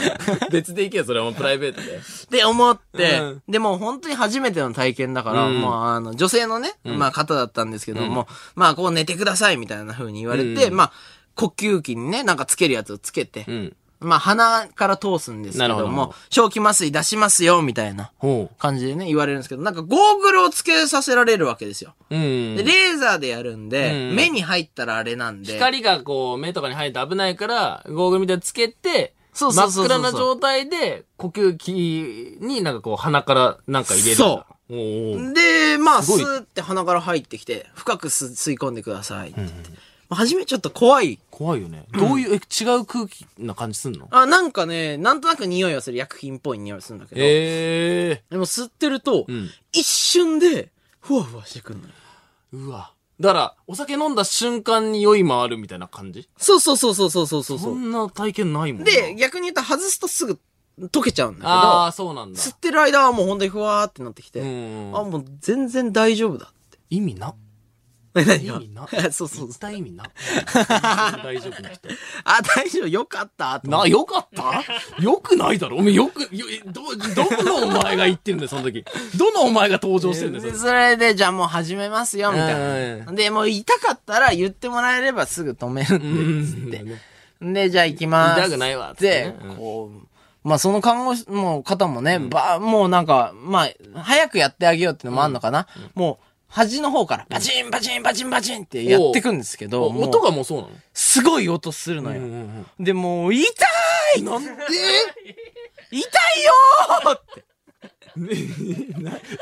Speaker 1: 別で行けよ、それはもうプライベートで。
Speaker 3: って思って、
Speaker 1: うん
Speaker 3: でも本当に初めての体験だから、
Speaker 1: うん
Speaker 3: もうあの、女性のね、まあ方だったんですけども、まあこう寝てくださいみたいな風に言われて、
Speaker 1: うん
Speaker 3: まあ、呼吸器にね、なんかつけるやつをつけて、
Speaker 1: うん。
Speaker 3: まあ鼻から通すんですけ
Speaker 1: なる
Speaker 3: ど
Speaker 1: ほど
Speaker 3: も、正気麻酔出しますよ、みたいな
Speaker 1: ほ
Speaker 3: 感じでね、言われるんですけど、なんかゴーグルをつけさせられるわけですよ。
Speaker 1: う。うん
Speaker 3: で、。レーザーでやるんで、
Speaker 1: うん
Speaker 3: 目に入ったらあれなんで。
Speaker 1: 光がこう、目とかに入って危ないから、ゴーグルみたいにつけて、
Speaker 3: そうそうそうそう
Speaker 1: 真っ暗な状態で、呼吸器になんかこう、鼻からなんか入れるんだ。。
Speaker 3: そ
Speaker 1: お
Speaker 3: う
Speaker 1: うおう
Speaker 3: で、まあ、
Speaker 1: す
Speaker 3: ス
Speaker 1: ごい
Speaker 3: ーって鼻から入ってきて、深く吸吸い込んでくださいって言って。まあ初めちょっと怖い
Speaker 1: 怖いよね。どういう、え、違う空気な感じすんの
Speaker 3: あ、なんかね、なんとなく匂いはする。薬品っぽい匂いするんだけど。
Speaker 1: ええ
Speaker 3: でも吸ってると、
Speaker 1: ん
Speaker 3: 一瞬で、ふわふわしてくんのよ。
Speaker 1: うわ。だから、お酒飲んだ瞬間に酔い回るみたいな感じ
Speaker 3: そうそうそうそうそうそうそう
Speaker 1: そんな体験ないもんな。
Speaker 3: で、逆に言うと外すとすぐ溶けちゃうん
Speaker 1: ああ、
Speaker 3: だ
Speaker 1: そうなん
Speaker 3: け
Speaker 1: だ
Speaker 3: ど、。吸ってる間はもうほんとにふわーってなってきて、
Speaker 1: う
Speaker 3: あ、
Speaker 1: ん。
Speaker 3: もう全然大丈夫だ。
Speaker 1: 意味な。
Speaker 3: え何
Speaker 1: 意
Speaker 3: が
Speaker 1: 味な
Speaker 3: そうそう
Speaker 1: 言った意味 な大丈夫な人
Speaker 3: あ、大丈夫、よかった。と思っ
Speaker 1: な、よかった よくないだろお前よく、よど、どのお前が言ってるんだよ、その時。どのお前が登場しててるんだよ、
Speaker 3: で
Speaker 1: そ
Speaker 3: それで、じゃあもう始めますよ、みたいな。
Speaker 1: う
Speaker 3: で、もう痛かったら言ってもらえればすぐ止めるんで、つって。で、じゃあ行きます。
Speaker 1: 痛くないわっつって
Speaker 3: で
Speaker 1: ねうん、
Speaker 3: こう、まあその看護師の方もね、ば、もうなんか、まあ、早くやってあげようってのもあんのかな。もう、端の方から、パチンパチンパチンパチンってやってくんですけど、
Speaker 1: れ。音
Speaker 3: もう
Speaker 1: がもうそうなの
Speaker 3: すごい音するのよ。
Speaker 1: ん
Speaker 3: で、もう、痛いなんで 痛いよーっ
Speaker 1: ち
Speaker 3: て。
Speaker 1: ょっと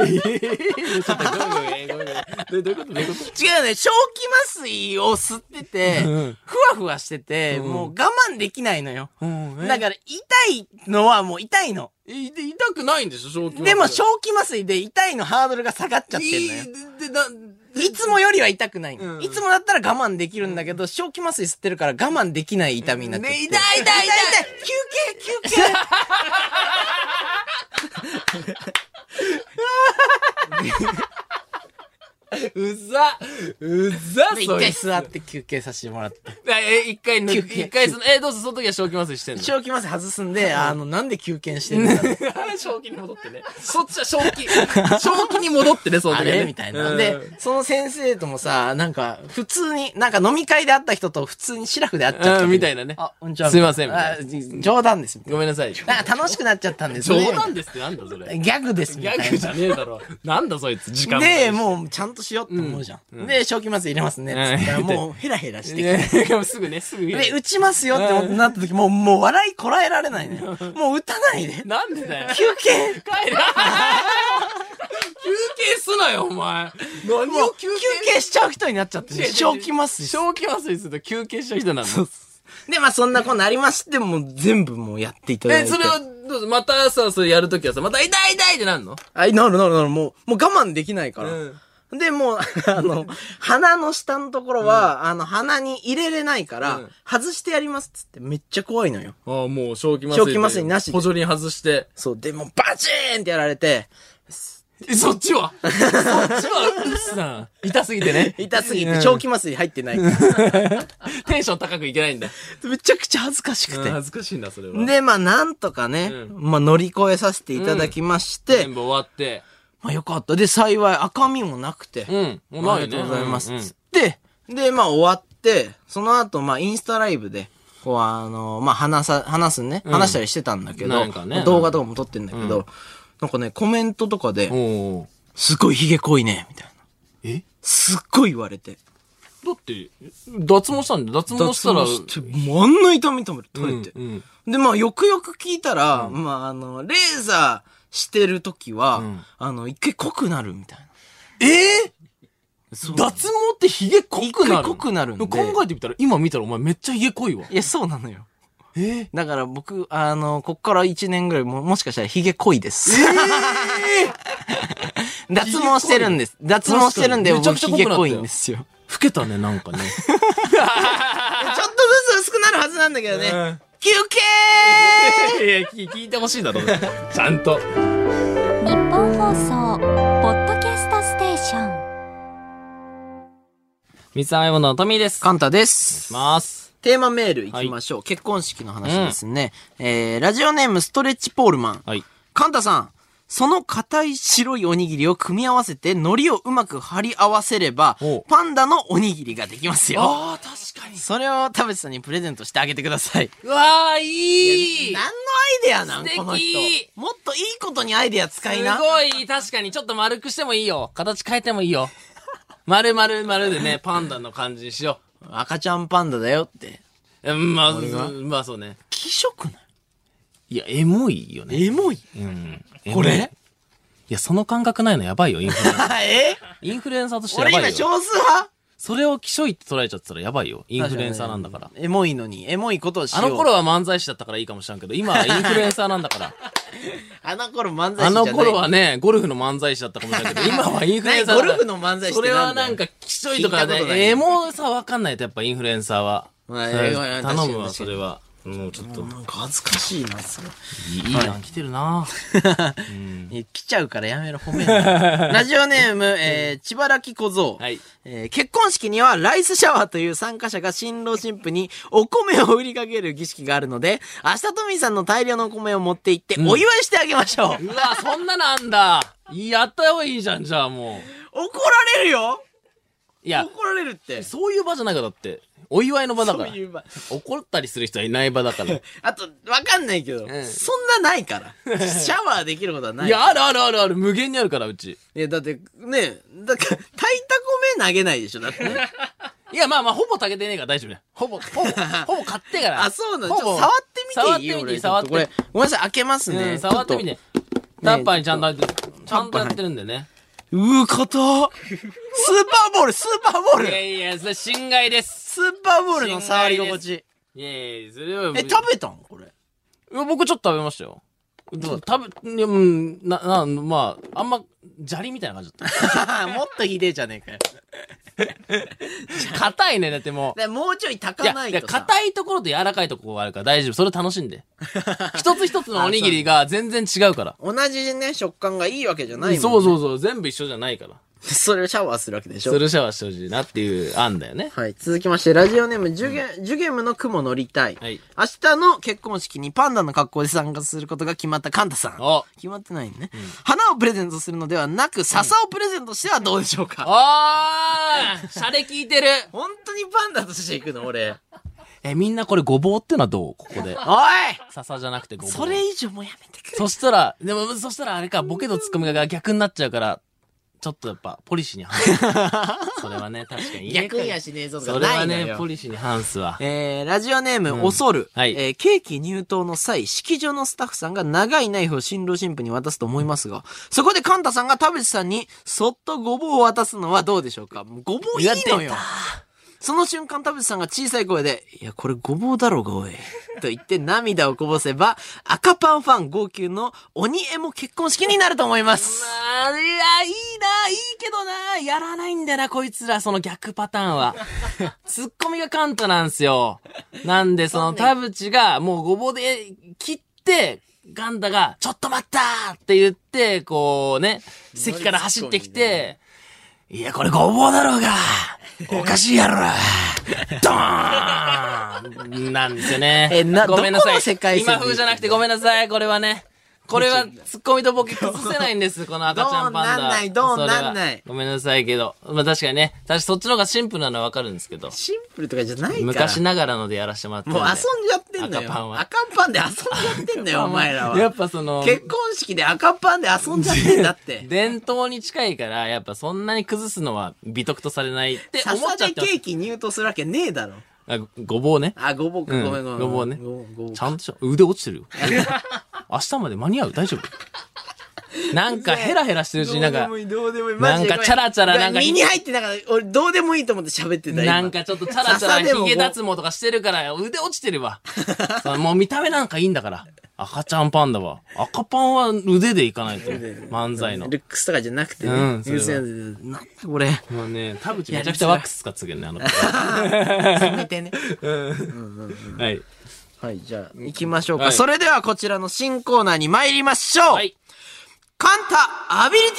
Speaker 1: ごめんごめんごめんどういうことどういうこと
Speaker 3: 違うよね、正気麻酔を吸ってて、
Speaker 1: うん
Speaker 3: ふわふわしてて、
Speaker 1: うん
Speaker 3: もう我慢できないのよ。
Speaker 1: うん
Speaker 3: だから、痛いのはもう痛いの。
Speaker 1: いで痛くないんでしょ、正気
Speaker 3: でも、正気麻酔で痛いのハードルが下がっちゃってんのよ。
Speaker 1: で、でない
Speaker 3: つもよりは痛くない、
Speaker 1: うん
Speaker 3: いつもだったら我慢できるんだけど、正気麻酔吸ってるから我慢できない痛みになっちゃって。
Speaker 1: ね痛い痛い痛い
Speaker 3: 休憩休 憩
Speaker 1: うざうざ
Speaker 3: で
Speaker 1: そ
Speaker 3: 一
Speaker 1: い
Speaker 3: 回
Speaker 1: つ
Speaker 3: 座って休憩させてもらって。
Speaker 1: え、一回抜
Speaker 3: 休
Speaker 1: く、
Speaker 3: 憩
Speaker 1: 一回その、え、どうぞ、その時は正気麻酔してんの
Speaker 3: 正気麻酔外すんで、あの、なんで休憩してんだろ う
Speaker 1: 正気に戻ってね。そっちは正 気。正気に戻ってね、その
Speaker 3: あ
Speaker 1: 時はね
Speaker 3: れみたいな。
Speaker 1: う
Speaker 3: で
Speaker 1: ん、
Speaker 3: その先生ともさ、なんか、普通に、なんか飲み会で会った人と普通にシラフで会っちゃった
Speaker 1: う
Speaker 3: 時
Speaker 1: ん
Speaker 3: に。
Speaker 1: みたいなね
Speaker 3: あ、うんちは
Speaker 1: すいませんみたい
Speaker 3: あ冗談です。みたい
Speaker 1: ごめんなさい。
Speaker 3: ななんか楽しくなっちゃったんです
Speaker 1: 冗
Speaker 3: ね。
Speaker 1: 談ですってなんだそれ。
Speaker 3: ギャグです。み
Speaker 1: ギ
Speaker 3: たいな
Speaker 1: ャグじゃねえだろ。なんだそいつ、時間
Speaker 3: で、
Speaker 1: う。
Speaker 3: もう、ちゃんとしようって思うじゃん。で、正気麻酔入れますね。
Speaker 1: うん
Speaker 3: つったら、もう、ヘラヘラしてきて。
Speaker 1: ねすぐね、すぐ言う
Speaker 3: で、打ちますよって思ってなった時、もう、もう笑いこらえられないね。もう打たないで。
Speaker 1: なんでだよ。
Speaker 3: 休 憩
Speaker 1: 帰れ休憩すなよ、お前。何を休
Speaker 3: 休憩しちゃう人になっちゃって、
Speaker 1: 憩
Speaker 3: 正気麻酔して
Speaker 1: 正気麻酔すると休憩した人なんだ。
Speaker 3: で、まあそんなことありまして、もう全部もうやっていただい
Speaker 1: え、
Speaker 3: て。
Speaker 1: それは、どうぞ、またさ、それやるときはさ、また痛い痛いってなんの
Speaker 3: あ、なるなるなる、もう、もう我慢できないから。
Speaker 1: うん
Speaker 3: で、もう、 あの、鼻の下のところは、あの、鼻に入れれないから、
Speaker 1: うん
Speaker 3: 外してやりますっつって、めっちゃ怖いのよ。
Speaker 1: ああ、もう正気麻
Speaker 3: 正気麻酔なしで
Speaker 1: 補助輪外して。
Speaker 3: そう、でも、バチーンってやられて、
Speaker 1: え、そっちはそっちはうっさん。痛すぎてね。
Speaker 3: 痛すぎて、正気麻酔入ってないから。
Speaker 1: テンション高くいけないんだ。
Speaker 3: めちゃくちゃ恥ずかしくて。
Speaker 1: 恥ずかしいんだ、それは。
Speaker 3: で、まあ、なんとかね、
Speaker 1: う
Speaker 3: まあ、乗り越えさせていただきまして、
Speaker 1: 全部終わって。
Speaker 3: まあ、よかった。で、幸い、赤みもなくて、
Speaker 1: うん。も
Speaker 3: あ
Speaker 1: な
Speaker 3: り
Speaker 1: い
Speaker 3: が
Speaker 1: ね
Speaker 3: とうございます。
Speaker 1: うん
Speaker 3: つって、で、まあ終わって、その後、まあインスタライブで、こうあの、まあ話さ、話すね、
Speaker 1: ん
Speaker 3: 話したりしてたんだけど、
Speaker 1: なんかね
Speaker 3: 動画とかも撮ってんだけど、なんかね、コメントとかで、
Speaker 1: おー
Speaker 3: すっごいヒゲ濃いね、みたいな。
Speaker 1: え
Speaker 3: すっごい言われて。
Speaker 1: だって、脱毛したんで、脱毛したら。
Speaker 3: 脱毛してもうあんな痛み止めて取れて。
Speaker 1: うんうん
Speaker 3: で、まあよくよく聞いたら、まああの、レーザーしてる時は、
Speaker 1: ん
Speaker 3: あの、一回濃くなるみたいな。
Speaker 1: えー脱毛ってヒゲ濃くなる
Speaker 3: 一回濃くなるんで
Speaker 1: 考えてみたら、今見たらお前めっちゃヒゲ濃いわ。
Speaker 3: いや、そうなのよ。
Speaker 1: えー、
Speaker 3: だから僕、あの、こっから1年ぐらいも、もしかしたらヒゲ濃いです。 脱毛してるんです。脱毛してるんで、
Speaker 1: 確かに
Speaker 3: 僕ヒ
Speaker 1: めちゃくち
Speaker 3: ゲ
Speaker 1: ゃ濃くなったよ
Speaker 3: 濃いんですよ。
Speaker 1: 老けたね、なん かね。
Speaker 3: ちょっとずつ薄くなるはずなんだけどね。
Speaker 1: うん
Speaker 3: 休憩
Speaker 1: いや、聞聞いてほしいだろ。 ちゃんと。
Speaker 2: 日本放送ポッドキャストステーション
Speaker 1: 三沢山のトミーです。
Speaker 3: カンタです。
Speaker 1: ます。
Speaker 3: テーマメールいきましょう。結婚式の話ですね。えー、ラジオネームストレッチポールマン。
Speaker 1: はい。
Speaker 3: カンタさん、その硬い白いおにぎりを組み合わせて、海苔をうまく貼り合わせれば
Speaker 1: おう、
Speaker 3: パンダのおにぎりができますよ。
Speaker 1: ああ、確かに。
Speaker 3: それを田淵さんにプレゼントしてあげてください。
Speaker 1: うわあ、いい
Speaker 3: 何のアイデアなん
Speaker 1: 素敵
Speaker 3: この人。もっといいことにアイデア使い
Speaker 1: す
Speaker 3: な。
Speaker 1: ごい、確かに。ちょっと丸くしてもいいよ。形変えてもいいよ。丸々丸で ね、パンダの感じにしよ
Speaker 3: 赤ちゃんパンダだよって。
Speaker 1: う。うん、まあ、
Speaker 3: 俺が
Speaker 1: まあそうね。
Speaker 3: 気色ない
Speaker 1: や、エモいよね。
Speaker 3: いエモい
Speaker 1: うん。
Speaker 3: これ
Speaker 1: いや、その感覚ないのやばいよ、インフルエンサー。
Speaker 3: え
Speaker 1: インフルエンサーとしてや
Speaker 3: 俺
Speaker 1: ば
Speaker 3: 今
Speaker 1: いよ。
Speaker 3: 少数派
Speaker 1: それを気象いって捉えちゃってたらやばいよ。インフルエンサーなんだから。
Speaker 3: エモいのに、エモいことをしよ
Speaker 1: あ
Speaker 3: う。
Speaker 1: の頃は漫才師だったからいいかもしれんけど、今 はインフルエンサーなんだから。
Speaker 3: あの頃漫才師じゃ
Speaker 1: あ
Speaker 3: ない。
Speaker 1: の頃はね、ゴルフの漫才師だったかもしれないけど、今はインフルエンサーだから
Speaker 3: 何ゴルフの漫才師
Speaker 1: そ
Speaker 3: って
Speaker 1: れ
Speaker 3: な
Speaker 1: は
Speaker 3: んだよ
Speaker 1: なんか、きしょいとか
Speaker 3: 聞いたことない
Speaker 1: ね、エモさわかんないとやっぱインフルエンサーは。
Speaker 3: まあ
Speaker 1: それ
Speaker 3: ええ
Speaker 1: 頼
Speaker 3: わ確か
Speaker 1: む
Speaker 3: に
Speaker 1: わ、それは。もうちょっと、
Speaker 4: なんか恥ずかしいな、すごい。
Speaker 1: いいいい案来てるなうん
Speaker 3: いや来ちゃうからやめろ、褒めん なラジオネーム、えー、千葉らき小僧。
Speaker 1: はい。
Speaker 3: えー結婚式にはライスシャワーという参加者が新郎新婦にお米を売りかける儀式があるので、明日トミーさんの大量のお米を持って行ってお祝いしてあげましょう。
Speaker 1: うわ、そんななんだ。やった方がいいじゃん、じゃあも
Speaker 3: 怒られるよ
Speaker 1: う。いや、
Speaker 3: 怒られるって。
Speaker 1: そういう場じゃないからだって。お祝いの場だか
Speaker 4: そう
Speaker 1: ら。
Speaker 4: いう場。
Speaker 1: 怒ったりする人 はいない場だから。い
Speaker 3: あと、わかんないけど、
Speaker 1: ん
Speaker 3: そんなないから。シャワーできることはない。
Speaker 1: や、あるあるあるある。無限にあるから、うち。
Speaker 3: いやだって、ね、だから、炊いた米投げないでしょ、だって。
Speaker 1: いや、まあまあ、ほぼ炊けてねえから大丈夫だよ。ほぼ、 ほぼ、ほぼ買ってから。
Speaker 3: あ、そうなの
Speaker 1: ほ
Speaker 3: ちょっ
Speaker 1: ぼ
Speaker 3: と触ってみていい
Speaker 1: 触ってみて、
Speaker 3: 俺
Speaker 1: 触っ
Speaker 3: ちょっと
Speaker 1: て
Speaker 3: これ、ごめんなさい、開けます
Speaker 1: みて。う
Speaker 3: ね。
Speaker 1: ん触ってみ
Speaker 3: ちょ
Speaker 1: て。タッパーにちゃんと入ってる。ちゃんとやってるんだよね。
Speaker 3: と。うー、硬っスーパーボール、スーパーボー
Speaker 1: い
Speaker 3: ル
Speaker 1: やいや、それ侵害です。
Speaker 3: スーパーボールの触り心地。
Speaker 1: いやいや、それは。
Speaker 3: え、食べたんこれ。
Speaker 1: いや僕ちょっと食べましたよ。どう食べ、いやうん、な、な、まあ、あんま、砂利みたいな感じだっ
Speaker 3: もっとひでえじゃねえかよ。
Speaker 1: た。硬 いね、だって もう。
Speaker 3: でもうちょい炊
Speaker 1: い
Speaker 3: かな
Speaker 1: や、い
Speaker 3: い
Speaker 1: や
Speaker 3: とさ。
Speaker 1: 硬いところと柔らかいところがあるから大丈夫。それ楽しん で。一つ一つのおにぎりが全然違うから。
Speaker 3: 同じね、食感がいいわけじゃないもん、ね。
Speaker 1: そうそうそう、全部一緒じゃないから。
Speaker 3: それをシャワーするわけでしょ
Speaker 1: そ。れシャワーしてほしいなっていう案だよね。
Speaker 3: はい。続きまして、ラジオネーム、ジュゲ、ジュゲムの雲乗りたい。
Speaker 1: はい
Speaker 3: 明日の結婚式にパンダの格好で参加することが決まったカンタ さん。
Speaker 1: お
Speaker 3: 決まってないね、花をプレゼントするのではなく、笹をプレゼントしてはどうでしょうか、
Speaker 1: あーシャレ聞いてる
Speaker 3: 本当にパンダとしていくの俺。
Speaker 1: え、みんなこれごぼうってのはどうここ で。
Speaker 3: おい
Speaker 1: 笹じゃなくてごぼう。
Speaker 3: それ以上もうやめて くれ。
Speaker 1: そしたら、でも、そしたらあれか、ボケとツッコミが逆になっちゃうから、ちょっとやっぱ、ポリシーに反す。 それはね、確かに。
Speaker 3: 逆にやしねえぞと
Speaker 1: そ
Speaker 3: か
Speaker 1: れ
Speaker 3: ない
Speaker 1: は
Speaker 3: のよ。
Speaker 1: ね、ポリシーに反すわ。
Speaker 3: えー、ラジオネーム、恐る。
Speaker 1: はい
Speaker 3: えーケーキ入刀の際、式場のスタッフさんが長いナイフを新郎新婦に渡すと思いますが、そこでカンタさんが田淵さんに、そっとごぼうを渡すのはどうでしょうかもうごぼういい
Speaker 1: や
Speaker 3: のよ
Speaker 1: 出た
Speaker 3: その瞬間田淵さんが小さい声で、いや、これごぼうだろうがおい。と言って涙をこぼせば、赤パンファン号泣の鬼エモ結婚式になると思います。
Speaker 1: あいや、いいな、いいけどな、やらないんだよな、こいつら、その逆パターン は。ツッコミがカンタなんすよ。なんで、その、田淵が、もうごぼうで切って、ガンタが、ちょっと待ったって言って、こうね、席から走ってきて、いや、これごぼうだろうがおかしいやろ なドーンなんですよね。
Speaker 3: えな
Speaker 1: ごめんなさい。
Speaker 3: どこの世界線で
Speaker 1: 今風じゃなくてごめんなさい、これはね。これは、ツッコミとボケ崩せないんです、この赤ちゃんパンダ。
Speaker 3: どうなんないどうなんな
Speaker 1: それ
Speaker 3: い
Speaker 1: はごめんなさいけど。まあ確かにね、確かにそっちの方がシンプルなのはわかるんですけど。
Speaker 3: シンプルとかじゃないから。
Speaker 1: 昔ながらのでやらしてもらってる
Speaker 3: も
Speaker 1: で
Speaker 3: う遊んじゃってんだよ。
Speaker 1: 赤パンは
Speaker 3: 赤パンで遊んじゃってんだよ、お前らは。
Speaker 1: やっぱその、
Speaker 3: 結婚式で赤パンで遊んじゃってんだって。
Speaker 1: 伝統に近いから、やっぱそんなに崩すのは美徳とされないって思っ
Speaker 3: 笹
Speaker 1: ちゃって
Speaker 3: でケ
Speaker 1: ます
Speaker 3: ーキ入刀するわけねえだろ。
Speaker 1: あごごぼうね。
Speaker 3: あ、ごぼうか、
Speaker 1: うん
Speaker 3: ごめんごめん。
Speaker 1: ごぼうね
Speaker 3: ごぼうごぼう
Speaker 1: ちゃんとし腕落ちてる よ。明日まで間に合う大丈夫なんかヘラヘラしてるし、なんか
Speaker 3: どうでも、いい、どうでもいい。マ
Speaker 1: な
Speaker 3: ジ
Speaker 1: ん
Speaker 3: で
Speaker 1: かチャラチャラなんか、
Speaker 3: 身に入って、なんか、俺、どうでもいいと思って喋ってた今
Speaker 1: なんかちょっとチャラチャラ
Speaker 3: 笹でもご
Speaker 1: ヒゲ脱毛とかしてるから腕落ちてるわ。 そうもう見た目なんかいいんだから。赤ちゃんパンダは。赤パンは腕でいかないと。漫才の。
Speaker 3: ルックスとかじゃなくてね。
Speaker 1: うんそれは
Speaker 3: 要するになんだこれ。
Speaker 1: もうね、田淵めちゃくちゃワックス使ってたけどね、あの子。
Speaker 3: やめてね。
Speaker 1: はい。
Speaker 3: はい、じゃあ、行きましょうか。
Speaker 1: はい
Speaker 3: それでは、こちらの新コーナーに参りましょう。
Speaker 1: はい。
Speaker 3: カンタ、アビリテ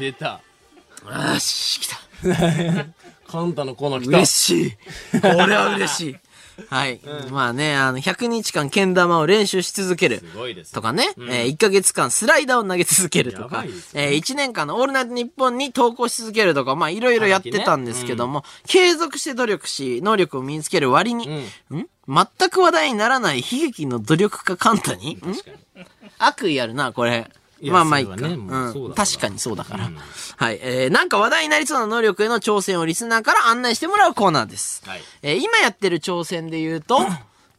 Speaker 1: 出た。
Speaker 3: ィ案内よし、来た。
Speaker 1: カンタのコーナー来た。
Speaker 3: 嬉しい。これは嬉しい。 はい。まあね、あの、100日間けん玉を練習し続ける。
Speaker 1: すごいです
Speaker 3: と。かね、えー1ヶ月間スライダーを投げ続けると
Speaker 1: や
Speaker 3: か、
Speaker 1: ばいです
Speaker 3: えー1年間のオールナイトニッポンに投稿し続けるとか、まあいろいろやってたんですけども、継続して努力し、能力を身につける割に、ん全く話題にならない悲劇の努力家カンタに、ん
Speaker 1: 確かに。
Speaker 3: 悪意あるな、これ。
Speaker 1: いや
Speaker 3: まあまあいい
Speaker 1: そ
Speaker 3: か、
Speaker 1: れはねもうそう
Speaker 3: うん。
Speaker 1: だから
Speaker 3: 確かにそうだから。はい。えー、なんか話題になりそうな能力への挑戦をリスナーから案内してもらうコーナーです。
Speaker 1: はい
Speaker 3: えー今やってる挑戦で言う と、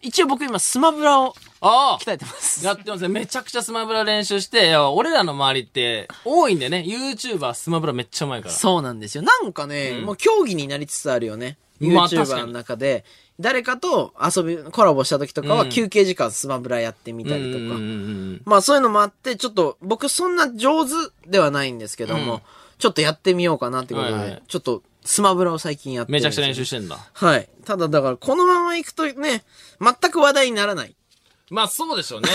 Speaker 3: 一応僕今スマブラを
Speaker 1: ああ
Speaker 3: 鍛えてます。
Speaker 1: やってますね。めちゃくちゃスマブラ練習して、いや俺らの周りって多いんだよね。YouTuber スマブラめっちゃうまいから。
Speaker 3: そうなんですよ。なんかね、もう競技になりつつあるよね。
Speaker 1: まあ確
Speaker 3: YouTuber
Speaker 1: か
Speaker 3: の
Speaker 1: に
Speaker 3: 中で、誰かと遊び、コラボした時とかは
Speaker 1: うん
Speaker 3: 休憩時間スマブラやってみた
Speaker 1: うん
Speaker 3: り
Speaker 1: う
Speaker 3: とか。
Speaker 1: んうん
Speaker 3: まあそういうのもあって、ちょっと僕そんな上手ではないんですけども、ちょっとやってみようかなってことで、
Speaker 1: はいはい
Speaker 3: ちょっとスマブラを最近やってるん
Speaker 1: め
Speaker 3: です
Speaker 1: ち
Speaker 3: よ
Speaker 1: ゃくちゃ練習してんだ。
Speaker 3: はい。ただだから、このまま行くとね、全く話題にならない。
Speaker 1: まあそうでしょ うね。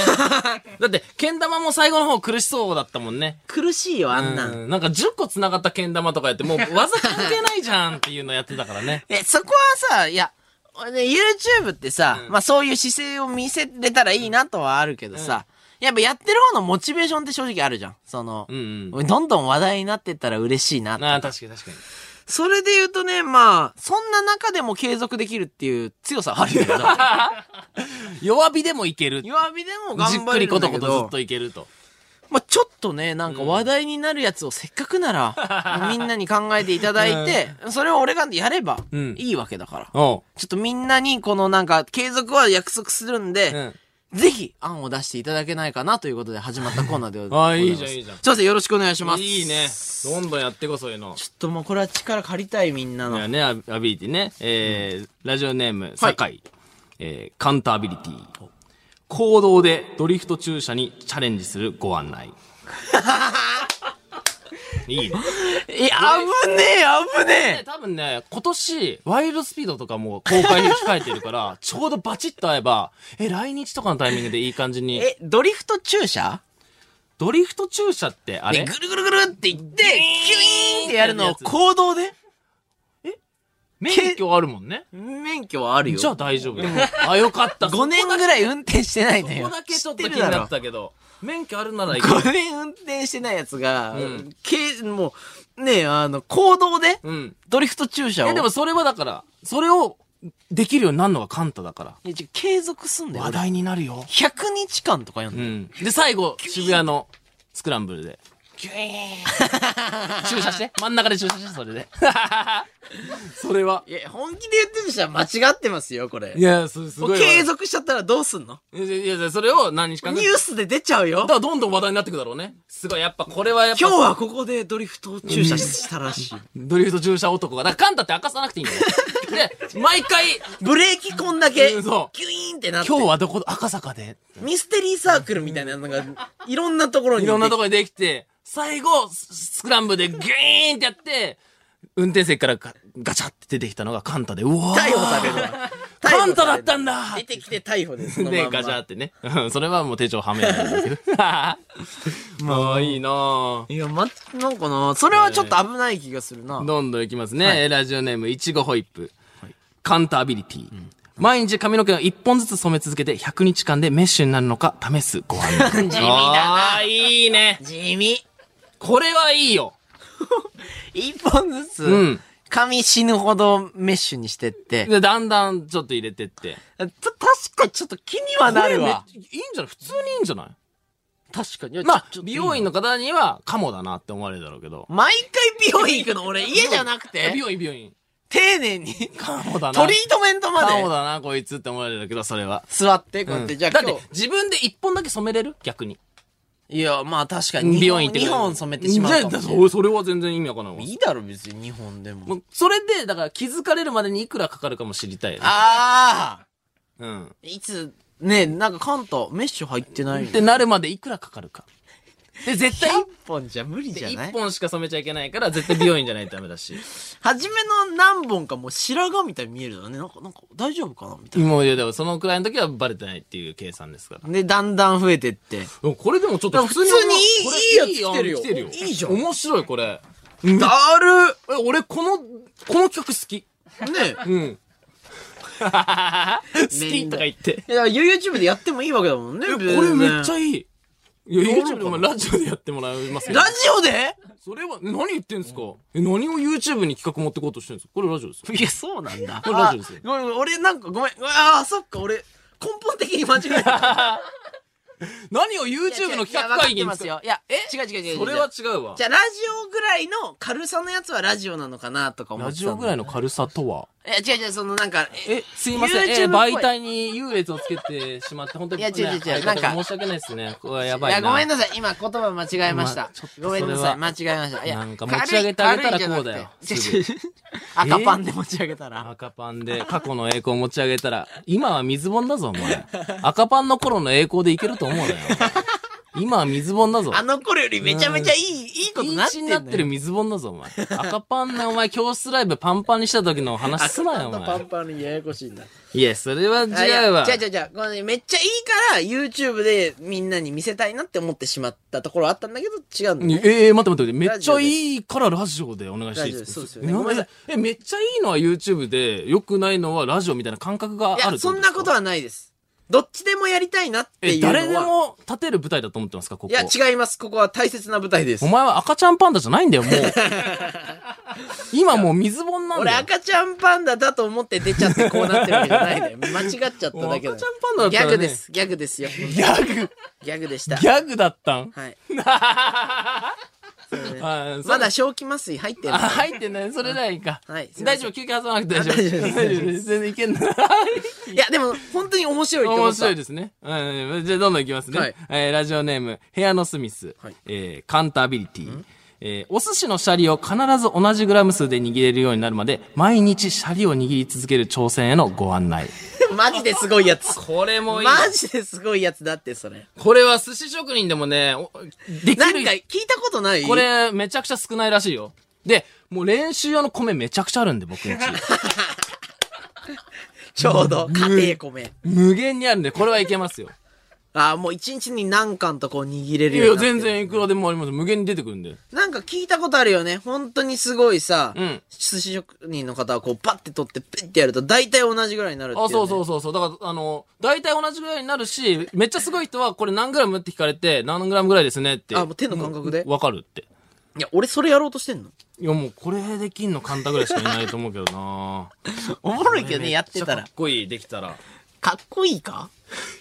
Speaker 1: だって、けん玉も最後の方苦しそうだったもんね。
Speaker 3: 苦しいよ、あんなん。。
Speaker 1: うん、なんか10個繋がったけん玉とかやって、もう技関係ないじゃんっていうのやってたからね
Speaker 3: え、そこはさ、いや、俺ね、YouTube ってさ、まあそういう姿勢を見せれたらいいなとはあるけどさ、やっぱやってる方のモチベーションって正直あるじゃん。その、
Speaker 1: うんうん。
Speaker 3: どんどん話題になってったら嬉しいなって
Speaker 1: ああ、確かに確かに。
Speaker 3: それで言うとね、まあ、そんな中でも継続できるっていう強さはあるけど、
Speaker 1: 弱火でもいける。
Speaker 3: 弱火でも
Speaker 1: じっ
Speaker 3: 頑張
Speaker 1: く
Speaker 3: れ
Speaker 1: り
Speaker 3: る
Speaker 1: こ
Speaker 3: んだ
Speaker 1: と
Speaker 3: け
Speaker 1: こ
Speaker 3: ど、
Speaker 1: とずっといけると。
Speaker 3: まあちょっとね、なんか話題になるやつをせっかくなら、みんなに考えていただいて、それを俺がやれば
Speaker 1: うん
Speaker 3: いいわけだから。
Speaker 1: おう。
Speaker 3: ちょっとみんなにこのなんか継続は約束するんで、ぜひ案を出していただけないかなということで始まったコーナーでございます。
Speaker 1: あいいじゃんいいじゃん
Speaker 3: すいません、よろしくお願いします。
Speaker 1: いいね。どんどんやってこそういうの。
Speaker 3: ちょっともうこれは力借りたいみんなの。
Speaker 1: いやね、アビアビリティね。えーラジオネーム、酒井。えーカンタアビリティ。行動でドリフト駐車にチャレンジするご案 内。いいね。
Speaker 3: え、危ねえ、危ねえ
Speaker 1: 多分ね、今年、ワイルドスピードとかも公開に控えてる から、ちょうどバチッと合えば、え、来日とかのタイミングでいい感じに。
Speaker 3: え、ドリフト駐車
Speaker 1: ドリフト駐車ってあ
Speaker 3: で、
Speaker 1: れ
Speaker 3: ぐるぐるぐるって言って、キュイーンってやるのを
Speaker 1: やつ
Speaker 3: 行動で
Speaker 1: 免許あるもんね。
Speaker 3: 免許はあるよ。
Speaker 1: じゃあ大丈夫。あ、よかった。
Speaker 3: 5年ぐらい運転してないんだ
Speaker 1: そ
Speaker 3: よ。
Speaker 1: こだけちょっと
Speaker 3: 知
Speaker 1: 気
Speaker 3: て
Speaker 1: に
Speaker 3: るだろ
Speaker 1: なったけど、免許あるならいいけど
Speaker 3: 5年運転してないやつが、
Speaker 1: ん
Speaker 3: けもう、ねえ、あの、行動で、
Speaker 1: うん。
Speaker 3: ドリフト駐車を。
Speaker 1: え、でもそれはだから、それをできるようになるのがカンタだから。
Speaker 3: いや、ちょ継続すんだよ。
Speaker 1: 話
Speaker 3: 俺
Speaker 1: 題になるよ。
Speaker 3: 100日間とかやん
Speaker 1: う
Speaker 3: の。
Speaker 1: ん。で、最後、渋谷のスクランブルで。駐車して。真ん中で駐車して、それ で。それは。
Speaker 3: いや、本気で言ってるとしたら間違ってますよ、これ
Speaker 1: い。や、すす
Speaker 3: も
Speaker 1: ご
Speaker 3: う
Speaker 1: い。
Speaker 3: 継。続しちゃったらどうすんの
Speaker 1: いやいやいや、それを何日間
Speaker 3: ニ
Speaker 1: か。
Speaker 3: ュースで出ちゃうよ
Speaker 1: だか。らどんどん話題になってくだろうね。すごい、やっぱこれはやっぱ。
Speaker 3: 今日はここでドリフト駐車したらしい。
Speaker 1: ドリフト駐車男が。だからカンタって明かさなくていいんだよ。で、毎回、
Speaker 3: ブレーキこんだけ、キ
Speaker 1: う
Speaker 3: ュ
Speaker 1: んそ
Speaker 3: イーンってなって。
Speaker 1: 今日はどこ、赤坂で。
Speaker 3: ミステリーサークルみたいなの が、いろんなところに。
Speaker 1: いろんなところにできて、最後、ススクランブルでギューンってやって、運転席からガガチャって出てきたのがカンタで、うわー
Speaker 3: 逮捕されるわ。
Speaker 1: カンタだったんだ
Speaker 3: 出てきて逮捕です。そのま
Speaker 1: で、
Speaker 3: んま
Speaker 1: ガチャ ってね。うんそれはもう手帳はめないんだけ ど。まあ、いいなぁ。
Speaker 3: いや、ま、なんかな、それはちょっと危ない気がするな。
Speaker 1: どんどんいきますね。えーラジオネーム、いちごホイップ。カンタアビリティ。毎日髪の毛を一本ずつ染め続けて100日間でメッシュになるのか試すご案 内。
Speaker 3: 地味だ
Speaker 1: あーいいね。
Speaker 3: な。地味。
Speaker 1: これはいいよ。
Speaker 3: 一本ずつ、
Speaker 1: うん
Speaker 3: 髪死ぬほどメッシュにしてって。
Speaker 1: で、だんだんちょっと入れてって。
Speaker 3: た確かにちょっと気にはなるわ
Speaker 1: こ。れめっちゃいいんじゃない普通にいいんじゃない
Speaker 3: 確かに。
Speaker 1: ま
Speaker 3: ま
Speaker 1: あ
Speaker 3: あ、、
Speaker 1: 美容院の方には、カモだなって思われるだろうけど。
Speaker 3: 毎回美容院行くの俺、家じゃなくて
Speaker 1: 美、容院、美容院。
Speaker 3: 丁寧に、
Speaker 1: カモだな。
Speaker 3: トリートメントま
Speaker 1: カモ
Speaker 3: で
Speaker 1: だな、こいつって思われるだけど、それは。
Speaker 3: 座って、こうやっ
Speaker 1: うん
Speaker 3: て、じ
Speaker 1: だ
Speaker 3: ゃ
Speaker 1: っ
Speaker 3: あ今
Speaker 1: て、自分で一本だけ染めれる逆に。
Speaker 3: 日。いや、まあ確かに。
Speaker 1: 美容院行って
Speaker 3: 2本染めてしまうかも
Speaker 1: じゃあ
Speaker 3: しれない
Speaker 1: そそれは全然意味わかんないわ。
Speaker 3: いいだろ、別に2本でも。
Speaker 1: もうそれで、だから気づかれるまでにいくらかかるかも知りたいよね。
Speaker 3: ああ
Speaker 1: うん。
Speaker 3: いつ、ねなんか関東、メッシュ入ってない
Speaker 1: ってなるまでいくらかかる か。で、絶対、
Speaker 3: 1本じゃ無理じゃ
Speaker 1: 一
Speaker 3: ない
Speaker 1: 本しか染めちゃいけないから、絶対美容院じゃないとダメだ し。
Speaker 3: 初めの何本かもう白髪みたいに見えるよね。なんか、なんか大丈夫かなみたい
Speaker 1: もう、いや、でもそのくらいの時はバレてないっていう計算ですから。
Speaker 3: な。で、だんだん増えてって。
Speaker 1: でもこれでもちょっと
Speaker 3: 普通に
Speaker 1: これ
Speaker 3: いいいいやつ来てるよいいじゃん
Speaker 1: 面白いこれ。
Speaker 3: だる
Speaker 1: え、俺この、この曲好き。
Speaker 3: ね
Speaker 1: うん。好きとか言って。
Speaker 3: いや、YouTube でやってもいいわけだもんね。
Speaker 1: え、こ
Speaker 3: 別にね
Speaker 1: れめっちゃいい。いや、
Speaker 3: やろうか
Speaker 1: YouTube でお前ラジオでやってもらいますよ
Speaker 3: ラジオで
Speaker 1: それは、何言ってんすかえ、何を YouTube に企画持ってこうとしてるんですかこれラジオですよ。
Speaker 3: いや、そうなんだ。
Speaker 1: これラジオですよ
Speaker 3: あごめん、俺なんかごめん。ああ、そっか、俺、根本的に間違えた。
Speaker 1: 何を YouTube の企画会議に
Speaker 3: い
Speaker 1: 使う
Speaker 3: や、いや違う違う違う違う。
Speaker 1: それは違うわ
Speaker 3: じ。ゃあ、ラジオぐらいの軽さのやつはラジオなのかなとか思っ
Speaker 1: ラ
Speaker 3: てた
Speaker 1: ジオぐらい
Speaker 3: の
Speaker 1: の軽さとは
Speaker 3: え、違う違う、そのなんか、え、
Speaker 1: え、すいません。え
Speaker 3: YouTube っぽい
Speaker 1: 媒体に優劣をつけてしまって、本当に、ね。
Speaker 3: いや違う違う違う
Speaker 1: はい
Speaker 3: なんか
Speaker 1: 申し訳ないですね。これはやば
Speaker 3: い
Speaker 1: いな。
Speaker 3: や、ごめんなさい。今、言葉間違えました
Speaker 1: まちょっ。と
Speaker 3: ごめんなさい。
Speaker 1: それは
Speaker 3: 間違えました。いや、
Speaker 1: なんか
Speaker 3: 軽い
Speaker 1: 持ち上げてあげたらこうだよ
Speaker 3: 軽い
Speaker 1: す
Speaker 3: じゃ
Speaker 1: ぐ
Speaker 3: なくて違う違う 赤パンで持ち上げたら。
Speaker 1: 赤パンで過去の栄光持ち上げたら、今は水本だぞ、お前。赤パンの頃の栄光でいけると思うなよ。今は水本だぞ。
Speaker 3: あの頃よりめちゃめちゃいい、いいこと
Speaker 1: 禁
Speaker 3: なって
Speaker 1: 止
Speaker 3: ん
Speaker 1: に
Speaker 3: のよ
Speaker 1: なってる水本だぞ、お前。赤パンな、お前、教室ライブパンパンにした時の話すなよ、お
Speaker 3: あパ
Speaker 1: 前
Speaker 3: ン。パンにややこしいんだ。
Speaker 1: いや、それは
Speaker 3: あいや
Speaker 1: 違うわ。
Speaker 3: 違う違う違う。これねめっちゃいいから、YouTube でみんなに見せたいなって思ってしまったところあったんだけど、違うんだね。
Speaker 1: ええ待って待って待って、めっ
Speaker 3: ラ
Speaker 1: ち
Speaker 3: ジオ
Speaker 1: ゃ
Speaker 3: で
Speaker 1: いいからラジオでお願いしていいで
Speaker 3: ラジオ
Speaker 1: すか
Speaker 3: でそうですよね
Speaker 1: な
Speaker 3: ごめんなさ
Speaker 1: え、めっちゃいいのは YouTube で、良くないのはラジオみたいな感覚があ
Speaker 3: い
Speaker 1: るって
Speaker 3: や、そんなこと
Speaker 1: は。
Speaker 3: はないです。どっちでもやりたいなって
Speaker 1: え、
Speaker 3: いうのは。
Speaker 1: 誰でも立てる舞台だと思ってますか、ここ。
Speaker 3: いや、違います。ここは大切な舞台です
Speaker 1: お。前は赤ちゃんパンダじゃないん だよ、もう。今もう水本なんだ
Speaker 3: 俺
Speaker 1: よ。
Speaker 3: 赤ちゃんパンダだと思って出ちゃってこうなってるわけじゃないの よ。間違っちゃっただけだ
Speaker 1: もう
Speaker 3: よ。
Speaker 1: 赤ちゃんパンダだった
Speaker 3: ギ
Speaker 1: ら
Speaker 3: ャ
Speaker 1: ね
Speaker 3: グです。ギャグですよ。ギ
Speaker 1: ギャグ、
Speaker 3: ャグでした。
Speaker 1: ギャグだったん
Speaker 3: はい。
Speaker 1: あ
Speaker 3: まだ、正気麻酔入って
Speaker 1: そ
Speaker 3: る
Speaker 1: うあ、入ってない。それならいいか。
Speaker 3: はいすいま
Speaker 1: 大
Speaker 3: せん
Speaker 1: 丈夫、休憩挟まなくて大丈
Speaker 3: あ
Speaker 1: 夫。
Speaker 3: 大丈夫です
Speaker 1: です。全然 いけんの。
Speaker 3: いや、でも本当に面白いと思った。
Speaker 1: 面白いですね。うん、じゃあどんどんいきますね。
Speaker 3: はい
Speaker 1: えーラジオネーム、部屋のスミス、
Speaker 3: はい
Speaker 1: えーカンタビリティ。えーお寿司のシャリを必ず同じグラム数で握れるようになるまで、毎日シャリを握り続ける挑戦へのご案内。
Speaker 3: マジですごいやつ。
Speaker 1: これもいい。
Speaker 3: マジですごいやつだって、それ。
Speaker 1: これは寿司職人でもね、おでき
Speaker 3: なんか
Speaker 1: る。
Speaker 3: 聞いたことない
Speaker 1: これ、めちゃくちゃ少ないらしいよ。で、もう練習用の米めちゃくちゃあるんで、 僕んち。
Speaker 3: ちょうど、家庭米。
Speaker 1: 無限にあるんで、これはいけますよ。
Speaker 3: ああ、もう一日に何貫とこう握れ
Speaker 1: い
Speaker 3: るよう
Speaker 1: や、
Speaker 3: になってる
Speaker 1: 全然いくらでもあります。無限に出てくるんで。
Speaker 3: なんか聞いたことあるよね。本当にすごいさ、
Speaker 1: うん
Speaker 3: 寿司職人の方はこうパッて取ってペッてやると大体同じぐらいになるっていう、
Speaker 1: あ、
Speaker 3: ね。。
Speaker 1: そうそううそうそう。だから、あの、大体同じぐらいになるし、めっちゃすごい人は、これ何グラムって聞かれて、何グラムぐらいですねって。
Speaker 3: あもう手の感覚で
Speaker 1: うんわかるって。
Speaker 3: いや、俺それやろうとしてんの。
Speaker 1: いや、もうこれできんの簡単ぐらいしかいないと思うけどな
Speaker 3: おもろいけどね、やってた
Speaker 1: めちゃ
Speaker 3: ら
Speaker 1: かっ。こいい、できたら。
Speaker 3: かっこいいか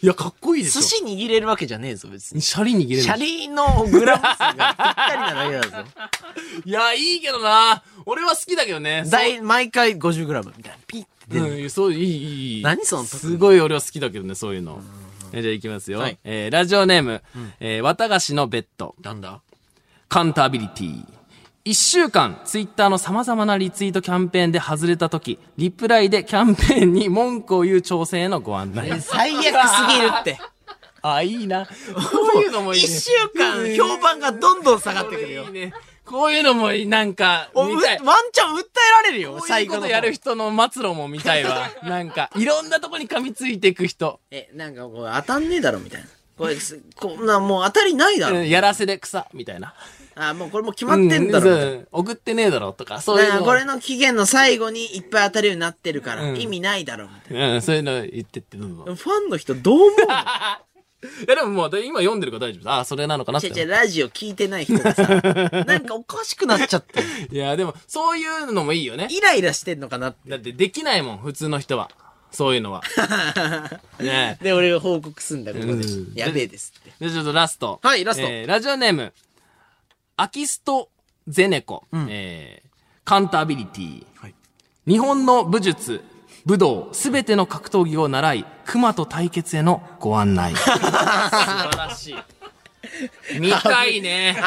Speaker 1: いや、かっこいいでし
Speaker 3: 寿
Speaker 1: ょ。
Speaker 3: 司握れるわけじゃねえぞ、別に。
Speaker 1: シャリ握れる
Speaker 3: シャリのグラム数がぴったりなだけだぞ。
Speaker 1: いや、いいけどな俺は好きだけどね。
Speaker 3: だい毎回50グラムみたいな。ピッて出る。
Speaker 1: うん、そう、いい、いいいい。
Speaker 3: 何その特技
Speaker 1: すごい俺は好きだけどね、そういうの。えじゃあ行きますよ。
Speaker 3: はい
Speaker 1: えーラジオネーム、えー、綿菓子のベッド、
Speaker 3: なんだ
Speaker 1: カンタビリティ。一週間、ツイッターの様々なリツイートキャンペーンで外れた時、リプライでキャンペーンに文句を言う挑戦へのご案内。
Speaker 3: 最悪すぎるって。
Speaker 1: あ、いいな。こういうのもいい、ね。
Speaker 3: 一週間評判がどんどん下がってくるよ
Speaker 1: いい。ね。こういうのもいい、なんか、
Speaker 3: おう
Speaker 1: 見
Speaker 3: ワン
Speaker 1: たい。
Speaker 3: チャン訴えられるよ、
Speaker 1: こうい
Speaker 3: 最
Speaker 1: う
Speaker 3: 後
Speaker 1: こ
Speaker 3: の
Speaker 1: と
Speaker 3: 方。
Speaker 1: やる人の末路も見たいわ。なんか、いろんなとこに噛みついていく人。
Speaker 3: え、なんかこれ当たんねえだろ、みたいな。これ、 すこんなもう当たりないだ
Speaker 1: う
Speaker 3: ろ。
Speaker 1: んやらせで草、みたいな。
Speaker 3: あ、もうこれもう決まってんだろ。
Speaker 1: う
Speaker 3: みたいな
Speaker 1: そう送ってねえだろとか、そう
Speaker 3: だ
Speaker 1: い
Speaker 3: か
Speaker 1: う
Speaker 3: ら
Speaker 1: の。
Speaker 3: これの期限の最後にいっぱい当たるようになってるから、
Speaker 1: うん
Speaker 3: 意味ないだろ、みたい
Speaker 1: うん、そういうの言ってって、どうぞ。
Speaker 3: な。ファンの人どう思うの
Speaker 1: いや、でももう、で今読んでるから大丈夫です。ああ、それなのかなっ
Speaker 3: ち
Speaker 1: て
Speaker 3: ゃ。ちゃラジオ聞いてない人 がさ、なんかおかしくなっちゃって、
Speaker 1: いや、でも、そういうのもいいよね。
Speaker 3: イライラしてんのかなって。
Speaker 1: だって、できないもん、普通の人は。そういうのは。 ねえ。
Speaker 3: で、俺が報告すんだ、ここ
Speaker 1: う
Speaker 3: で
Speaker 1: ん。
Speaker 3: やべえですって。
Speaker 1: で、ちょっとラスト。
Speaker 3: はいラスト
Speaker 1: えーラジオネーム、アキスト・ゼネコ。えーカンタービリティ。
Speaker 3: はい
Speaker 1: 日本の武術、武道、すべての格闘技を習い、熊と対決へのご案 内。素晴らしい。見たいね。
Speaker 3: 危ね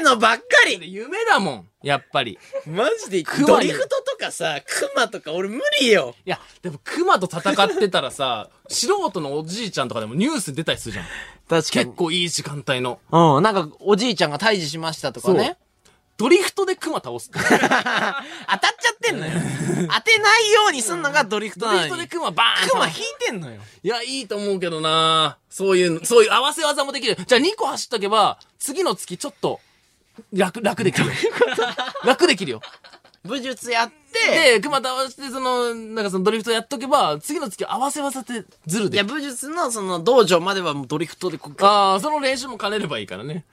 Speaker 3: えのばっかり
Speaker 1: 夢だもん、やっぱり。い
Speaker 3: マジで
Speaker 1: 熊に
Speaker 3: ドリフトとかさ、クマとか俺無理よ
Speaker 1: や、でも熊と戦ってたらさ、素人のおじいちゃんとかでもニュース出たりするじゃん。
Speaker 3: 確
Speaker 1: 結構いい時間帯の。
Speaker 3: うん、なんか、おじいちゃんが退治しましたとかね。
Speaker 1: ドリフトで熊倒すって。
Speaker 3: 当たっちゃってんのよ。当てないようにすんのがドリフト
Speaker 1: ド
Speaker 3: な
Speaker 1: リ
Speaker 3: の
Speaker 1: フ
Speaker 3: に。
Speaker 1: トで
Speaker 3: ク
Speaker 1: 熊バーン
Speaker 3: マ引いてんのよ。
Speaker 1: いや、いいと思うけどなそういう、そういう合わせ技もできる。じゃあ2個走っとけば、次の月ちょっと、楽、楽できるよ。楽できるよ。
Speaker 3: 武術やって、
Speaker 1: で、熊倒して、その、なんかそのドリフトやっとけば、次の月合わせ技ってズル
Speaker 3: い
Speaker 1: で
Speaker 3: や、。武術のその道場まではもうドリフトでこう、
Speaker 1: ああ、その練習も兼ねればいいからね。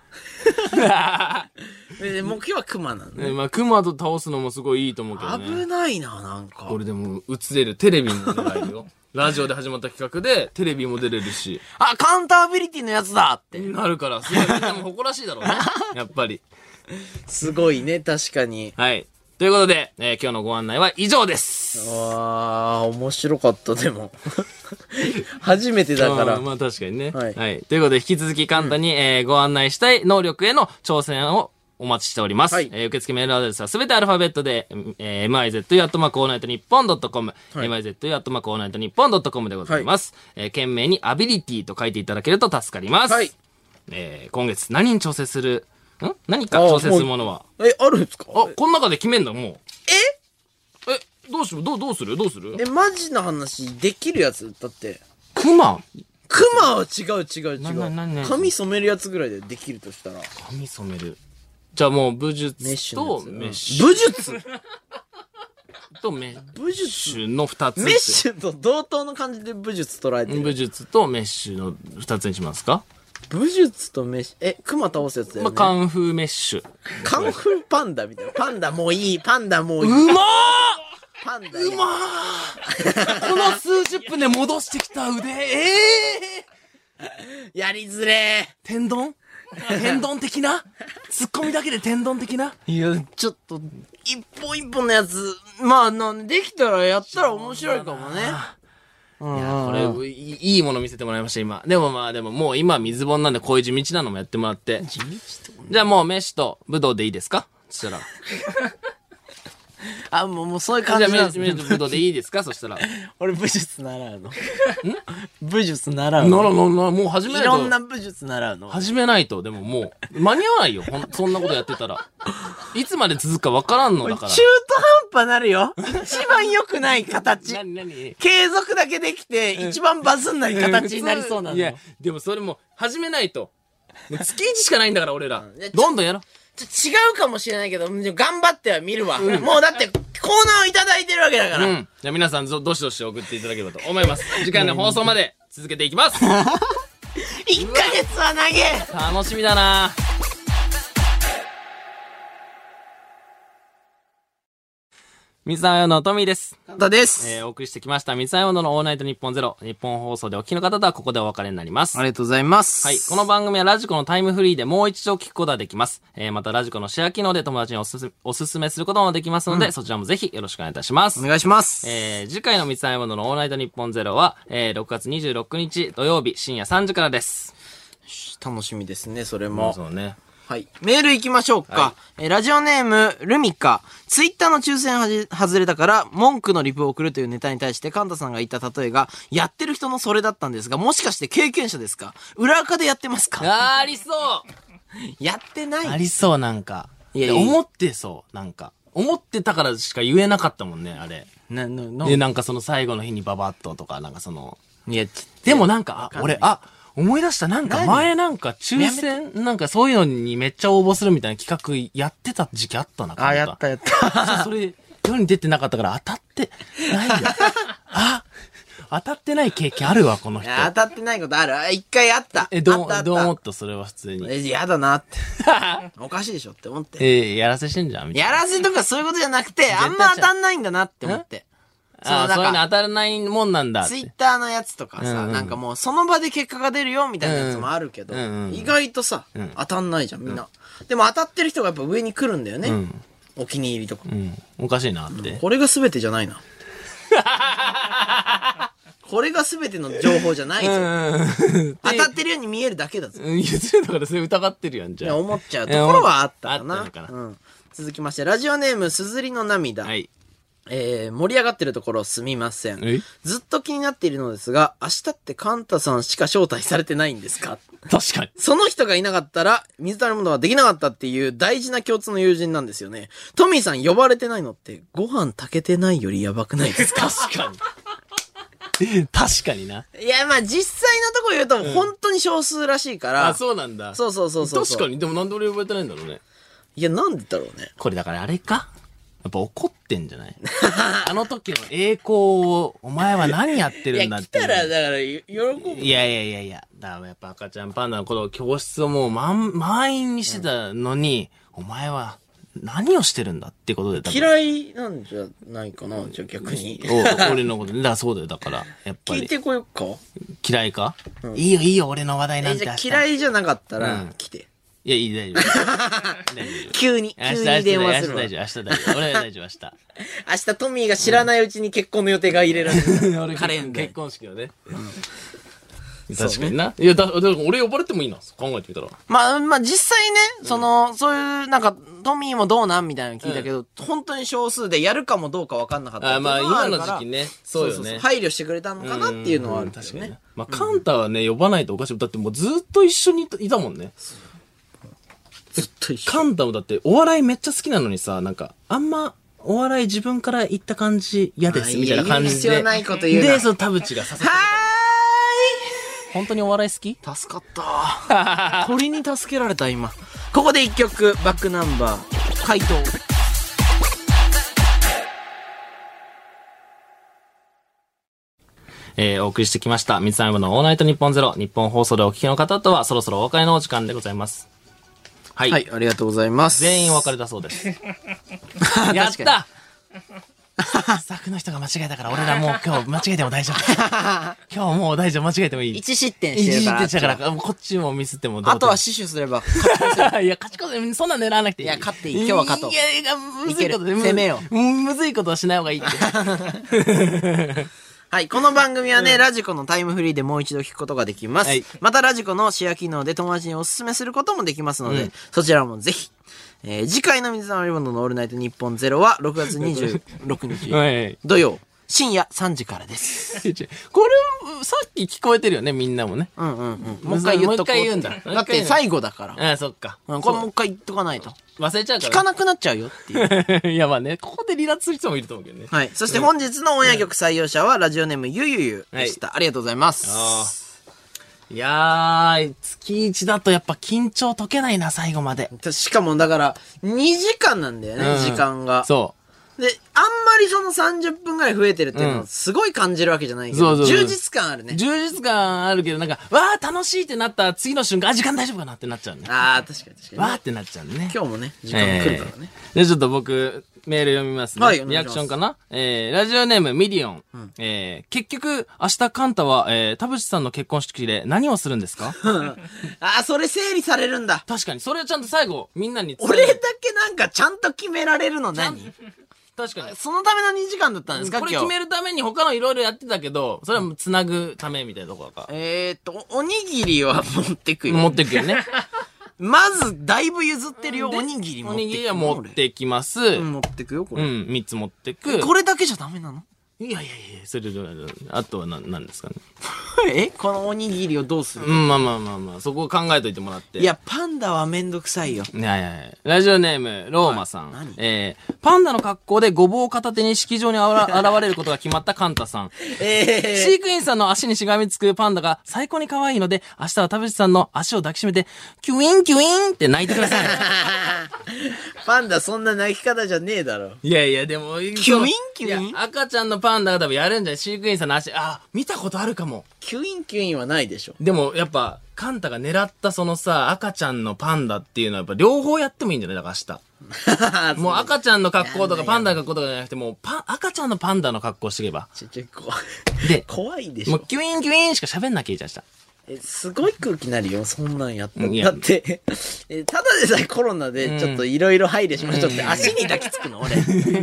Speaker 3: で目標はクマなの、
Speaker 1: ねまあ、熊と倒すのもすごいいいと思うけどね。
Speaker 3: 危ないな、なんか。
Speaker 1: 俺でも映れる。テレビも出ないよ。ラジオで始まった企画で、テレビも出れるし。
Speaker 3: あ、カウンターアビリティのやつだって。
Speaker 1: なるから、すごい、みんなも誇らしいだろうね。やっぱり。
Speaker 3: すごいね、確かに。
Speaker 1: はい。ということで、えー今日のご案内は以上です。
Speaker 3: わー、面白かった、でも。 初めてだか
Speaker 1: あ
Speaker 3: ら
Speaker 1: ー。まあ確かにね。
Speaker 3: は
Speaker 1: はいい。ということで、引き続き簡単に、えーご案内したい能力への挑戦をお待ちしております。
Speaker 3: はい
Speaker 1: えー受付メールアドレスはすべてアルファベットで、えー、mizu.allnightnippon.com、
Speaker 3: はい
Speaker 1: mizu.allnightnippon.com でございます。えー懸命にアビリティと書いていただけると助かります。
Speaker 3: はい。
Speaker 1: えー今月何に調整する、ん何か調整するものは。
Speaker 3: え、あるんですか
Speaker 1: あ、この中で決めんだ、もう。ええ、どうしよう、どう、どうするどうする
Speaker 3: え、マジな話、できるやつだって。
Speaker 1: クマ
Speaker 3: クマは違う違う
Speaker 1: ななな
Speaker 3: 違
Speaker 1: な
Speaker 3: う。髪染めるやつぐらいでできるとしたら。
Speaker 1: 髪染める。じゃあもう武
Speaker 3: メッ
Speaker 1: 術
Speaker 3: シュのや
Speaker 1: と
Speaker 3: つ。
Speaker 1: メッシ
Speaker 3: 武 術
Speaker 1: ュとメッ
Speaker 3: 武術
Speaker 1: シュの二つって。
Speaker 3: メッシュと同等の感じで武術捉えて
Speaker 1: 武
Speaker 3: る。
Speaker 1: 術とメッシュの二つにしますか、
Speaker 3: 武術とメッシュ。え、クマ倒すやつだよ
Speaker 1: まあ、
Speaker 3: ね。
Speaker 1: カンフーメッシュ。
Speaker 3: カンフーパンダみたいな。パンダもういい、パンダもういい。
Speaker 1: うま
Speaker 3: パンダ
Speaker 1: ーうまーこの数十分で戻してきた腕、ええ
Speaker 3: やりづれー。
Speaker 1: 天 丼天丼的なツッコミだけで天丼的ない
Speaker 3: や、ちょっと、一本一本のやつ、まあ、なんできたらやったら面白いかもね。
Speaker 1: いや、これ、いいいいもの見せてもらいました、今。でもまあ、でももう今水本なんでこういう地道なのもやってもらって。地道じゃあもう飯と武道でいいですかそしたら。
Speaker 3: あ、もう、もうそういう
Speaker 1: じゃ
Speaker 3: 感
Speaker 1: あ
Speaker 3: じなんで
Speaker 1: 飯
Speaker 3: す
Speaker 1: と
Speaker 3: ね。
Speaker 1: 武道でいいですかそしたら。な
Speaker 4: 俺武術習うの武術習うの
Speaker 1: らなら、もう始めないい
Speaker 4: ろんな
Speaker 1: と。
Speaker 4: 武術習うの
Speaker 1: 始めないと、でもも う、間に合わないよ。ほんそんなことやってたら。いつまで続くかわからんのだから
Speaker 4: 中。途半端なるよ一番良くない形
Speaker 1: なになに
Speaker 4: 継続だけできて一番バズんない形になりそうなの
Speaker 1: いや、でもそれも、始めないと。もう月1しかないんだから、俺ら
Speaker 3: いや。
Speaker 1: どんどんやろう。
Speaker 3: ちょ違うかもしれないけど、でも頑張っては見るわ。もうだって、コーナーをいただいてるわけだから。
Speaker 1: うん。じゃあ皆さんど、どしどし送っていただければと思います。次回の放送まで続けていきます
Speaker 3: 1ヶ月は投げ
Speaker 1: 楽しみだな水沢用のトミーです。
Speaker 3: 簡単です、
Speaker 1: えー、お送りしてきました、水沢用のオールナイト日本ゼロ。日本放送でお聞きの方とはここでお別れになります。
Speaker 3: ありがとうございます。
Speaker 1: はい。この番組はラジコのタイムフリーでもう一度聞くことができます。えー、またラジコのシェア機能で友達におすすめ、おすすめすることもできますので、そちらもぜひよろしくお願いいたします
Speaker 3: お。願いします。
Speaker 1: えー、次回の三つ編み物のオールナイト日本ゼロは、えー、6月26日土曜日深夜3時からです。
Speaker 3: 楽しみですね、それも。
Speaker 1: うね。
Speaker 3: はい。メール行きましょうか。えーラジオネーム、ルミカ。ツイッターの抽選はじ外れたから、文句のリプを送るというネタに対して、カンタさんが言った例えが、やってる人のそれだったんですが、もしかして経験者ですか裏垢でやってますか
Speaker 1: あーありそう
Speaker 3: やってない。
Speaker 1: ありそうなんか。
Speaker 3: いやいや
Speaker 1: で思ってそう、なんか。思ってたからしか言えなかったもんね、あれ。
Speaker 3: な、な、な
Speaker 1: で、なんかその最後の日にババッととか、なんかその。
Speaker 3: いや、ち
Speaker 1: でもなんか、あ、俺、あ、思い出した。なんか
Speaker 3: 何
Speaker 1: 前なんか抽選、なんかそういうのにめっちゃ応募するみたいな企画やってた時期あったな。
Speaker 3: あ、やったやった。
Speaker 1: そうそれ、世に出てなかったから当たってない よ。あ当たってない経験あるわ、この
Speaker 3: い
Speaker 1: 人。
Speaker 3: や当たってないことある。あ一回あった。
Speaker 1: え、ど
Speaker 3: あったあ
Speaker 1: う、
Speaker 3: った
Speaker 1: どう思ったそれは普通に。
Speaker 3: え、やだなって。 おかしいでしょって思って。
Speaker 1: えやらせしてんじゃんみたい
Speaker 3: や
Speaker 1: な。
Speaker 3: らせとかそういうことじゃなくて、あんま当たんないんだなって思って。
Speaker 1: あ
Speaker 3: の
Speaker 1: そういうの当たらないもんなんだって。
Speaker 3: ツイッターのやつとかさ、
Speaker 1: うんうん
Speaker 3: なんかもうその場で結果が出るよみたいなやつもあるけど、
Speaker 1: うんうん
Speaker 3: 意外とさ、
Speaker 1: ん
Speaker 3: 当たんないじゃんみんな、でも当たってる人がやっぱ上に来るんだよね、
Speaker 1: ん
Speaker 3: お気に入りとか、
Speaker 1: うん。おかしいなって。
Speaker 3: これが全てじゃない なこれが全ての情報じゃないぞ、
Speaker 1: うん。
Speaker 3: 当たってるように見えるだけだぞ、
Speaker 1: 言ってんだからそれ疑ってるやん、じ
Speaker 3: い
Speaker 1: ゃ
Speaker 3: や
Speaker 1: あ。
Speaker 3: 思っちゃうところはあったか
Speaker 1: あ
Speaker 3: な
Speaker 1: ったのか
Speaker 3: うん、続きましてラジオネームすずりの涙、
Speaker 1: はい。
Speaker 3: えー盛り上がってるところすみません
Speaker 1: え
Speaker 3: ずっと気になっているのですが、明日ってカンタさんしか招待されてないんですか
Speaker 1: 確かに。
Speaker 3: その人がいなかったら、水溜りボンドはできなかったっていう大事な共通の友人なんですよね。トミーさん呼ばれてないのって、ご飯炊けてないよりやばくないですか
Speaker 1: 確かに。確かにな。
Speaker 3: いや、まあ実際のとこ言うと、本当に少数らしいから。
Speaker 1: あ、そうなんだ。
Speaker 3: そうそうそうそうそう
Speaker 1: 確かに。でもなんで俺呼ばれてないんだろうね。
Speaker 3: いや、なんでだろうね。
Speaker 1: これだからあれかやっぱ怒ってんじゃ ないあの時の栄光を、お前は何やって
Speaker 3: い
Speaker 1: るんだ
Speaker 3: や、
Speaker 1: っ
Speaker 3: 来
Speaker 1: てい
Speaker 3: た
Speaker 1: う。
Speaker 3: ら、だから、喜ぶ。
Speaker 1: いやいやいやいや、だからやっぱ赤ちゃんパンダのこの教室をもう満満員にしてたのに、お前は何をしてるんだってことで、多 分
Speaker 3: 嫌いなんじゃないかな、じゃあ逆に。
Speaker 1: お俺のことね、だからそうだよ、だから、やっぱ
Speaker 3: 聞い
Speaker 1: り。
Speaker 3: てこよっか。
Speaker 1: 嫌いか、いいよいいよ、俺の話題な
Speaker 3: え、
Speaker 1: んて
Speaker 3: じゃ
Speaker 1: 明
Speaker 3: あ
Speaker 1: 日。
Speaker 3: 嫌
Speaker 1: い
Speaker 3: いじゃなかった
Speaker 1: う
Speaker 3: ら
Speaker 1: ん、
Speaker 3: 来て。
Speaker 1: や、いい、大丈夫。大丈夫。
Speaker 3: 急に、
Speaker 1: 明
Speaker 3: 急
Speaker 1: 日、
Speaker 3: に
Speaker 1: 明日
Speaker 3: 電
Speaker 1: 大
Speaker 3: 話す
Speaker 1: 丈夫、
Speaker 3: るわ
Speaker 1: 明。日大丈夫。俺は大丈夫、明 日。
Speaker 3: 明日トミー が知らないうちに結婚の予定が入れられる。
Speaker 1: 俺
Speaker 3: カレンダーに
Speaker 1: 結婚式をね。確かにな。いや、だ、だから俺呼ばれてもいいな。考えてみたら。
Speaker 4: まあ、まあ実際ね、その、そういう、なんか、トミーもどうなんみたいなの聞いたけど、本当に少数でやるかもどうか分かんなかった
Speaker 1: あーまあ、
Speaker 4: っていうのは
Speaker 1: 今の
Speaker 4: るから
Speaker 1: 時期ね。そうよね。
Speaker 3: 配慮してくれたのかなっていうのはあるけど
Speaker 1: 確かに
Speaker 3: ね
Speaker 1: ね。まあ、カンタはね、呼ばないとおかしい。だってもうずっと一緒にいたもんね。
Speaker 3: ずっと一緒
Speaker 1: カンタもだってお笑いめっちゃ好きなのにさ、なんか、あんま、お笑い自分から言った感じ嫌です、みたいな感じで。
Speaker 3: いや言う必要ないこと言うな
Speaker 1: で、その田淵がさせて本当にお笑い好き
Speaker 3: はーい助かった鳥に助けられた今ここで一曲バックナンバー回答
Speaker 1: えー、お送りしてきました。三つ編むのオールナイト日本ゼロ。日本放送でお聞きの方とは、そろそろお別れのお時間でございます。はい。
Speaker 3: はいありがとうございます
Speaker 1: 全員お別れだそ うです。やったスタッフの人が間違えたから、俺ら もう今日間違えても大丈夫。今日もう大丈夫、間違えてもいい。
Speaker 4: 一失点
Speaker 1: 一
Speaker 4: してる
Speaker 1: 時
Speaker 4: か
Speaker 1: 停
Speaker 4: ら。
Speaker 1: 車から、もうこっちもミスっても同点
Speaker 3: あとは死守すれば
Speaker 1: いや、勝ちこそ、そんな狙わなくていい。
Speaker 4: いや勝っていい今日は勝とう
Speaker 1: いや、いや、むずいこと
Speaker 4: いける攻めよ
Speaker 1: う。むずいことはしない方がい いって。
Speaker 3: はい。この番組はね、ラジコのタイムフリーでもう一度聞くことができます。
Speaker 1: はい
Speaker 3: またラジコのシェア機能で友達におすすめすることもできますので、
Speaker 1: うん
Speaker 3: そちらもぜひ。えー次回の水溜りボンドのオールナイト日本ゼロは6月26日
Speaker 1: はい。
Speaker 3: 土曜深夜3時からです。
Speaker 1: これ、さっき聞こえてるよね、みんなもね。
Speaker 3: うんうんうん。もう一回言っとこう。
Speaker 1: もう一回言うんだ
Speaker 3: だって最後だから。
Speaker 1: ああ、そっか。
Speaker 3: うんこれもう一回言っとかないと。
Speaker 1: 忘れちゃう
Speaker 3: 聞
Speaker 1: か。
Speaker 3: からなくなっちゃうよっていう。
Speaker 1: いや、まあね、ここで離脱する人もいると思うけどね。
Speaker 3: はい。そして本日のオンエア曲採用者はラジオネームゆゆゆでした。ありがとうございます。
Speaker 1: ああ。いやー、月一だとやっぱ緊張解けないな、最後まで。
Speaker 3: しかもだから、2時間なんだよね、
Speaker 1: うん
Speaker 3: 時間が。
Speaker 1: そ
Speaker 3: で、あんまりその30分ぐらい増えてるっていうの
Speaker 1: う
Speaker 3: を
Speaker 1: ん
Speaker 3: すごい感じるわけじゃないけ
Speaker 1: そ
Speaker 3: ど、
Speaker 1: うそうそう
Speaker 3: 充実感ある
Speaker 1: う。
Speaker 3: ね。
Speaker 1: 充実感あるけど、なんか、わー、楽しいってなったら次の瞬間、あ、時間大丈夫かなってなっちゃうね。
Speaker 3: ああ、確かに確かに。
Speaker 1: わーってなっちゃうね。
Speaker 3: 今日もね、時間来るからね。
Speaker 1: えーで、ちょっと僕、メール読みますね。
Speaker 3: はいお願いし
Speaker 1: リ
Speaker 3: ます
Speaker 1: アクションかなえー、ラジオネームミリオン。えー、結局、明日カンタは、えー、田淵さんの結婚式で何をするんです か
Speaker 3: ああ、それ整理されるんだ。
Speaker 1: 確かに、それはちゃんと最後、みんなに伝え
Speaker 3: 俺だけなんかちゃんと決められるの何
Speaker 1: 確かに。
Speaker 3: そのための2時間だったんですか
Speaker 1: こ
Speaker 3: 今
Speaker 1: れ
Speaker 3: 日。
Speaker 1: 決めるために他のいろいろやってたけど、それはもう繋ぐためみたいなところか。
Speaker 3: えーっと、おにぎりは持ってく
Speaker 1: 持
Speaker 3: よ
Speaker 1: っ。てく よね。
Speaker 3: まず、だいぶ譲ってるよ。おにぎり持
Speaker 1: お
Speaker 3: ってく
Speaker 1: にぎりは持っ
Speaker 3: よ
Speaker 1: てきます。
Speaker 3: 俺うん
Speaker 1: う
Speaker 3: 持ってくよ、これ。
Speaker 1: ん、三つ持ってく。
Speaker 3: これだけじゃダメなの
Speaker 1: いやいやいや、それで、あとはな、なんですかね。
Speaker 3: えこのおにぎりをどうする
Speaker 1: うん、まあまあまあまあ、そこを考えといてもらって。
Speaker 3: いや、パンダはめんどくさいよ。
Speaker 1: いやいやいやラジオネーム、ローマさん。
Speaker 3: はい何
Speaker 1: えー、パンダの格好でごぼうを片手に式場にあ ら現れることが決まったカンタさん。
Speaker 3: え
Speaker 1: 飼育員さんの足にしがみつくパンダが最高に可愛いので、明日は田淵さんの足を抱きしめて、キュインキュインって泣いてください。
Speaker 3: パンダそんな泣き方じゃねえだろ。
Speaker 1: いやいや、でも、キ
Speaker 3: ュインキュイン
Speaker 1: 赤ちゃんのパンダが多分やるんじゃない飼育員さんの足、あ、見たことあるかも。
Speaker 3: キュインキュインはないで しょ。
Speaker 1: でも、やっぱ、カンタが狙ったそのさ、赤ちゃんのパンダっていうのはやっぱ両方やってもいいんじゃないだから明日。もう赤ちゃんの格好とかパンダの格好とかじゃなくて、もうパン、赤ちゃんのパンダの格好してけば。
Speaker 3: ちょ、ちょ、怖い。
Speaker 1: で、
Speaker 3: 怖いでし
Speaker 1: もう
Speaker 3: ょ。
Speaker 1: ギュインギュインしか喋んなきゃいいじゃん、した。
Speaker 3: え、すごい空気になるよ、そんなんやった
Speaker 1: うんい
Speaker 3: ら。
Speaker 1: や
Speaker 3: だって、え、ただでさえコロナでちょっといろいろ配慮しましょうって、足に抱きつくの俺。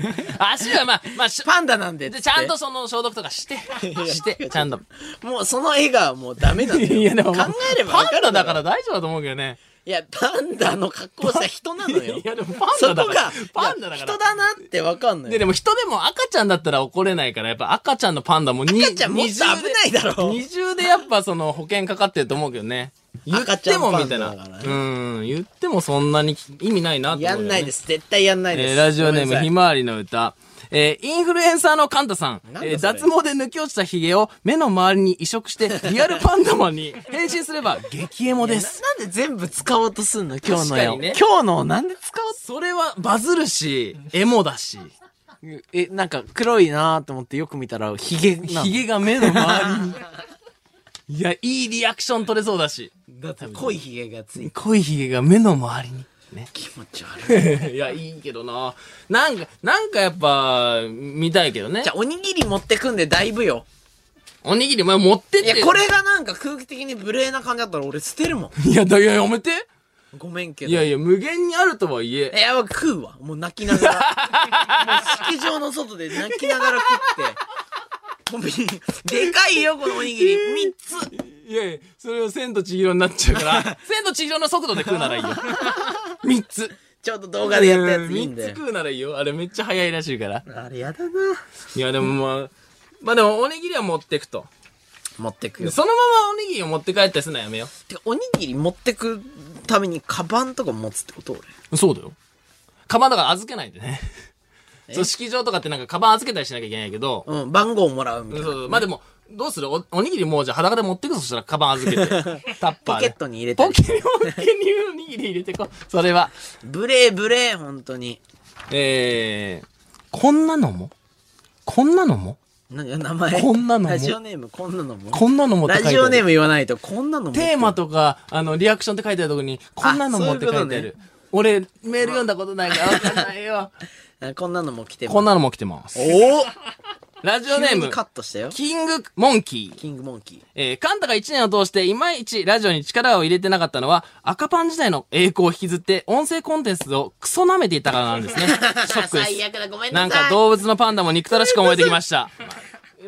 Speaker 1: 足はまあ、まあ、し
Speaker 3: パンダなんでっつ
Speaker 1: で
Speaker 3: っ
Speaker 1: ち
Speaker 3: て。
Speaker 1: ゃんとその消毒とかして、して、ちゃんと。
Speaker 3: もうその笑顔もうダメなんだよ。考えれば
Speaker 1: パ
Speaker 3: わ
Speaker 1: ン
Speaker 3: かる
Speaker 1: ダだ
Speaker 3: ろ
Speaker 1: から大丈夫だと思うけどね。
Speaker 3: いや、パンダの格好した人なのよ。
Speaker 1: いや、でもパン
Speaker 3: そ
Speaker 1: ダ
Speaker 3: こ
Speaker 1: だか
Speaker 3: が
Speaker 1: ら。、パンダだ
Speaker 3: い
Speaker 1: か
Speaker 3: や
Speaker 1: ら
Speaker 3: 人。だなってわかんない。
Speaker 1: で、でも人でも赤ちゃんだったら怒れないから、やっぱ赤ちゃんのパンダもに
Speaker 3: 赤ちゃんもっと危ないだろ
Speaker 1: 二重でやっぱその保険かかってると思うけどね。言
Speaker 3: 赤
Speaker 1: っ
Speaker 3: ち
Speaker 1: て
Speaker 3: ゃんパ
Speaker 1: も
Speaker 3: ン
Speaker 1: みた
Speaker 3: ダ
Speaker 1: い
Speaker 3: だ
Speaker 1: な。
Speaker 3: からね
Speaker 1: うん。言ってもそんなに意味ないなって思う、。
Speaker 3: やんないですす。絶対やんないです。
Speaker 1: えーラジオネーム、
Speaker 3: ごめ
Speaker 1: ひ
Speaker 3: んな
Speaker 1: まわりの歌。えーインフルエンサーのカンタさん。
Speaker 3: なんだそれ
Speaker 1: えー脱毛で抜き落ちたヒゲを目の周りに移植 して、リアルパンダマンに変身すれば激エモで
Speaker 3: さ
Speaker 1: す。
Speaker 3: いなんで全部使おうとすんの今日の
Speaker 1: 確か
Speaker 3: よ。
Speaker 1: にね
Speaker 3: 今日のをなんで使おう
Speaker 1: それはバズるし、エモだし、
Speaker 3: え、なんか黒いなーと思ってよく見たら、ヒゲなの
Speaker 1: ヒゲが目の周り に。いや、いいリアクション取れそうだし。だって
Speaker 3: 濃いヒゲがついて。
Speaker 1: 濃いヒゲが目の周りに。ね
Speaker 3: 気持ち悪 い。
Speaker 1: いや、いいけどな。なんか、なんかやっぱ、見たいけどね
Speaker 3: じゃ。あ、おにぎり持ってくんでだいぶよ。
Speaker 1: おにぎり、お前持ってっ
Speaker 3: い
Speaker 1: て。
Speaker 3: や、こ。れがなんか空気的に無礼な感じだったら俺捨てるもん。
Speaker 1: いや、だいや、やめて。
Speaker 3: ごめんけど。
Speaker 1: いやいや、無限にあるとはいえ。
Speaker 3: いや、僕食うわ。もう泣きながら。もう式場の外で泣きながら食って。コンビニでかいよ、このおにぎり。3つ。
Speaker 1: いやいや、それは千と千尋になっちゃうから、 千と千尋の速度で食うならいいよ。 三つ。
Speaker 3: ちょっと動画でやったやついいん
Speaker 1: うん
Speaker 3: だ
Speaker 1: 三
Speaker 3: よ
Speaker 1: つ。食うならいいよ。あれめっちゃ早いらしいから。
Speaker 3: あれやだない
Speaker 1: や、でもまあ、まあでもおにぎりは持ってくと。
Speaker 3: 持ってくよ。
Speaker 1: そのままおにぎりを持って帰ったりするのはやめよ
Speaker 3: てかおにぎり持ってくためにカバンとか持つってこと俺。
Speaker 1: う。そうだよ。カバンだから預けないでね。そう、式場とかってなんかカバン預けたりしなきゃいけないけど、
Speaker 3: うん、番号もらうみた
Speaker 1: そ
Speaker 3: いうな。
Speaker 1: そう。まあでも、どうするおおにぎりもうじゃあ裸で持ってくそしたらカバン預 けて。タッパ
Speaker 3: ポ
Speaker 1: ー
Speaker 3: ケ
Speaker 1: で。
Speaker 3: ットに入れて
Speaker 1: ポ。ケモン系におにぎり入れてこ。それは。
Speaker 3: ブレーブレー、本当に。
Speaker 1: えー、こんなのもこんなのも
Speaker 3: な名前。
Speaker 1: こんなのも
Speaker 3: ラジオネーム、こんなのも。
Speaker 1: こんなのもって書
Speaker 3: ラ
Speaker 1: いてあ
Speaker 3: ジ
Speaker 1: る。
Speaker 3: オネーム言わないと、こんなのも。
Speaker 1: テーマとか、あの、リアクションって書いてあるとこに、こんなのもって書いてあ
Speaker 3: そういう
Speaker 1: る。
Speaker 3: こ
Speaker 1: 俺、メール読んだことないからわかんない よ。
Speaker 3: あ。こんなのも来て
Speaker 1: こん
Speaker 3: な。
Speaker 1: なのも来てます。
Speaker 3: おお
Speaker 1: ラジオネーム
Speaker 3: カ、ットしたよ。
Speaker 1: キングモンキー。
Speaker 3: キングモンキー。
Speaker 1: えー、カンタが1年を通していまいちラジオに力を入れてなかったのは、赤パン時代の栄光を引きずって、音声コンテンツをクソ舐めていたからなんですね。ショックです。
Speaker 4: 悪だ、ごめ
Speaker 1: なんか動物のパンダも憎たらしく思えてきました。まあ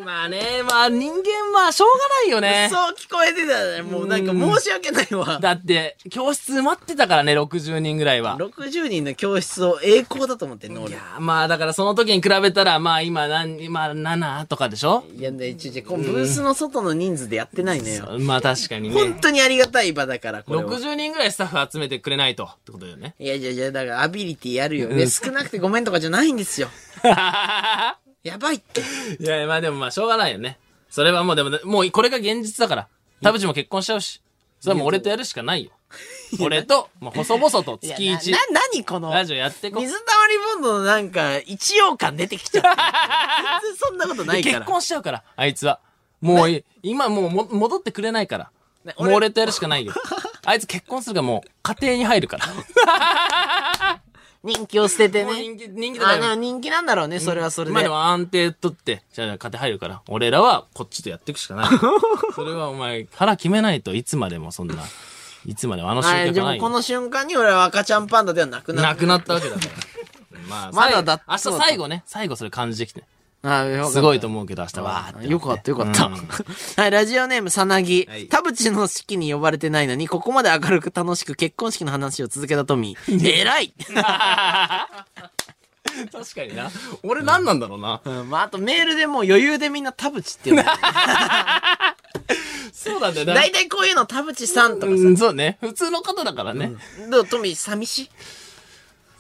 Speaker 1: まあね、まあ人間はしょうがないよね。
Speaker 3: そう聞こえてたね。もうなんか申し訳ないわ。
Speaker 1: だって、教室埋まってたからね、60人ぐらいは。
Speaker 3: 60人の教室を栄光だと思ってんの
Speaker 1: い
Speaker 3: 俺
Speaker 1: や。ーまあだからその時に比べたら、まあ今何、今7とかでしょ
Speaker 3: いやね、ちょちょ、このブースの外の人数でやってないのよ。
Speaker 1: まあ確かに
Speaker 3: 本
Speaker 1: ね。
Speaker 3: 当にありがたい場だから、これは。
Speaker 1: 60人ぐらいスタッフ集めてくれないと。ってことだよね。
Speaker 3: いやいやいや、だからアビリティやるよ。ね少なくてごめんとかじゃないんで すよ。やばいって。
Speaker 1: いや、まあでもまあしょうがないよね。それはもうでも、もうこれが現実だから。田淵も結婚しちゃうし。それはもう俺とやるしかないよ。俺と、まあ細々と月1
Speaker 3: な、、なにこの、
Speaker 1: ラジオやってこう
Speaker 3: 水溜りボンドのなんか、一応感出てきち ゃった。全然そんなことないから。
Speaker 1: 結婚しちゃうから、あいつは。もうい、今もうも戻ってくれないから。
Speaker 3: ね
Speaker 1: もう俺とやるしかないよ。あいつ結婚するからもう家庭に入る から。
Speaker 3: 人気を捨てて
Speaker 1: もう
Speaker 3: ね。
Speaker 1: 人気、人気だ
Speaker 3: あ
Speaker 1: よ
Speaker 3: の、。人気なんだろうね、それはそれ
Speaker 1: まあ
Speaker 3: で
Speaker 1: で。も安定取って、じゃあ家庭入るから、俺らはこっちとやっていくしかない。 それはお前、腹決めないといつまでもそんな、いつまでもあの
Speaker 3: は
Speaker 1: 瞬
Speaker 3: い、
Speaker 1: 間
Speaker 3: で
Speaker 1: がな
Speaker 3: も
Speaker 1: い
Speaker 3: こ
Speaker 1: よ。
Speaker 3: の瞬間に俺は赤ちゃんパンダではなくな
Speaker 1: な
Speaker 3: る。
Speaker 1: くなったわけだから。 まあ、
Speaker 3: まだだ
Speaker 1: 明日最後ね、最後それ感じてきて。
Speaker 3: あよかった
Speaker 1: すごいと思うけど明日わーってなて。
Speaker 3: よかったよかった。
Speaker 1: うん
Speaker 3: はい、ラジオネームさなぎ
Speaker 1: はい。
Speaker 3: 田淵の式に呼ばれてないのに、ここまで明るく楽しく結婚式の話を続けたトミ ー。偉い
Speaker 1: 確かにな。俺何なんだろうな。
Speaker 3: うん、まあ、あとメールでもう余裕でみんな田淵って呼ん でる。
Speaker 1: そうなんだよな。
Speaker 3: 大体こういうの田淵さんとか
Speaker 1: うん、そうね。普通の方だからね。
Speaker 3: さ。どう、トミー寂しい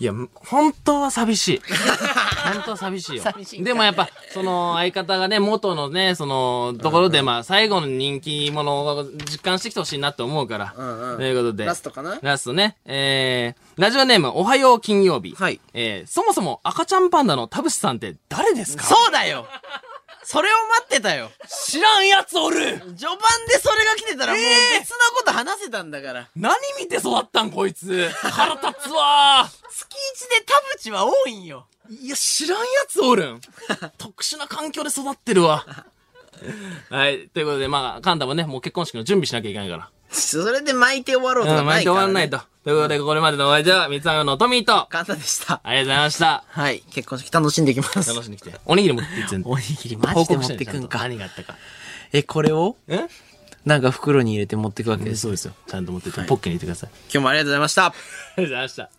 Speaker 1: いや、本当は寂 しい。本当は寂しいよ。
Speaker 3: 寂しいんか
Speaker 1: でもやっぱ、その、相方がね、元のね、その、ところで、まあ、最後の人気者を実感してきてほしいなと思うから。
Speaker 3: んうん
Speaker 1: ということで。
Speaker 3: ラストかな
Speaker 1: ラストね。えー、ラジオネーム、おはよう金曜日。
Speaker 3: はい
Speaker 1: えー、そもそも赤ちゃんパンダの田淵さんって誰ですか
Speaker 3: そうだよそれを待ってたよ
Speaker 1: 知らんやつおる
Speaker 3: 序盤でそれが来てたらもう別なこと話せたんだから。
Speaker 1: 何見て育ったんこいつ腹立つわ
Speaker 3: 月一で田淵は多いんよ。
Speaker 1: いや、知らんやつおるん。 特殊な環境で育ってるわ。 はい。ということで、まあ、カンタもね、もう結婚式の準備しなきゃいけないか
Speaker 3: それで巻いて終わろうと
Speaker 1: ら。
Speaker 3: か
Speaker 1: うん、
Speaker 3: な
Speaker 1: 毎
Speaker 3: い
Speaker 1: 日
Speaker 3: か
Speaker 1: 終
Speaker 3: ら、ね。
Speaker 1: わんないと。ということで、これまでのお相手は、三つ葉のトミーと、
Speaker 3: 簡単でした。
Speaker 1: ありがとうございました。
Speaker 3: はい。結婚式楽しんできます。
Speaker 1: 楽しんできて。 おにぎり持ってきて、全然
Speaker 3: おにぎりマジで持ってくんか。
Speaker 1: 何があったか。
Speaker 3: え、これを
Speaker 1: え
Speaker 3: なんか袋に入れて持ってくわけです。
Speaker 1: そうですよ。ちゃんと持ってって、ポッケに入れてください。
Speaker 3: 今日もありがとうございました。
Speaker 1: ありがとうございました。